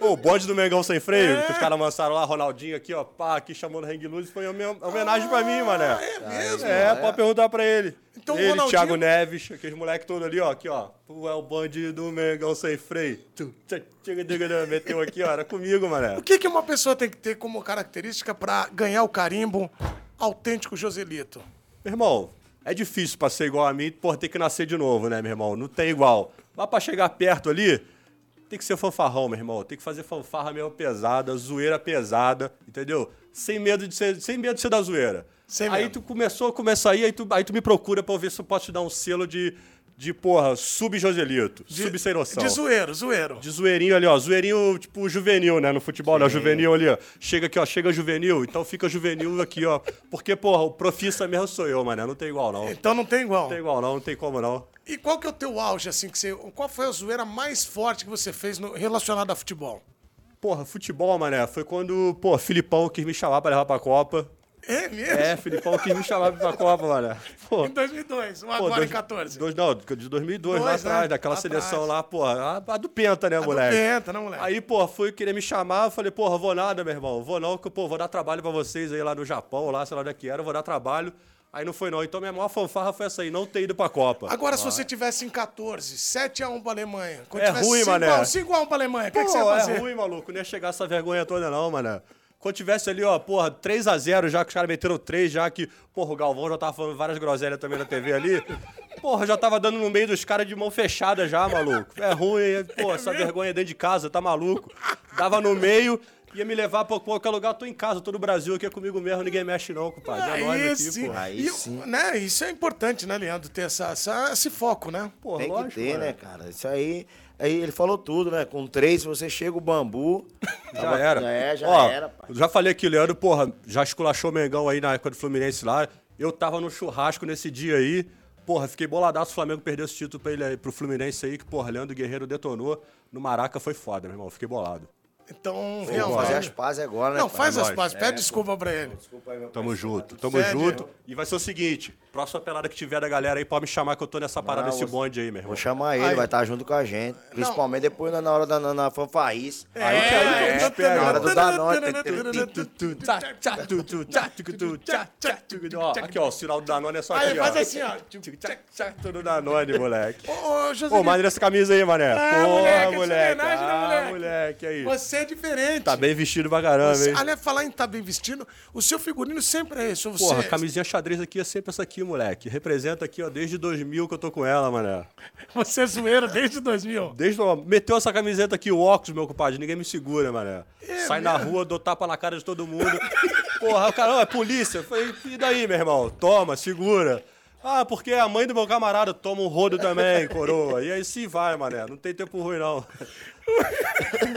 Speaker 3: Pô, o bonde do Mengão sem freio, que os
Speaker 1: É.
Speaker 3: caras lançaram lá, Ronaldinho aqui, ó, pá, aqui chamando Hang Luz, foi homen- homenagem pra mim, mané.
Speaker 1: É mesmo?
Speaker 3: É, pode perguntar pra ele.
Speaker 1: Então,
Speaker 3: ele,
Speaker 1: Ronaldinho-
Speaker 3: Thiago Neves, aqueles moleque todo ali, ó, aqui, ó. Tu é o bonde do Mengão sem freio. Tu, tchá, tchá, tchá, tchá, Meteu aqui, ó, era comigo, mané.
Speaker 1: O que, que uma pessoa tem que ter como característica pra ganhar o carimbo autêntico Joselito?
Speaker 3: Meu irmão, é difícil pra ser igual a mim, por ter que nascer de novo, né, meu irmão? Não tem igual. Mas pra chegar perto ali, tem que ser fanfarrão, meu irmão. Tem que fazer fanfarra mesmo pesada, zoeira pesada, entendeu? Sem medo de ser, sem medo de ser da zoeira.
Speaker 1: Sem
Speaker 3: aí
Speaker 1: medo.
Speaker 3: tu começou, começa aí, aí tu, aí tu me procura pra eu ver se eu posso te dar um selo de, de porra, sub-Joselito, sub-sem noção.
Speaker 1: De zoeiro, zoeiro.
Speaker 3: De zoeirinho ali, ó. Zoeirinho, tipo, juvenil, né? No futebol, né? Juvenil ali, ó. Chega aqui, ó. Chega juvenil. Então fica juvenil aqui, ó. Porque, porra, o profissa mesmo sou eu, mané. Não tem igual, não. Não
Speaker 1: Então não tem igual.
Speaker 3: tem igual, não. Não tem como, não.
Speaker 1: E qual que é o teu auge, assim, que você. Qual foi a zoeira mais forte que você fez no- relacionada a futebol?
Speaker 3: Porra, futebol, mané. Foi quando, pô, Filipão quis me chamar pra levar pra Copa.
Speaker 1: É mesmo?
Speaker 3: É, Filipão quis me chamar pra Copa, mané. Pô.
Speaker 1: Em 2002, ou
Speaker 3: Pô,
Speaker 1: Então, agora
Speaker 3: dois- é
Speaker 1: em 14.
Speaker 3: Dois, não, de 2002, lá
Speaker 1: Dois, né?
Speaker 3: atrás, daquela
Speaker 1: Lá
Speaker 3: seleção
Speaker 1: atrás.
Speaker 3: lá, porra. A, a do Penta, né, moleque?
Speaker 1: Penta, né, moleque?
Speaker 3: Aí, porra, foi querer me chamar, eu falei, porra, vou nada, meu irmão. Vou não, que, pô, vou dar trabalho pra vocês aí lá no Japão, lá, sei lá onde é que era, vou dar trabalho. Aí não foi não. Então minha maior fanfarra foi essa aí, não ter ido pra Copa.
Speaker 1: Agora, se você tivesse em 14, 7x1 pra Alemanha. Quando
Speaker 3: É
Speaker 1: tivesse
Speaker 3: ruim,
Speaker 1: cinco a um,
Speaker 3: mané.
Speaker 1: 5x1 pra Alemanha, o que,
Speaker 3: Pô,
Speaker 1: que você ia fazer?
Speaker 3: é ruim, maluco. Não ia chegar essa vergonha toda, não, mano. Quando tivesse ali, ó, porra, 3x0 já, que os caras meteram 3, já que, porra, o Galvão já tava falando várias groselhas também na TV ali. Porra, já tava dando no meio dos caras de mão fechada já, maluco. É ruim, é- pô, essa vergonha dentro de casa, tá maluco. Dava no meio, ia me levar pra qualquer lugar, eu tô em casa, eu tô no Brasil, aqui é comigo mesmo, ninguém mexe não, compadre. É
Speaker 1: Aí
Speaker 3: nóis aqui,
Speaker 1: sim.
Speaker 3: porra.
Speaker 2: Aí
Speaker 1: Ah, E,
Speaker 2: sim.
Speaker 1: né, isso é importante, né, Leandro? Ter essa, essa- esse foco, né?
Speaker 3: Porra,
Speaker 2: Tem que
Speaker 3: lógico,
Speaker 2: ter,
Speaker 3: mano.
Speaker 2: né, cara? Isso aí. Aí ele falou tudo, né? Com três, você chega o bambu.
Speaker 3: <laughs> Já era.
Speaker 2: Já é, já
Speaker 3: Ó,
Speaker 2: era, pai.
Speaker 3: Já falei aqui, Leandro, porra, já esculachou o Mengão aí na época do Fluminense lá. Eu tava no churrasco nesse dia aí. Porra, fiquei boladaço. O Flamengo perdeu esse título pra ele aí, pro Fluminense aí, que, porra, Leandro Guerreiro detonou. No Maraca foi foda, meu irmão. Fiquei bolado.
Speaker 1: Então,
Speaker 2: Vamos fazer as
Speaker 1: realmente.
Speaker 2: pazes agora, né?
Speaker 1: Não,
Speaker 2: pai?
Speaker 1: faz
Speaker 3: É
Speaker 1: as
Speaker 3: nóis.
Speaker 1: pazes, pede desculpa pra ele.
Speaker 2: Desculpa aí, meu
Speaker 3: Tamo junto, tamo
Speaker 1: Sede.
Speaker 3: junto. E vai ser o seguinte: próxima pelada que tiver da galera aí, pode me chamar que eu tô nessa parada,
Speaker 2: Não,
Speaker 3: esse
Speaker 2: vou-
Speaker 3: bonde aí, meu irmão.
Speaker 2: Vou chamar ele, vai estar junto com a gente. Principalmente depois na, na hora da na, na fanfarrice.
Speaker 3: Aí que aí que
Speaker 1: É,
Speaker 3: a gente
Speaker 1: é.
Speaker 3: pega,
Speaker 2: Na hora
Speaker 3: mano.
Speaker 2: do Danone.
Speaker 3: Tchá, tchá, tu, tu, tchá, tucu, tu, tchá, tchá, tucu, tu. Ó, Aqui, ó, o sinal do Danone é só aqui,
Speaker 1: Aí,
Speaker 3: ó.
Speaker 1: faz assim, ó.
Speaker 3: Tchá, tchá, tudo Danone, moleque.
Speaker 1: Ô, ô, José,
Speaker 3: Pô, maneiro essa camisa aí, mané.
Speaker 1: Ah,
Speaker 3: Pô,
Speaker 1: moleque, essa homenagem, né,
Speaker 3: Ah,
Speaker 1: moleque?
Speaker 3: moleque, aí.
Speaker 1: você é diferente.
Speaker 3: Tá bem vestido pra caramba,
Speaker 1: Você-
Speaker 3: hein?
Speaker 1: Aliás, falar em tá bem vestido, o seu figurino sempre é esse. ou Você,
Speaker 3: Porra, a camisinha xadrez aqui é sempre essa aqui, moleque. Representa aqui, ó, desde 2000 que eu tô com ela, mané.
Speaker 1: <laughs> você é zoeiro desde 2000.
Speaker 3: Desde ó, meteu essa camiseta aqui, o óculos, meu compadre, ninguém me segura, mané.
Speaker 1: É
Speaker 3: Sai na rua, dou tapa na cara de todo mundo. Porra, o cara, ó, é polícia. Eu Falei, e daí, meu irmão? Toma, segura. Ah, porque a mãe do meu camarada toma um rodo também, coroa. E aí se vai, mané. Não tem tempo ruim, não.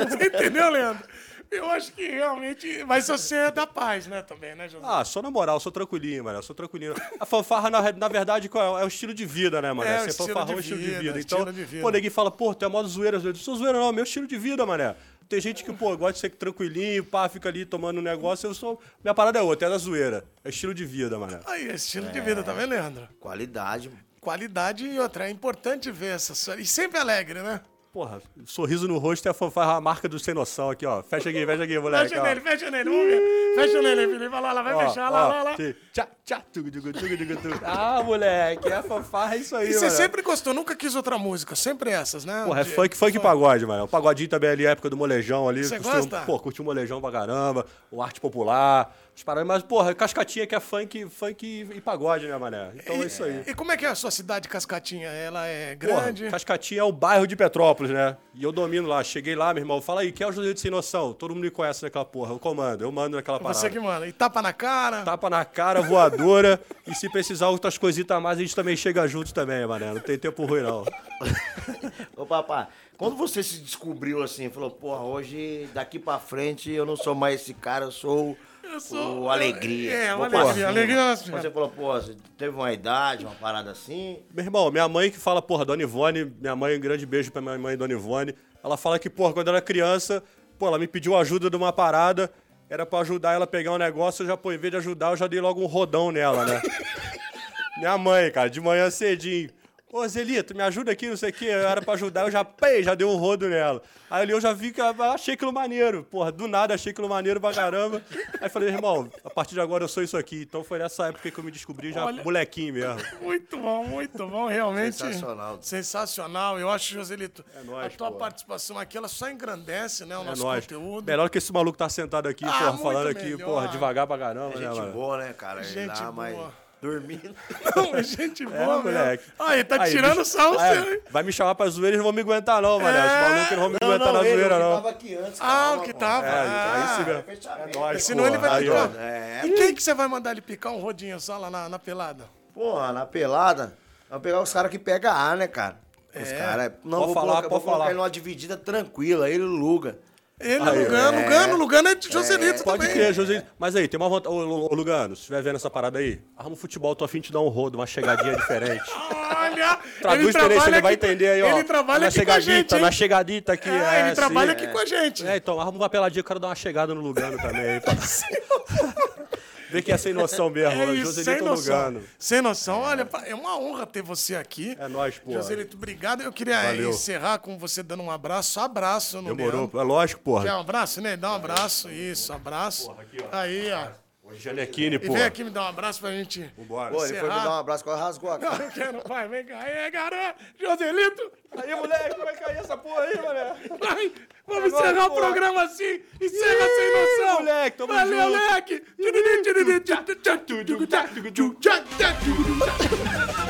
Speaker 1: Você <laughs> entendeu, Leandro? Eu acho que realmente. Mas você é da paz, né, também, né, José?
Speaker 3: Ah, sou na moral, sou tranquilinho, mano. eu Sou tranquilinho. A fanfarra, na, na verdade, qual é? É o estilo de vida, né, mano?
Speaker 1: É, o
Speaker 3: Ser
Speaker 1: estilo
Speaker 3: fanfarrão é
Speaker 1: de
Speaker 3: o estilo de
Speaker 1: vida,
Speaker 3: vida.
Speaker 1: estilo
Speaker 3: Então,
Speaker 1: de vida.
Speaker 3: pô, ninguém fala, pô, tu é mó zoeira. Eu sou zoeira, não, é meu estilo de vida, mané. Tem gente que, pô, gosta de ser tranquilinho, pá, fica ali tomando um negócio. Eu sou. Minha parada é outra, é da zoeira. É estilo de vida, mané.
Speaker 1: Aí, estilo
Speaker 3: É.
Speaker 1: de vida, tá vendo, Leandro?
Speaker 2: Qualidade. mano.
Speaker 1: Qualidade e outra. É importante ver essa. sua- E sempre alegre, né?
Speaker 3: Porra, sorriso no rosto é a fanfarra, a marca do sem noção aqui, ó. Fecha aqui, fecha aqui, moleque.
Speaker 1: Fecha
Speaker 3: ó.
Speaker 1: nele, fecha nele, vamos ver. Fecha nele, Felipe. Vai lá, lá, vai
Speaker 3: Ó,
Speaker 1: fechar, lá,
Speaker 3: ó,
Speaker 1: lá, lá.
Speaker 3: sim. Tchá, tchá, tugu, tugu, tugu, tugu, tugu. Ah, moleque, é a fanfarra, é isso aí,
Speaker 1: E você
Speaker 3: mané.
Speaker 1: sempre gostou, nunca quis outra música, sempre essas, né?
Speaker 3: Porra, é
Speaker 1: De-
Speaker 3: funk, funk e pagode, mano. O pagodinho também ali, época do molejão ali.
Speaker 1: Você
Speaker 3: curtiu-
Speaker 1: gosta?
Speaker 3: Pô, curti o molejão pra caramba, o arte popular, os paradas. Mas, porra, cascatinha que é funk, funk e e pagode, né, mané? Então é isso aí.
Speaker 1: E como é que é a sua cidade, Cascatinha? Ela é
Speaker 3: Porra,
Speaker 1: grande?
Speaker 3: Cascatinha é o bairro de Petrópolis, né? E eu domino lá. Cheguei lá, meu irmão. Fala aí, quem é o José de Sem Noção? Todo mundo me conhece naquela porra. Eu comando, eu mando naquela parada.
Speaker 1: Você que manda. E tapa na cara?
Speaker 3: Tapa na cara, voadora. <laughs> e se precisar outras coisitas a mais, a gente também chega junto também, mané. Não tem tempo ruim, não.
Speaker 2: Ô, papá, quando você se descobriu assim, falou, porra, hoje, daqui pra frente, eu não sou mais esse cara, eu sou o
Speaker 1: Eu sou.
Speaker 2: O alegria.
Speaker 1: É, uma
Speaker 2: Pô,
Speaker 1: alegria.
Speaker 2: assim,
Speaker 1: alegria
Speaker 2: Você falou, pô, você teve uma idade, uma parada assim.
Speaker 3: Meu irmão, minha mãe que fala, porra, Dona Ivone, minha mãe, um grande beijo pra minha mãe, Dona Ivone. Ela fala que, porra, quando eu era criança, pô, ela me pediu ajuda de uma parada, era pra ajudar ela a pegar um negócio, eu já, pô, em vez de ajudar, eu já dei logo um rodão nela, né? minha mãe, cara, de manhã cedinho. Ô, Zelito, me ajuda aqui, não sei o quê. Era pra ajudar, eu já, pei, já dei um rodo nela. Aí ali eu já vi que eu achei aquilo maneiro. Porra, do nada achei aquilo maneiro pra caramba. Aí falei, irmão, a partir de agora eu sou isso aqui. Então foi nessa época que eu me descobri já
Speaker 1: Olha-
Speaker 3: molequinho mesmo.
Speaker 1: Muito bom, muito bom, realmente.
Speaker 2: Sensacional.
Speaker 1: Sensacional. Eu acho, Joselito,
Speaker 2: nóis,
Speaker 1: a tua
Speaker 2: pô.
Speaker 1: participação aqui, ela só engrandece, né, o
Speaker 3: É
Speaker 1: nosso
Speaker 3: nóis.
Speaker 1: conteúdo.
Speaker 3: Melhor que esse maluco tá sentado aqui,
Speaker 1: Ah,
Speaker 3: porra,
Speaker 1: muito
Speaker 3: falando aqui,
Speaker 1: melhor. É
Speaker 3: porra, devagar pra caramba, né,
Speaker 2: Gente
Speaker 3: mano?
Speaker 2: boa, né, cara? Ele
Speaker 1: Gente
Speaker 2: lá, mas
Speaker 1: boa.
Speaker 2: dormindo.
Speaker 1: <laughs> Não, é gente
Speaker 3: É,
Speaker 1: boa,
Speaker 3: moleque.
Speaker 1: mesmo. Aí, tá
Speaker 3: Aí,
Speaker 1: tirando
Speaker 3: bicho,
Speaker 1: sal o
Speaker 3: é,
Speaker 1: seu, hein? É.
Speaker 3: Vai me chamar pra zoeira, eles não vão me aguentar, não, mano. Os malucos não vão me aguentar
Speaker 1: tá
Speaker 3: na
Speaker 2: ele,
Speaker 3: zoeira,
Speaker 2: ele
Speaker 3: não.
Speaker 2: tava aqui antes.
Speaker 1: Ah,
Speaker 2: calma,
Speaker 1: o que
Speaker 2: pô.
Speaker 1: tava.
Speaker 3: É, aí sim,
Speaker 1: ah.
Speaker 3: mesmo. É nóis,
Speaker 1: Senão ele vai
Speaker 2: Aí, ó,
Speaker 1: picar.
Speaker 2: é,
Speaker 1: E quem que você vai mandar ele picar um rodinho só lá na, na pelada?
Speaker 2: Porra, na pelada, vamos pegar os caras que pegam ar, né, cara? Os
Speaker 1: É.
Speaker 2: caras. Não,
Speaker 3: Pode
Speaker 2: vou
Speaker 3: falar,
Speaker 2: colocar,
Speaker 3: pode
Speaker 2: vou colocar
Speaker 3: falar.
Speaker 2: ele numa dividida tranquila, ele luga.
Speaker 1: Ele,
Speaker 3: Aí,
Speaker 1: Lugano,
Speaker 2: é.
Speaker 1: Lugano, Lugano é de Joselito
Speaker 3: Pode
Speaker 1: também.
Speaker 3: crer, José. Mas aí, tem uma vontade. Ô, Lu- ô, Lugano, se estiver vendo essa parada aí, arruma um futebol, tô afim de dar um rodo, uma
Speaker 1: <laughs>
Speaker 3: chegadinha diferente.
Speaker 1: Olha!
Speaker 3: Traduz interesse, ele
Speaker 1: aqui-
Speaker 3: vai entender aí, ó.
Speaker 1: Ele trabalha
Speaker 3: na
Speaker 1: aqui com a
Speaker 3: chegadita,
Speaker 1: gente, hein?
Speaker 3: na chegadita aqui.
Speaker 1: É, ele
Speaker 3: sim.
Speaker 1: trabalha aqui com a gente.
Speaker 3: É, então arruma uma peladinha, eu quero dar uma chegada no Lugano também aí. pra- Vê que é sem noção mesmo,
Speaker 1: É
Speaker 3: é
Speaker 1: isso, sem
Speaker 3: Joselito
Speaker 1: noção.
Speaker 3: Lugano.
Speaker 1: Sem noção. Olha, pa- é uma honra ter você aqui.
Speaker 3: É nóis, pô.
Speaker 1: Joselito, obrigado. Eu queria
Speaker 3: Valeu.
Speaker 1: encerrar com você dando um abraço. Abraço no
Speaker 3: Demorou,
Speaker 1: Leandro.
Speaker 3: é lógico, porra.
Speaker 1: Quer um abraço, né? Dá um abraço. Isso, abraço. Aí, ó.
Speaker 3: Janequine,
Speaker 1: E
Speaker 3: pô.
Speaker 1: vem aqui me dar um abraço pra gente...
Speaker 3: Bora.
Speaker 2: Pô, ele foi me
Speaker 1: Encerrado.
Speaker 2: dar um abraço, quase rasgou a cara.
Speaker 1: Eu quero, vai, vem cá. Aí, garoto. Joselito,
Speaker 3: Aí, moleque, vai cair essa porra aí, moleque.
Speaker 1: vai. Vamos
Speaker 3: Agora,
Speaker 1: encerrar o
Speaker 3: pô.
Speaker 1: programa assim. Encerra sem noção.
Speaker 3: moleque, tamo
Speaker 1: Valeu,
Speaker 3: junto.
Speaker 1: moleque.